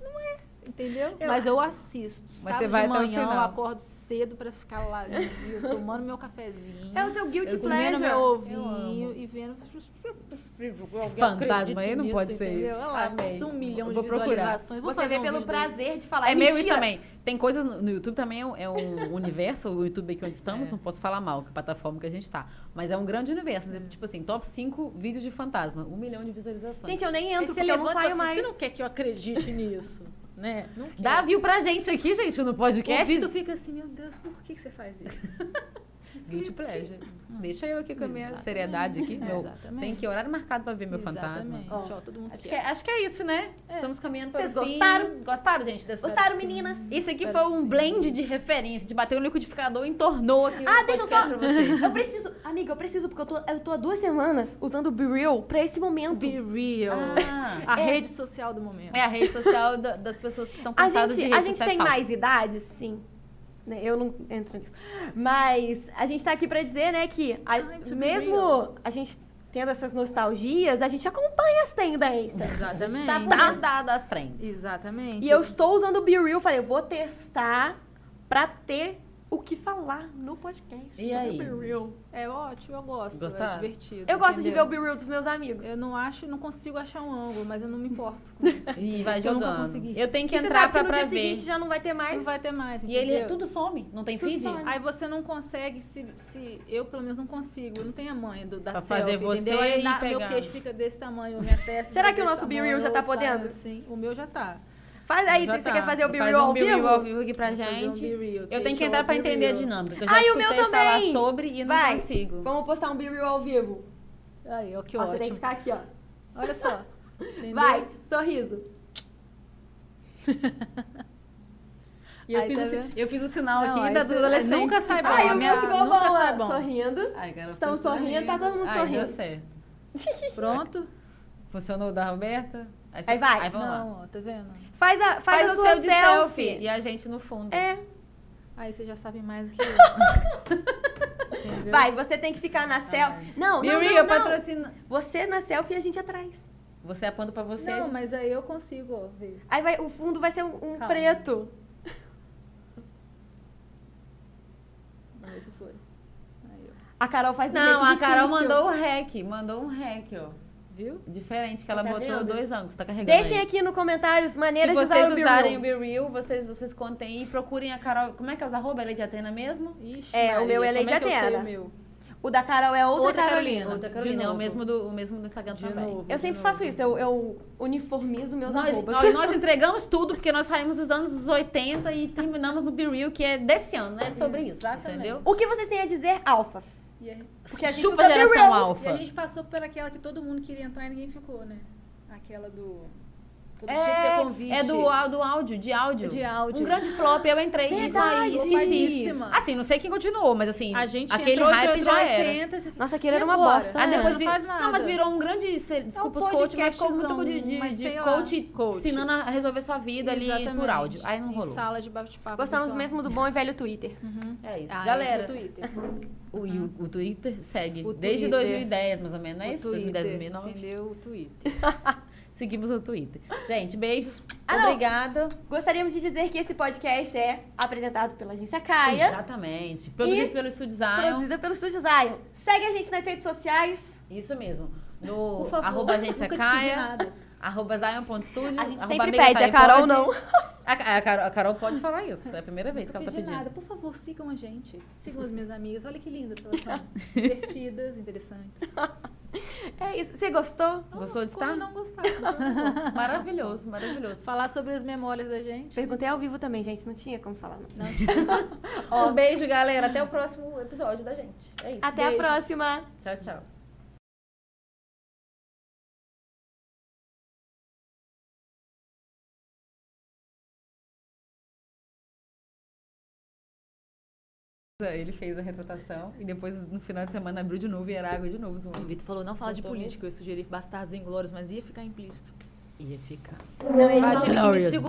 Speaker 3: Não é, entendeu?
Speaker 1: Eu-
Speaker 3: Mas eu assisto. Mas
Speaker 1: você vai
Speaker 3: de
Speaker 1: até o
Speaker 3: manhã, eu
Speaker 1: final.
Speaker 3: acordo cedo pra ficar lá, viu, tomando meu cafezinho.
Speaker 2: É o seu guilty
Speaker 1: Eu
Speaker 2: pleasure.
Speaker 3: comendo meu
Speaker 1: Eu
Speaker 3: ovinho
Speaker 1: amo.
Speaker 3: e vendo.
Speaker 1: Esse fantasma aí não pode ser isso.
Speaker 3: Olha lá,
Speaker 1: Amei.
Speaker 3: um milhão
Speaker 1: Eu
Speaker 3: de
Speaker 1: vou procurar.
Speaker 3: visualizações. Vou
Speaker 2: Você
Speaker 3: fazer
Speaker 2: vê
Speaker 3: um
Speaker 2: pelo
Speaker 3: vídeo desse.
Speaker 2: prazer de falar.
Speaker 1: É meio isso
Speaker 2: mentira.
Speaker 1: também. Tem coisas no no YouTube também, é um- é um universo, o YouTube aqui onde estamos,
Speaker 3: É.
Speaker 1: não posso falar mal, que plataforma que a gente tá. Mas é um grande universo, né? tipo assim, top 5 vídeos de fantasma, um milhão de visualizações.
Speaker 2: Gente, eu nem
Speaker 3: Aí
Speaker 2: entro
Speaker 3: você
Speaker 2: porque eu não
Speaker 3: levanta e fala
Speaker 2: saio
Speaker 3: assim,
Speaker 2: mais.
Speaker 3: Você não quer que eu acredite nisso, né? Não quer.
Speaker 1: Dá view pra gente aqui, gente, no
Speaker 3: o
Speaker 1: podcast.
Speaker 3: Vitor fica assim, meu Deus, por que que você faz isso?
Speaker 1: Guilty pleasure. Deixa eu aqui com a minha
Speaker 3: Exatamente.
Speaker 1: seriedade aqui. Meu,
Speaker 3: Exatamente.
Speaker 1: tem que horário marcado pra ver meu fantasma.
Speaker 3: Exatamente.
Speaker 2: Ó,
Speaker 3: Ó, todo mundo
Speaker 1: Acho que,
Speaker 3: quer.
Speaker 1: é, acho que é isso, né? Estamos caminhando para
Speaker 2: Vocês
Speaker 1: o fim.
Speaker 2: gostaram?
Speaker 1: Gostaram, gente? dessa-
Speaker 2: Gostaram,
Speaker 3: assim.
Speaker 2: meninas?
Speaker 1: Isso aqui
Speaker 3: Espero
Speaker 1: foi um
Speaker 3: sim.
Speaker 1: blend de referência, de bater o liquidificador e entornou aqui
Speaker 2: Ah,
Speaker 1: o
Speaker 2: deixa eu
Speaker 1: podcast
Speaker 2: só-
Speaker 1: pra vocês.
Speaker 2: Eu preciso, amiga, eu preciso, porque eu tô, eu tô há duas semanas usando o Be Real pra esse momento.
Speaker 3: Be real.
Speaker 1: Ah,
Speaker 3: a
Speaker 2: é.
Speaker 3: rede social do momento.
Speaker 1: é a rede social da- das pessoas que estão
Speaker 2: A
Speaker 1: cansadas de é
Speaker 2: gente,
Speaker 1: redes
Speaker 2: a gente
Speaker 1: sociais
Speaker 2: tem
Speaker 1: falsas.
Speaker 2: mais idade, sim. Né, Eu não entro nisso. Mas a gente tá aqui pra dizer, né, que a-
Speaker 3: Time to be
Speaker 2: mesmo
Speaker 3: real.
Speaker 2: a gente tendo essas nostalgias, a gente acompanha as tendências.
Speaker 3: Exatamente.
Speaker 1: Tá por dentro da- das trends.
Speaker 3: Exatamente.
Speaker 2: E eu estou usando o Be Real, falei, eu vou testar pra ter o que falar no podcast.
Speaker 1: E aí?
Speaker 2: Be Real.
Speaker 3: É ótimo, eu gosto.
Speaker 1: Gostaram?
Speaker 3: É divertido.
Speaker 2: Eu gosto de ver o
Speaker 3: entendeu?
Speaker 2: Be Real dos meus amigos.
Speaker 3: Eu não acho, não consigo achar um ângulo, mas eu não me importo com isso.
Speaker 1: E vai
Speaker 3: Eu nunca
Speaker 1: jogando.
Speaker 3: consegui.
Speaker 1: Eu tenho que
Speaker 2: E você
Speaker 1: entrar
Speaker 2: sabe
Speaker 1: pra,
Speaker 2: no
Speaker 1: pra
Speaker 2: dia
Speaker 1: ver.
Speaker 2: seguinte já não vai ter mais.
Speaker 3: Não vai ter mais,
Speaker 1: E ele
Speaker 3: entendeu?
Speaker 1: tudo some, não tem
Speaker 2: é Tudo
Speaker 1: feed?
Speaker 2: some.
Speaker 3: Aí você não consegue se, se. Eu, pelo menos, não consigo. Eu não tenho a manha do, da
Speaker 1: Pra
Speaker 3: selfie,
Speaker 1: fazer você
Speaker 3: entendeu? Aí
Speaker 1: ir
Speaker 3: na-
Speaker 1: pegar.
Speaker 3: Meu queixo fica desse tamanho, minha testa.
Speaker 2: Será
Speaker 3: fica
Speaker 2: que o
Speaker 3: desse
Speaker 2: nosso Be
Speaker 3: tamanho,
Speaker 2: Real já tá
Speaker 3: eu saio
Speaker 2: podendo?
Speaker 3: assim. O meu já tá.
Speaker 2: Faz aí,
Speaker 3: Já
Speaker 2: você
Speaker 3: tá.
Speaker 2: quer fazer o Be
Speaker 1: Faz
Speaker 2: Real
Speaker 1: um
Speaker 2: ao
Speaker 1: Be Real
Speaker 2: vivo?
Speaker 1: ao vivo aqui pra
Speaker 3: Vou fazer um
Speaker 1: gente.
Speaker 3: Be Real,
Speaker 1: Eu tenho
Speaker 3: take
Speaker 1: que entrar
Speaker 3: all
Speaker 1: pra
Speaker 3: Be
Speaker 1: entender a
Speaker 3: Real.
Speaker 1: dinâmica. que Eu já
Speaker 2: Ai, o
Speaker 1: escutei
Speaker 2: meu
Speaker 1: falar
Speaker 2: também!
Speaker 1: sobre e não
Speaker 2: Vai.
Speaker 1: consigo.
Speaker 2: Vamos postar um Be Real ao vivo.
Speaker 3: Aí, ó, que
Speaker 2: Ó, você tem que
Speaker 3: ótimo.
Speaker 2: ficar aqui, ó.
Speaker 3: Olha só. Entendeu?
Speaker 2: Vai, sorriso.
Speaker 1: E eu,
Speaker 3: Aí,
Speaker 1: fiz
Speaker 3: tá
Speaker 1: o, si-
Speaker 3: vendo?
Speaker 1: eu fiz o sinal
Speaker 3: Não,
Speaker 1: aqui
Speaker 3: aí
Speaker 1: da
Speaker 3: você-
Speaker 1: dos adolescentes.
Speaker 3: nunca sai bom,
Speaker 2: Ai,
Speaker 3: a
Speaker 2: o
Speaker 3: minha
Speaker 1: né?
Speaker 2: meu ficou bom,
Speaker 3: nunca sai
Speaker 2: ó.
Speaker 3: bom.
Speaker 2: Sorrindo.
Speaker 1: Ai, garoto,
Speaker 2: Estão
Speaker 1: ficou
Speaker 2: sorrindo, tá todo mundo
Speaker 1: Ai,
Speaker 2: sorrindo.
Speaker 1: deu certo.
Speaker 3: Pronto?
Speaker 1: Funcionou o da Roberta? você-
Speaker 2: Aí vai.
Speaker 1: Aí vamos lá.
Speaker 3: não, ó, tá vendo?
Speaker 2: Faz a, faz a
Speaker 1: o
Speaker 2: sua
Speaker 1: seu de
Speaker 2: selfie.
Speaker 1: selfie. E a gente no fundo.
Speaker 2: É.
Speaker 3: Aí você já sabe mais do que eu. Entendeu?
Speaker 2: Vai, você tem que ficar na selfie. Não, não,
Speaker 1: Miri, eu
Speaker 2: não, não.
Speaker 1: patrocino.
Speaker 2: Você na selfie e a gente atrás.
Speaker 1: Você aponta pra você.
Speaker 3: Não,
Speaker 1: gente-
Speaker 3: mas aí eu consigo ó, ver.
Speaker 2: Aí vai, o fundo vai ser um, um
Speaker 3: Calma.
Speaker 2: preto.
Speaker 3: Aí se foi. Aí, ó.
Speaker 2: A Carol faz um
Speaker 1: Não, a
Speaker 2: jeito
Speaker 1: Carol
Speaker 2: difícil.
Speaker 1: mandou o rec. Mandou um rec, ó.
Speaker 3: Viu?
Speaker 1: Diferente, que ela
Speaker 2: Tá
Speaker 1: botou
Speaker 2: vendo?
Speaker 1: dois ângulos. Tá carregando
Speaker 2: Deixem
Speaker 1: aí.
Speaker 2: aqui nos comentários maneiras
Speaker 1: Se
Speaker 2: de usar
Speaker 1: vocês
Speaker 2: o Be
Speaker 1: usarem o
Speaker 2: Real.
Speaker 1: Be Real, vocês, vocês contem aí. Procurem a Carol. Como é que é os arroba? Ela é de Atena mesmo?
Speaker 3: Ixi,
Speaker 2: É, o meu é
Speaker 3: Maria,
Speaker 2: Lady
Speaker 3: como é que eu sei
Speaker 2: Atena.
Speaker 3: o meu?
Speaker 2: O da Carol é outra, Carolina.
Speaker 1: Outra
Speaker 3: De
Speaker 1: Carolina, é o
Speaker 3: novo.
Speaker 1: mesmo do, o mesmo do Instagram
Speaker 3: De
Speaker 1: também.
Speaker 3: novo.
Speaker 2: Eu sempre faço isso, eu, eu uniformizo meus
Speaker 1: Nós,
Speaker 2: arrobas.
Speaker 1: nós, nós entregamos tudo, porque nós saímos dos anos 80 e terminamos no Be Real, que é desse ano, né? Sobre isso,
Speaker 3: Exatamente.
Speaker 1: entendeu?
Speaker 2: O que vocês têm a dizer, alfas?
Speaker 3: E a-
Speaker 2: Porque a gente
Speaker 1: Chupa
Speaker 2: usa Be
Speaker 1: geração
Speaker 2: Real.
Speaker 1: alfa.
Speaker 3: E a gente passou pelaquela que todo mundo queria entrar e ninguém ficou, né? Aquela do. Todo tinha que ter convite.
Speaker 1: É, é do, á- do áudio, de áudio.
Speaker 3: De áudio.
Speaker 1: Um grande flop, eu entrei e saí,
Speaker 3: Verdade,
Speaker 1: esqueci.
Speaker 3: flopadíssima.
Speaker 1: Assim, não sei quem continuou, mas assim,
Speaker 3: A gente
Speaker 1: aquele
Speaker 3: entrou,
Speaker 1: hype
Speaker 3: entrou,
Speaker 1: já
Speaker 3: entrou, aí
Speaker 1: era.
Speaker 3: Você entra, você fica,
Speaker 2: Nossa, aquele era
Speaker 3: e
Speaker 2: uma
Speaker 3: agora?
Speaker 2: bosta,
Speaker 1: Ah,
Speaker 2: né?
Speaker 1: depois
Speaker 3: Você
Speaker 1: vi...
Speaker 3: não faz nada.
Speaker 1: Não, mas virou um grande. se- Desculpa,
Speaker 3: É um
Speaker 1: os coach, mas ficou muito
Speaker 3: podcastzão,
Speaker 1: de, de,
Speaker 3: mas
Speaker 1: de
Speaker 3: sei lá.
Speaker 1: coach,
Speaker 3: Coach.
Speaker 1: ensinando a resolver sua vida ali por
Speaker 3: Exatamente.
Speaker 1: áudio. Aí não
Speaker 3: Em
Speaker 1: rolou.
Speaker 3: sala de bate-papo.
Speaker 2: Gostamos
Speaker 3: virtual.
Speaker 2: mesmo do bom e velho Twitter.
Speaker 1: É isso.
Speaker 3: Ah,
Speaker 1: Galera,
Speaker 3: esse é o Twitter.
Speaker 1: o, e o- o Twitter segue
Speaker 3: O
Speaker 1: desde
Speaker 3: Twitter.
Speaker 1: 2010, mais ou menos, não é
Speaker 3: O
Speaker 1: isso?
Speaker 3: Twitter,
Speaker 1: 2010, 2009.
Speaker 3: Entendeu? O Twitter.
Speaker 1: Seguimos o Twitter. Gente, beijos.
Speaker 2: Ah, não.
Speaker 1: Obrigada.
Speaker 2: Gostaríamos de dizer que esse podcast é apresentado pela agência Caia,
Speaker 1: Exatamente. Produzido pelo Estúdio Zion.
Speaker 2: produzido pelo Estúdio Zion. Segue a gente nas redes sociais.
Speaker 1: Isso mesmo. No
Speaker 3: Por favor.
Speaker 1: arroba agência
Speaker 3: Nunca te pedi
Speaker 1: Caia,
Speaker 3: nada.
Speaker 1: arroba zion.studio.
Speaker 2: A gente
Speaker 1: arroba
Speaker 2: sempre
Speaker 1: amiga
Speaker 2: pede,
Speaker 1: Caia
Speaker 2: a Carol
Speaker 1: pode.
Speaker 2: não.
Speaker 1: A, Ca- a Carol, a Carol pode falar isso. É a primeira vez que
Speaker 3: Nunca
Speaker 1: ela tá
Speaker 3: pedi
Speaker 1: pedindo.
Speaker 3: nada. Por favor, sigam a gente. Sigam as minhas amigas. Olha que lindas elas são. Divertidas, interessantes.
Speaker 2: É isso. Você gostou?
Speaker 1: Gostou de
Speaker 3: Como
Speaker 1: estar?
Speaker 3: não gostar? Então, pô.
Speaker 1: Maravilhoso, maravilhoso.
Speaker 3: Falar sobre as memórias da gente.
Speaker 2: Perguntei ao vivo também, gente. Não tinha como falar. não.
Speaker 3: Não,
Speaker 1: Um beijo, galera. Até o próximo episódio da gente. É isso.
Speaker 2: Até a
Speaker 3: Beijos.
Speaker 2: próxima.
Speaker 1: Tchau, tchau. Ele fez a retratação e depois no final de semana abriu de novo e era água de novo.
Speaker 3: O
Speaker 1: zoando.
Speaker 3: Vitor falou, não fala de
Speaker 1: Contou
Speaker 3: política, eu sugeri bastardos e inglórios, mas ia ficar implícito.
Speaker 1: Ia ficar.
Speaker 2: Não, ele
Speaker 3: Ah, tive que me
Speaker 1: Glorious.
Speaker 3: segurar.